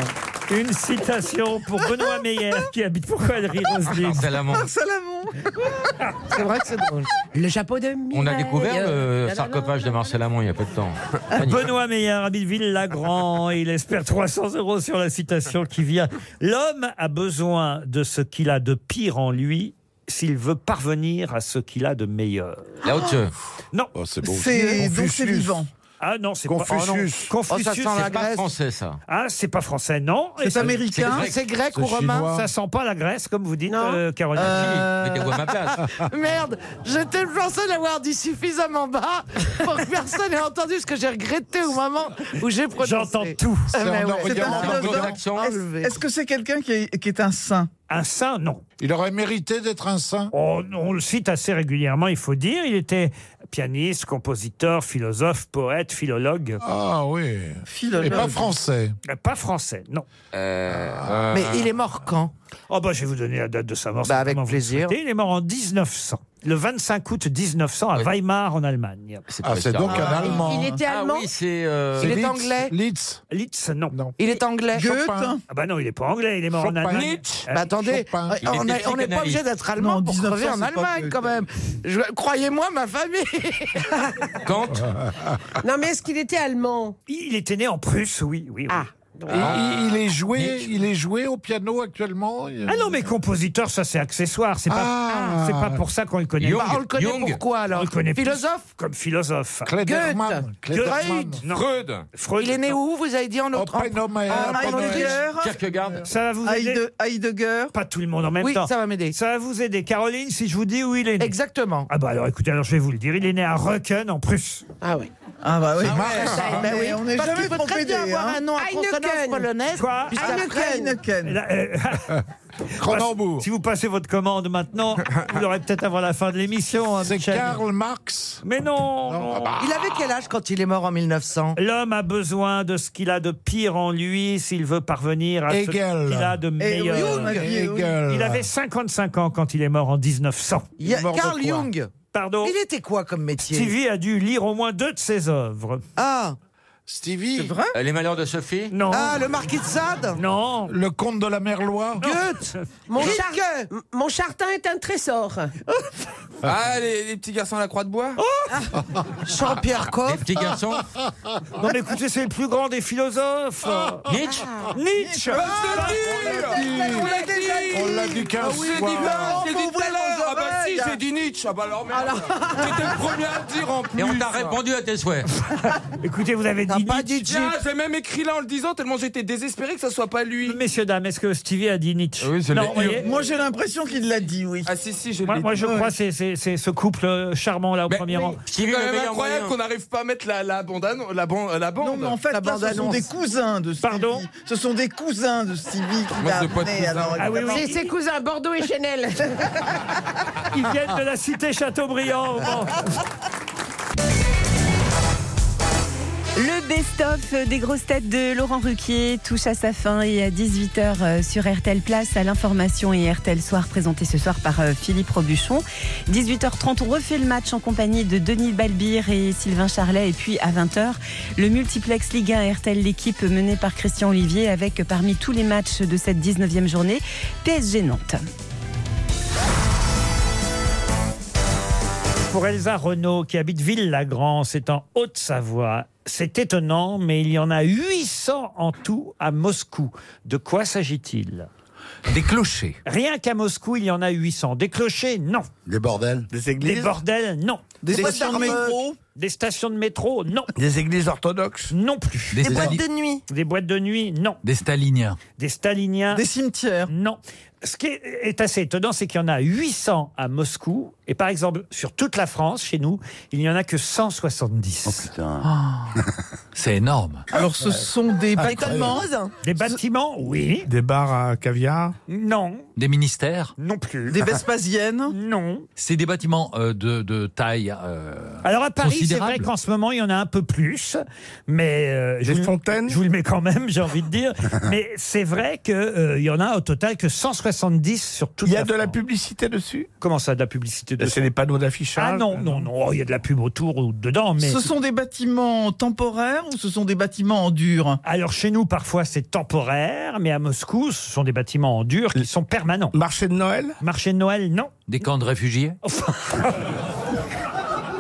Speaker 5: Une citation pour Benoît Meyer qui habite. Pourquoi elle rit, Roselyne
Speaker 10: Marcel Hamon.
Speaker 23: C'est vrai que c'est drôle. Le chapeau de
Speaker 10: On a
Speaker 23: Mireille. euh,
Speaker 10: découvert le sarcophage de Marcel Hamon il y a peu de temps.
Speaker 5: Benoît Meyer habite Ville-Lagrand. Il espère 300 euros sur la citation qui vient. L'homme a besoin de ce qu'il a de pire en lui s'il veut parvenir à ce qu'il a de meilleur.
Speaker 10: Lao Tzu.
Speaker 5: Non.
Speaker 10: Oh, c'est
Speaker 5: beau.
Speaker 12: C'est- euh, donc c'est Confucius. vivant.
Speaker 5: Ah non, c'est
Speaker 10: Confucius.
Speaker 5: pas oh non.
Speaker 10: Oh, ça
Speaker 5: Confucius,
Speaker 10: sent la
Speaker 5: c'est
Speaker 10: Grèce. ça.
Speaker 5: Ah, c'est pas français, non.
Speaker 12: C'est
Speaker 5: Et ça-
Speaker 12: américain, c'est grec ou
Speaker 5: c'est
Speaker 12: romain
Speaker 5: chinois. Ça sent pas la Grèce, comme vous dites,
Speaker 23: Non.
Speaker 5: euh, Caroline.
Speaker 23: Euh, <laughs>
Speaker 12: <laughs>
Speaker 23: Merde, j'étais pensée d'avoir dit suffisamment bas pour que personne n'ait entendu ce que j'ai regretté au moment où j'ai prononcé.
Speaker 5: J'entends tout.
Speaker 23: Eh ben ouais.
Speaker 12: Ah, C'est pas dedans. Est-ce est-ce que c'est quelqu'un qui est, qui est un saint
Speaker 5: Un saint, non. Il aurait mérité d'être un saint on, on le cite assez régulièrement, il faut dire. Il était pianiste, compositeur, philosophe, poète, philologue.
Speaker 17: Ah oui.
Speaker 5: Philologue.
Speaker 17: Et pas français. Ah.
Speaker 5: Pas français, non.
Speaker 20: Euh,
Speaker 23: Mais il est mort quand Bah,
Speaker 5: Oh bah je vais vous donner la date de sa mort. avec plaisir. il est mort en 1900. Le 25 août 1900 à Weimar en Allemagne.
Speaker 17: Ah, c'est donc un Allemand.
Speaker 23: il était allemand
Speaker 10: Ah oui, c'est. euh,
Speaker 23: Il est anglais
Speaker 17: Litz.
Speaker 5: Litz, non.
Speaker 23: Il est anglais
Speaker 17: Chopin.
Speaker 5: Ah bah non, il est pas anglais, il est mort en
Speaker 23: Chopin.
Speaker 5: Allemagne.
Speaker 23: Nietzsche.
Speaker 5: Euh,
Speaker 23: Bah, attendez,
Speaker 5: Chopin.
Speaker 23: on- on est- on n'est pas obligé d'être allemand
Speaker 12: Non,
Speaker 23: pour
Speaker 12: 1900,
Speaker 23: crever en
Speaker 12: c'est pas
Speaker 23: Allemagne
Speaker 12: plus.
Speaker 23: quand même. Je- Croyez-moi, ma famille.
Speaker 17: <laughs>
Speaker 10: Kant.
Speaker 23: non, mais est-ce qu'il était allemand
Speaker 5: Il était né en Prusse, oui, oui. oui.
Speaker 17: Et Ah, il, il est joué, <laughs> il est joué au piano actuellement.
Speaker 5: Ah non, mais compositeur, ça c'est accessoire. C'est
Speaker 17: Ah.
Speaker 5: pas, c'est pas pour ça qu'on le connaît.
Speaker 17: Jung, Bah, on le connaît Jung.
Speaker 23: pourquoi, alors
Speaker 5: On le connaît plus
Speaker 23: Philosophe
Speaker 5: Comme philosophe.
Speaker 17: Klederman.
Speaker 5: Goethe.
Speaker 17: Klederman.
Speaker 5: Non.
Speaker 4: Freud.
Speaker 5: Freud,
Speaker 23: Il est né
Speaker 5: non.
Speaker 23: où Vous avez dit en autre en- en Autriche
Speaker 10: Kierkegaard.
Speaker 5: Ah, Euh, Ça va vous aider
Speaker 12: Heidegger.
Speaker 5: Pas tout le monde en même
Speaker 23: Oui,
Speaker 5: temps.
Speaker 23: ça va m'aider.
Speaker 5: Ça va vous aider, Caroline, si je vous dis où il est né.
Speaker 23: Exactement.
Speaker 5: Ah bah alors écoutez, alors je vais vous le dire. Il est né à Röcken en Prusse.
Speaker 23: Ah oui.
Speaker 12: Ah bah oui.
Speaker 5: C'est marrant, hein.
Speaker 23: Ben oui,
Speaker 12: on n'est
Speaker 23: parce
Speaker 12: jamais
Speaker 23: qu'il peut très
Speaker 12: trompé
Speaker 23: bien
Speaker 12: des,
Speaker 23: avoir
Speaker 12: hein.
Speaker 23: un nom à consonance
Speaker 12: Heineken.
Speaker 23: polonaise.
Speaker 5: Quoi
Speaker 23: puis après-
Speaker 12: Heineken. Heineken.
Speaker 5: Là,
Speaker 12: <laughs>
Speaker 5: euh,
Speaker 17: Cronenbourg.
Speaker 5: Si vous passez votre commande maintenant, vous l'aurez peut-être avant la fin de l'émission. hein,
Speaker 17: C'est
Speaker 5: Michel.
Speaker 17: Karl Marx.
Speaker 5: Mais non, non.
Speaker 23: Il avait quel âge quand il est mort en 1900
Speaker 5: L'homme a besoin de ce qu'il a de pire en lui s'il veut parvenir à ce
Speaker 17: Hegel.
Speaker 5: qu'il a de
Speaker 17: Eh oui,
Speaker 5: meilleur.
Speaker 17: Jung. Hegel.
Speaker 5: Il avait 55 ans quand il est mort en 1900.
Speaker 23: Il y a
Speaker 17: Il est mort de
Speaker 23: Carl
Speaker 17: quoi
Speaker 23: Jung.
Speaker 5: Pardon
Speaker 23: Il était quoi comme métier
Speaker 5: Stevie a dû lire au moins deux de ses œuvres.
Speaker 23: Ah,
Speaker 17: Stevie.
Speaker 10: Euh, Les malheurs de Sophie
Speaker 5: Non.
Speaker 23: ah, le marquis de Sade
Speaker 5: Non.
Speaker 17: Le comte de la Merlois.
Speaker 5: <laughs>
Speaker 23: Goethe
Speaker 11: Mon, char- M- mon chartin est un trésor.
Speaker 4: Ah, les, les petits garçons à la croix de bois Ah.
Speaker 23: Jean-Pierre Coff
Speaker 10: Les petits garçons
Speaker 5: <laughs> Non, mais écoutez, c'est le plus grand des philosophes.
Speaker 10: Ah. Nietzsche
Speaker 5: Nietzsche.
Speaker 10: Ah,
Speaker 4: On l'a déjà dit
Speaker 17: On l'a dit
Speaker 10: Ah
Speaker 17: 15
Speaker 4: Ah oui,
Speaker 17: fois.
Speaker 4: dit pas, j'ai
Speaker 23: Pour
Speaker 4: dit tout à
Speaker 23: ouvrir
Speaker 4: l'heure.
Speaker 23: nos
Speaker 4: Ah bah si,
Speaker 23: oreilles.
Speaker 4: j'ai dit Nietzsche Ah bah alors merde
Speaker 23: Alors-
Speaker 4: J'étais le premier à le dire en plus
Speaker 10: Et on t'a répondu à tes souhaits.
Speaker 5: <laughs> Écoutez, vous avez dit
Speaker 23: pas
Speaker 5: Nietzsche.
Speaker 23: dit Jeep.
Speaker 4: Tiens, j'ai même écrit là en le disant tellement j'étais désespéré que ça soit pas lui
Speaker 5: Messieurs, dames, est-ce que Stevie a dit Nietzsche
Speaker 10: Oui, c'est
Speaker 5: Non,
Speaker 10: les-
Speaker 5: vous voyez,
Speaker 12: Moi j'ai l'impression qu'il l'a dit, oui.
Speaker 4: Ah si, si, je
Speaker 5: moi,
Speaker 4: l'ai
Speaker 5: moi,
Speaker 4: dit.
Speaker 5: je crois que c'est- c'est c'est ce couple euh, charmant là au premier rang.
Speaker 10: Qui
Speaker 4: C'est
Speaker 10: vit
Speaker 4: quand
Speaker 10: le
Speaker 4: même
Speaker 10: meilleur
Speaker 4: incroyable qu'on
Speaker 10: moyen.
Speaker 4: n'arrive pas à mettre la, la bande. annon- La, ban- la bande.
Speaker 12: Non, mais en fait, là,
Speaker 23: La
Speaker 12: ce sont
Speaker 23: bande-annonce.
Speaker 12: des cousins de Stevie.
Speaker 5: Pardon
Speaker 12: Ce sont des cousins de Stevie qui
Speaker 4: Moi,
Speaker 12: l'a
Speaker 4: c'est pas de
Speaker 12: amené.
Speaker 4: cousin.
Speaker 12: alors,
Speaker 5: Ah oui, oui.
Speaker 11: C'est ses cousins Bordeaux et
Speaker 5: <laughs>
Speaker 11: Chanel.
Speaker 5: Ils viennent de
Speaker 23: <laughs>
Speaker 5: la cité Chateaubriand. bon.
Speaker 3: Le best-of des grosses têtes de Laurent Ruquier touche à sa fin et à 18h sur RTL Place à l'information et RTL Soir présenté ce soir par euh, Philippe Robuchon. 18h30, on refait le match en compagnie de Denis Balbir et Sylvain Charlet et puis à 20h, le multiplex Ligue 1 RTL l'équipe menée par Christian Olivier avec euh, parmi tous les matchs de cette 19e journée PSG Nantes.
Speaker 5: Pour Elsa Renault, qui habite Ville-la-Grand, c'est en Haute-Savoie. C'est étonnant, mais il y en a 800 en tout à Moscou. De quoi s'agit-il Des clochers. Rien qu'à Moscou, il y en a 800. Des clochers, non. Des bordels Des églises Des bordels, non.
Speaker 12: Des stations de métro
Speaker 5: Des stations de métro, non. Des églises orthodoxes Non plus.
Speaker 12: Des Des boîtes stali- de nuit
Speaker 5: Des boîtes de nuit, non.
Speaker 18: Des staliniens.
Speaker 5: Des staliniens. Des cimetières. Non. Ce qui est- est assez étonnant, c'est qu'il y en a 800 à Moscou. Et par exemple, sur toute la France, chez nous, il n'y en a que 170.
Speaker 18: C'est énorme.
Speaker 5: Ah. Alors, ce sont
Speaker 18: des
Speaker 5: bâtiments Des bâtiments, oui.
Speaker 17: Des bars à caviar
Speaker 5: Non.
Speaker 18: Des ministères
Speaker 5: Non plus.
Speaker 18: Des
Speaker 5: Vespasiennes Non.
Speaker 18: C'est des bâtiments euh, de, de taille. euh,
Speaker 5: Alors à Paris, c'est
Speaker 18: considérable.
Speaker 5: vrai qu'en ce moment, il y en a un peu plus, mais... euh, je vous- Je vous le mets quand même, j'ai envie de <laughs> dire. mais c'est vrai qu'il y en a au total que 170 sur toute Il y a de la publicité dessus Ben, Comment ça, de la publicité dessus
Speaker 17: C'est des panneaux d'affichage
Speaker 5: Ah non, non, non, Oh, il y a de la pub autour ou dedans, mais...
Speaker 12: Ce sont des bâtiments temporaires ou ce sont des bâtiments en dur
Speaker 5: Alors chez nous, parfois c'est temporaire, mais à Moscou, ce sont des bâtiments en dur qui sont permanents. Marché de Noël Marché de Noël, non.
Speaker 18: Des camps de réfugiés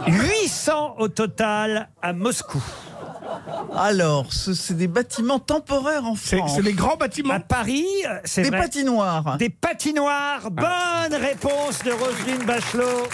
Speaker 5: 800 au total à Moscou.
Speaker 12: Alors, ce- c'est des bâtiments temporaires en France.
Speaker 5: c'est les grands bâtiments. À Paris, euh, c'est
Speaker 12: Des
Speaker 5: vrai.
Speaker 12: patinoires.
Speaker 5: Des patinoires. Bonne réponse de Roselyne Bachelot.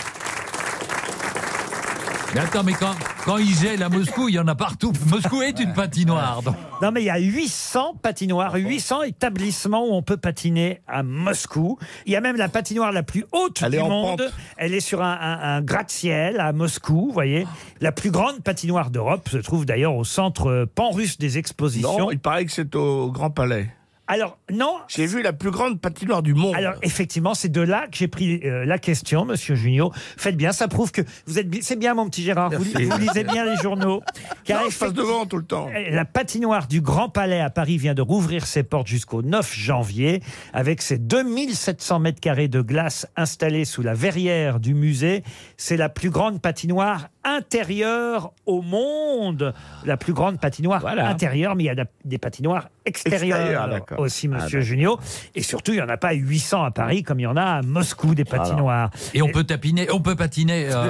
Speaker 18: Mais attends, mais quand, quand ils gèlent à Moscou, il y en a partout. Moscou est une patinoire. donc.
Speaker 5: Non, mais il y a 800
Speaker 17: Ah
Speaker 5: patinoires, 800 établissements où on peut patiner à Moscou. Il y a même la patinoire la plus haute
Speaker 17: Elle
Speaker 5: du
Speaker 17: est en
Speaker 5: monde.
Speaker 17: pente.
Speaker 5: Elle est sur un, un- un gratte-ciel à Moscou, vous voyez. La plus grande patinoire d'Europe se trouve d'ailleurs au centre euh, pan-russe des expositions.
Speaker 17: Non, il paraît que c'est au Grand Palais.
Speaker 5: Alors, non.
Speaker 17: J'ai vu la plus grande patinoire du monde.
Speaker 5: Alors effectivement, c'est de là que j'ai pris euh, la question, Monsieur Junio. Faites bien, ça prouve que vous êtes, bi- c'est bien, mon petit Gérard. Vous,
Speaker 17: Merci.
Speaker 5: vous lisez bien les
Speaker 17: <laughs>
Speaker 5: journaux.
Speaker 17: Non, je passe devant tout le temps.
Speaker 5: Eh, La patinoire du Grand Palais à Paris vient de rouvrir ses portes jusqu'au 9 janvier, avec ses 2700 mètres carrés de glace installés sous la verrière du musée. C'est la plus grande patinoire intérieure au monde, la plus grande patinoire intérieure, mais il y a la- des patinoires extérieures
Speaker 17: Extérieures, d'accord.
Speaker 5: aussi,
Speaker 17: Ah,
Speaker 5: Monsieur
Speaker 17: d'accord.
Speaker 5: Junio. Et surtout, il n'y en a pas 800 à Paris comme il y en a à Moscou des patinoires.
Speaker 18: Et on peut tapiner, on peut patiner.
Speaker 5: <laughs>
Speaker 18: euh,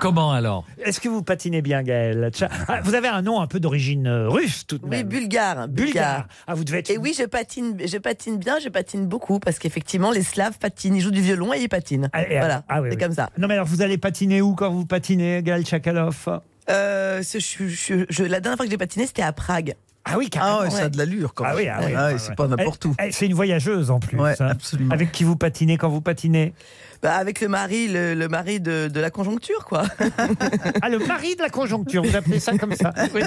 Speaker 18: comment alors
Speaker 5: Est-ce que vous patinez bien, Gaël Tcha- Ah, Vous avez un nom un peu d'origine euh, russe, tout de
Speaker 16: Oui,
Speaker 5: même.
Speaker 16: bulgare.
Speaker 5: Bulgare. Ah, vous devez être.
Speaker 16: Et oui, je patine, je patine bien, je patine beaucoup parce qu'effectivement, les Slaves patinent. Ils jouent du violon et ils patinent.
Speaker 5: Et-
Speaker 16: voilà,
Speaker 5: ah oui,
Speaker 16: c'est
Speaker 5: oui.
Speaker 16: comme ça.
Speaker 5: Non, mais alors vous allez patiner où quand vous patinez, Gaël Tchakalov
Speaker 16: Euh, ce- je- je- je- la dernière fois que j'ai patiné, c'était à Prague.
Speaker 5: Ah oui, carrément.
Speaker 16: Ah ouais, ça a de
Speaker 12: l'allure
Speaker 5: Ah oui, ah oui.
Speaker 12: Ah oui, c'est pas n'importe
Speaker 5: Elle-
Speaker 12: où.
Speaker 5: elle- C'est une voyageuse en plus. hein. Avec qui vous patinez quand vous patinez
Speaker 16: Bah, avec le mari, le, le mari de, de la conjoncture,
Speaker 5: <laughs>
Speaker 16: quoi.
Speaker 5: Ah, le mari de la conjoncture, vous appelez ça comme ça
Speaker 16: <laughs> oui.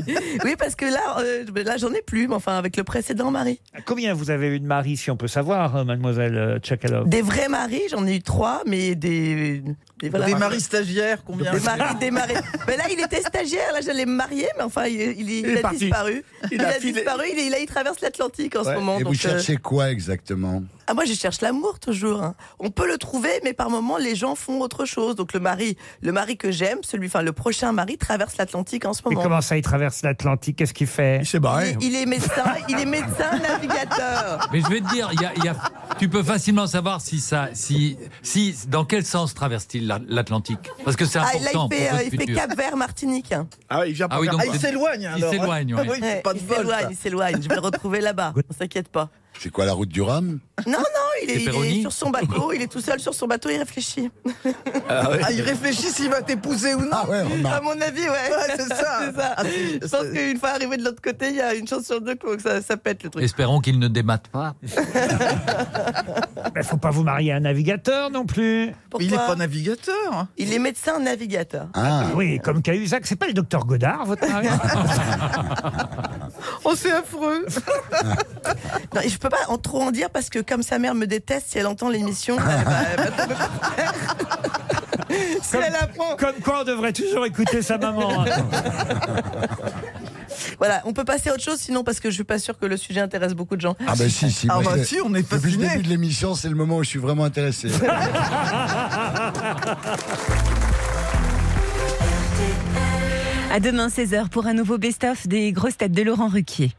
Speaker 16: Oui, parce que là, euh, là, j'en ai plus, mais enfin, avec le précédent mari.
Speaker 5: Combien vous avez eu de maris, si on peut savoir, euh, mademoiselle euh, Tchakalov
Speaker 16: Des vrais maris, j'en ai eu trois, mais des. Des,
Speaker 12: Des maris stagiaires, combien
Speaker 16: Des maris, des maris. Mais là, il était stagiaire, là, j'allais me marier, mais enfin, il, il- il
Speaker 24: est
Speaker 16: a
Speaker 24: parti.
Speaker 16: disparu.
Speaker 24: Il
Speaker 16: Il,
Speaker 24: a
Speaker 16: a,
Speaker 24: filé.
Speaker 16: disparu, il, est- là, il traverse l'Atlantique en ce moment.
Speaker 24: Et
Speaker 16: donc,
Speaker 24: vous cherchez
Speaker 16: euh,
Speaker 24: quoi exactement
Speaker 16: Ah, moi, je cherche l'amour toujours. hein. On peut le trouver, mais par moments, les gens font autre chose. Donc, le mari, le mari que j'aime, celui, enfin, le prochain mari traverse l'Atlantique en ce
Speaker 5: Et
Speaker 16: moment.
Speaker 5: comment ça, il traverse l'Atlantique Qu'est-ce qu'il fait Il s'est barré.
Speaker 16: Il est médecin, il est médecin navigateur.
Speaker 18: <laughs> Mais je vais te dire, il y a- il y a- tu peux facilement savoir si ça, si, si, dans quel sens traverse-t-il la- l'Atlantique Parce que c'est
Speaker 16: Ah, là,
Speaker 18: important
Speaker 16: il fait,
Speaker 18: pour
Speaker 16: euh,
Speaker 18: votre
Speaker 16: il fait
Speaker 18: futur.
Speaker 16: Cap Vert, Martinique. hein.
Speaker 17: Ah oui, il vient
Speaker 18: Ah oui,
Speaker 17: vers-
Speaker 18: donc
Speaker 16: Ah, il s'éloigne,
Speaker 18: Il
Speaker 16: alors.
Speaker 18: s'éloigne, oui.
Speaker 16: Ouais,
Speaker 12: Ah pas de
Speaker 16: il
Speaker 12: vol,
Speaker 16: s'éloigne,
Speaker 12: ça.
Speaker 16: il s'éloigne. Je vais le retrouver là-bas, on s'inquiète pas.
Speaker 24: C'est quoi la route du Rhum
Speaker 16: Non, non, il
Speaker 24: C'est
Speaker 16: est, il est
Speaker 24: Péroni
Speaker 16: sur son bateau, il est tout seul sur son bateau, il réfléchit.
Speaker 24: Ah ouais.
Speaker 12: Ah, il réfléchit s'il va t'épouser ou non.
Speaker 18: Ah,
Speaker 16: à mon avis, ouais.
Speaker 12: Ouais, c'est ça.
Speaker 16: <laughs> C'est Je pense qu'une fois arrivé de l'autre côté, il y a une chance sur deux que ça, ça pète le truc.
Speaker 18: <laughs> Espérons qu'il ne démate
Speaker 5: <laughs>
Speaker 18: pas.
Speaker 5: Il faut pas vous marier à un navigateur non plus.
Speaker 16: Pourquoi Il est pas
Speaker 12: navigateur.
Speaker 16: Il est médecin navigateur.
Speaker 5: Ah Oui, comme Cahuzac, c'est pas le docteur Godard, votre
Speaker 16: <laughs>
Speaker 5: mari
Speaker 16: Oh, c'est affreux. <laughs> non, et je peux pas en trop en dire parce que comme sa mère me déteste, si elle entend l'émission, elle va- elle va- <laughs>
Speaker 5: comme, comme quoi on devrait toujours écouter sa maman. hein.
Speaker 16: Voilà, on peut passer à autre chose sinon parce que je suis pas sûre que le sujet intéresse beaucoup de gens.
Speaker 24: Ah bah si, si.
Speaker 16: Ah
Speaker 24: moi,
Speaker 16: bah
Speaker 24: c'est-
Speaker 16: si, on est
Speaker 24: Depuis le
Speaker 16: fascinés.
Speaker 24: début de l'émission, c'est le moment où je suis vraiment
Speaker 16: <laughs>
Speaker 24: intéressé.
Speaker 3: À demain 16h pour un nouveau best-of des grosses têtes de Laurent Ruquier.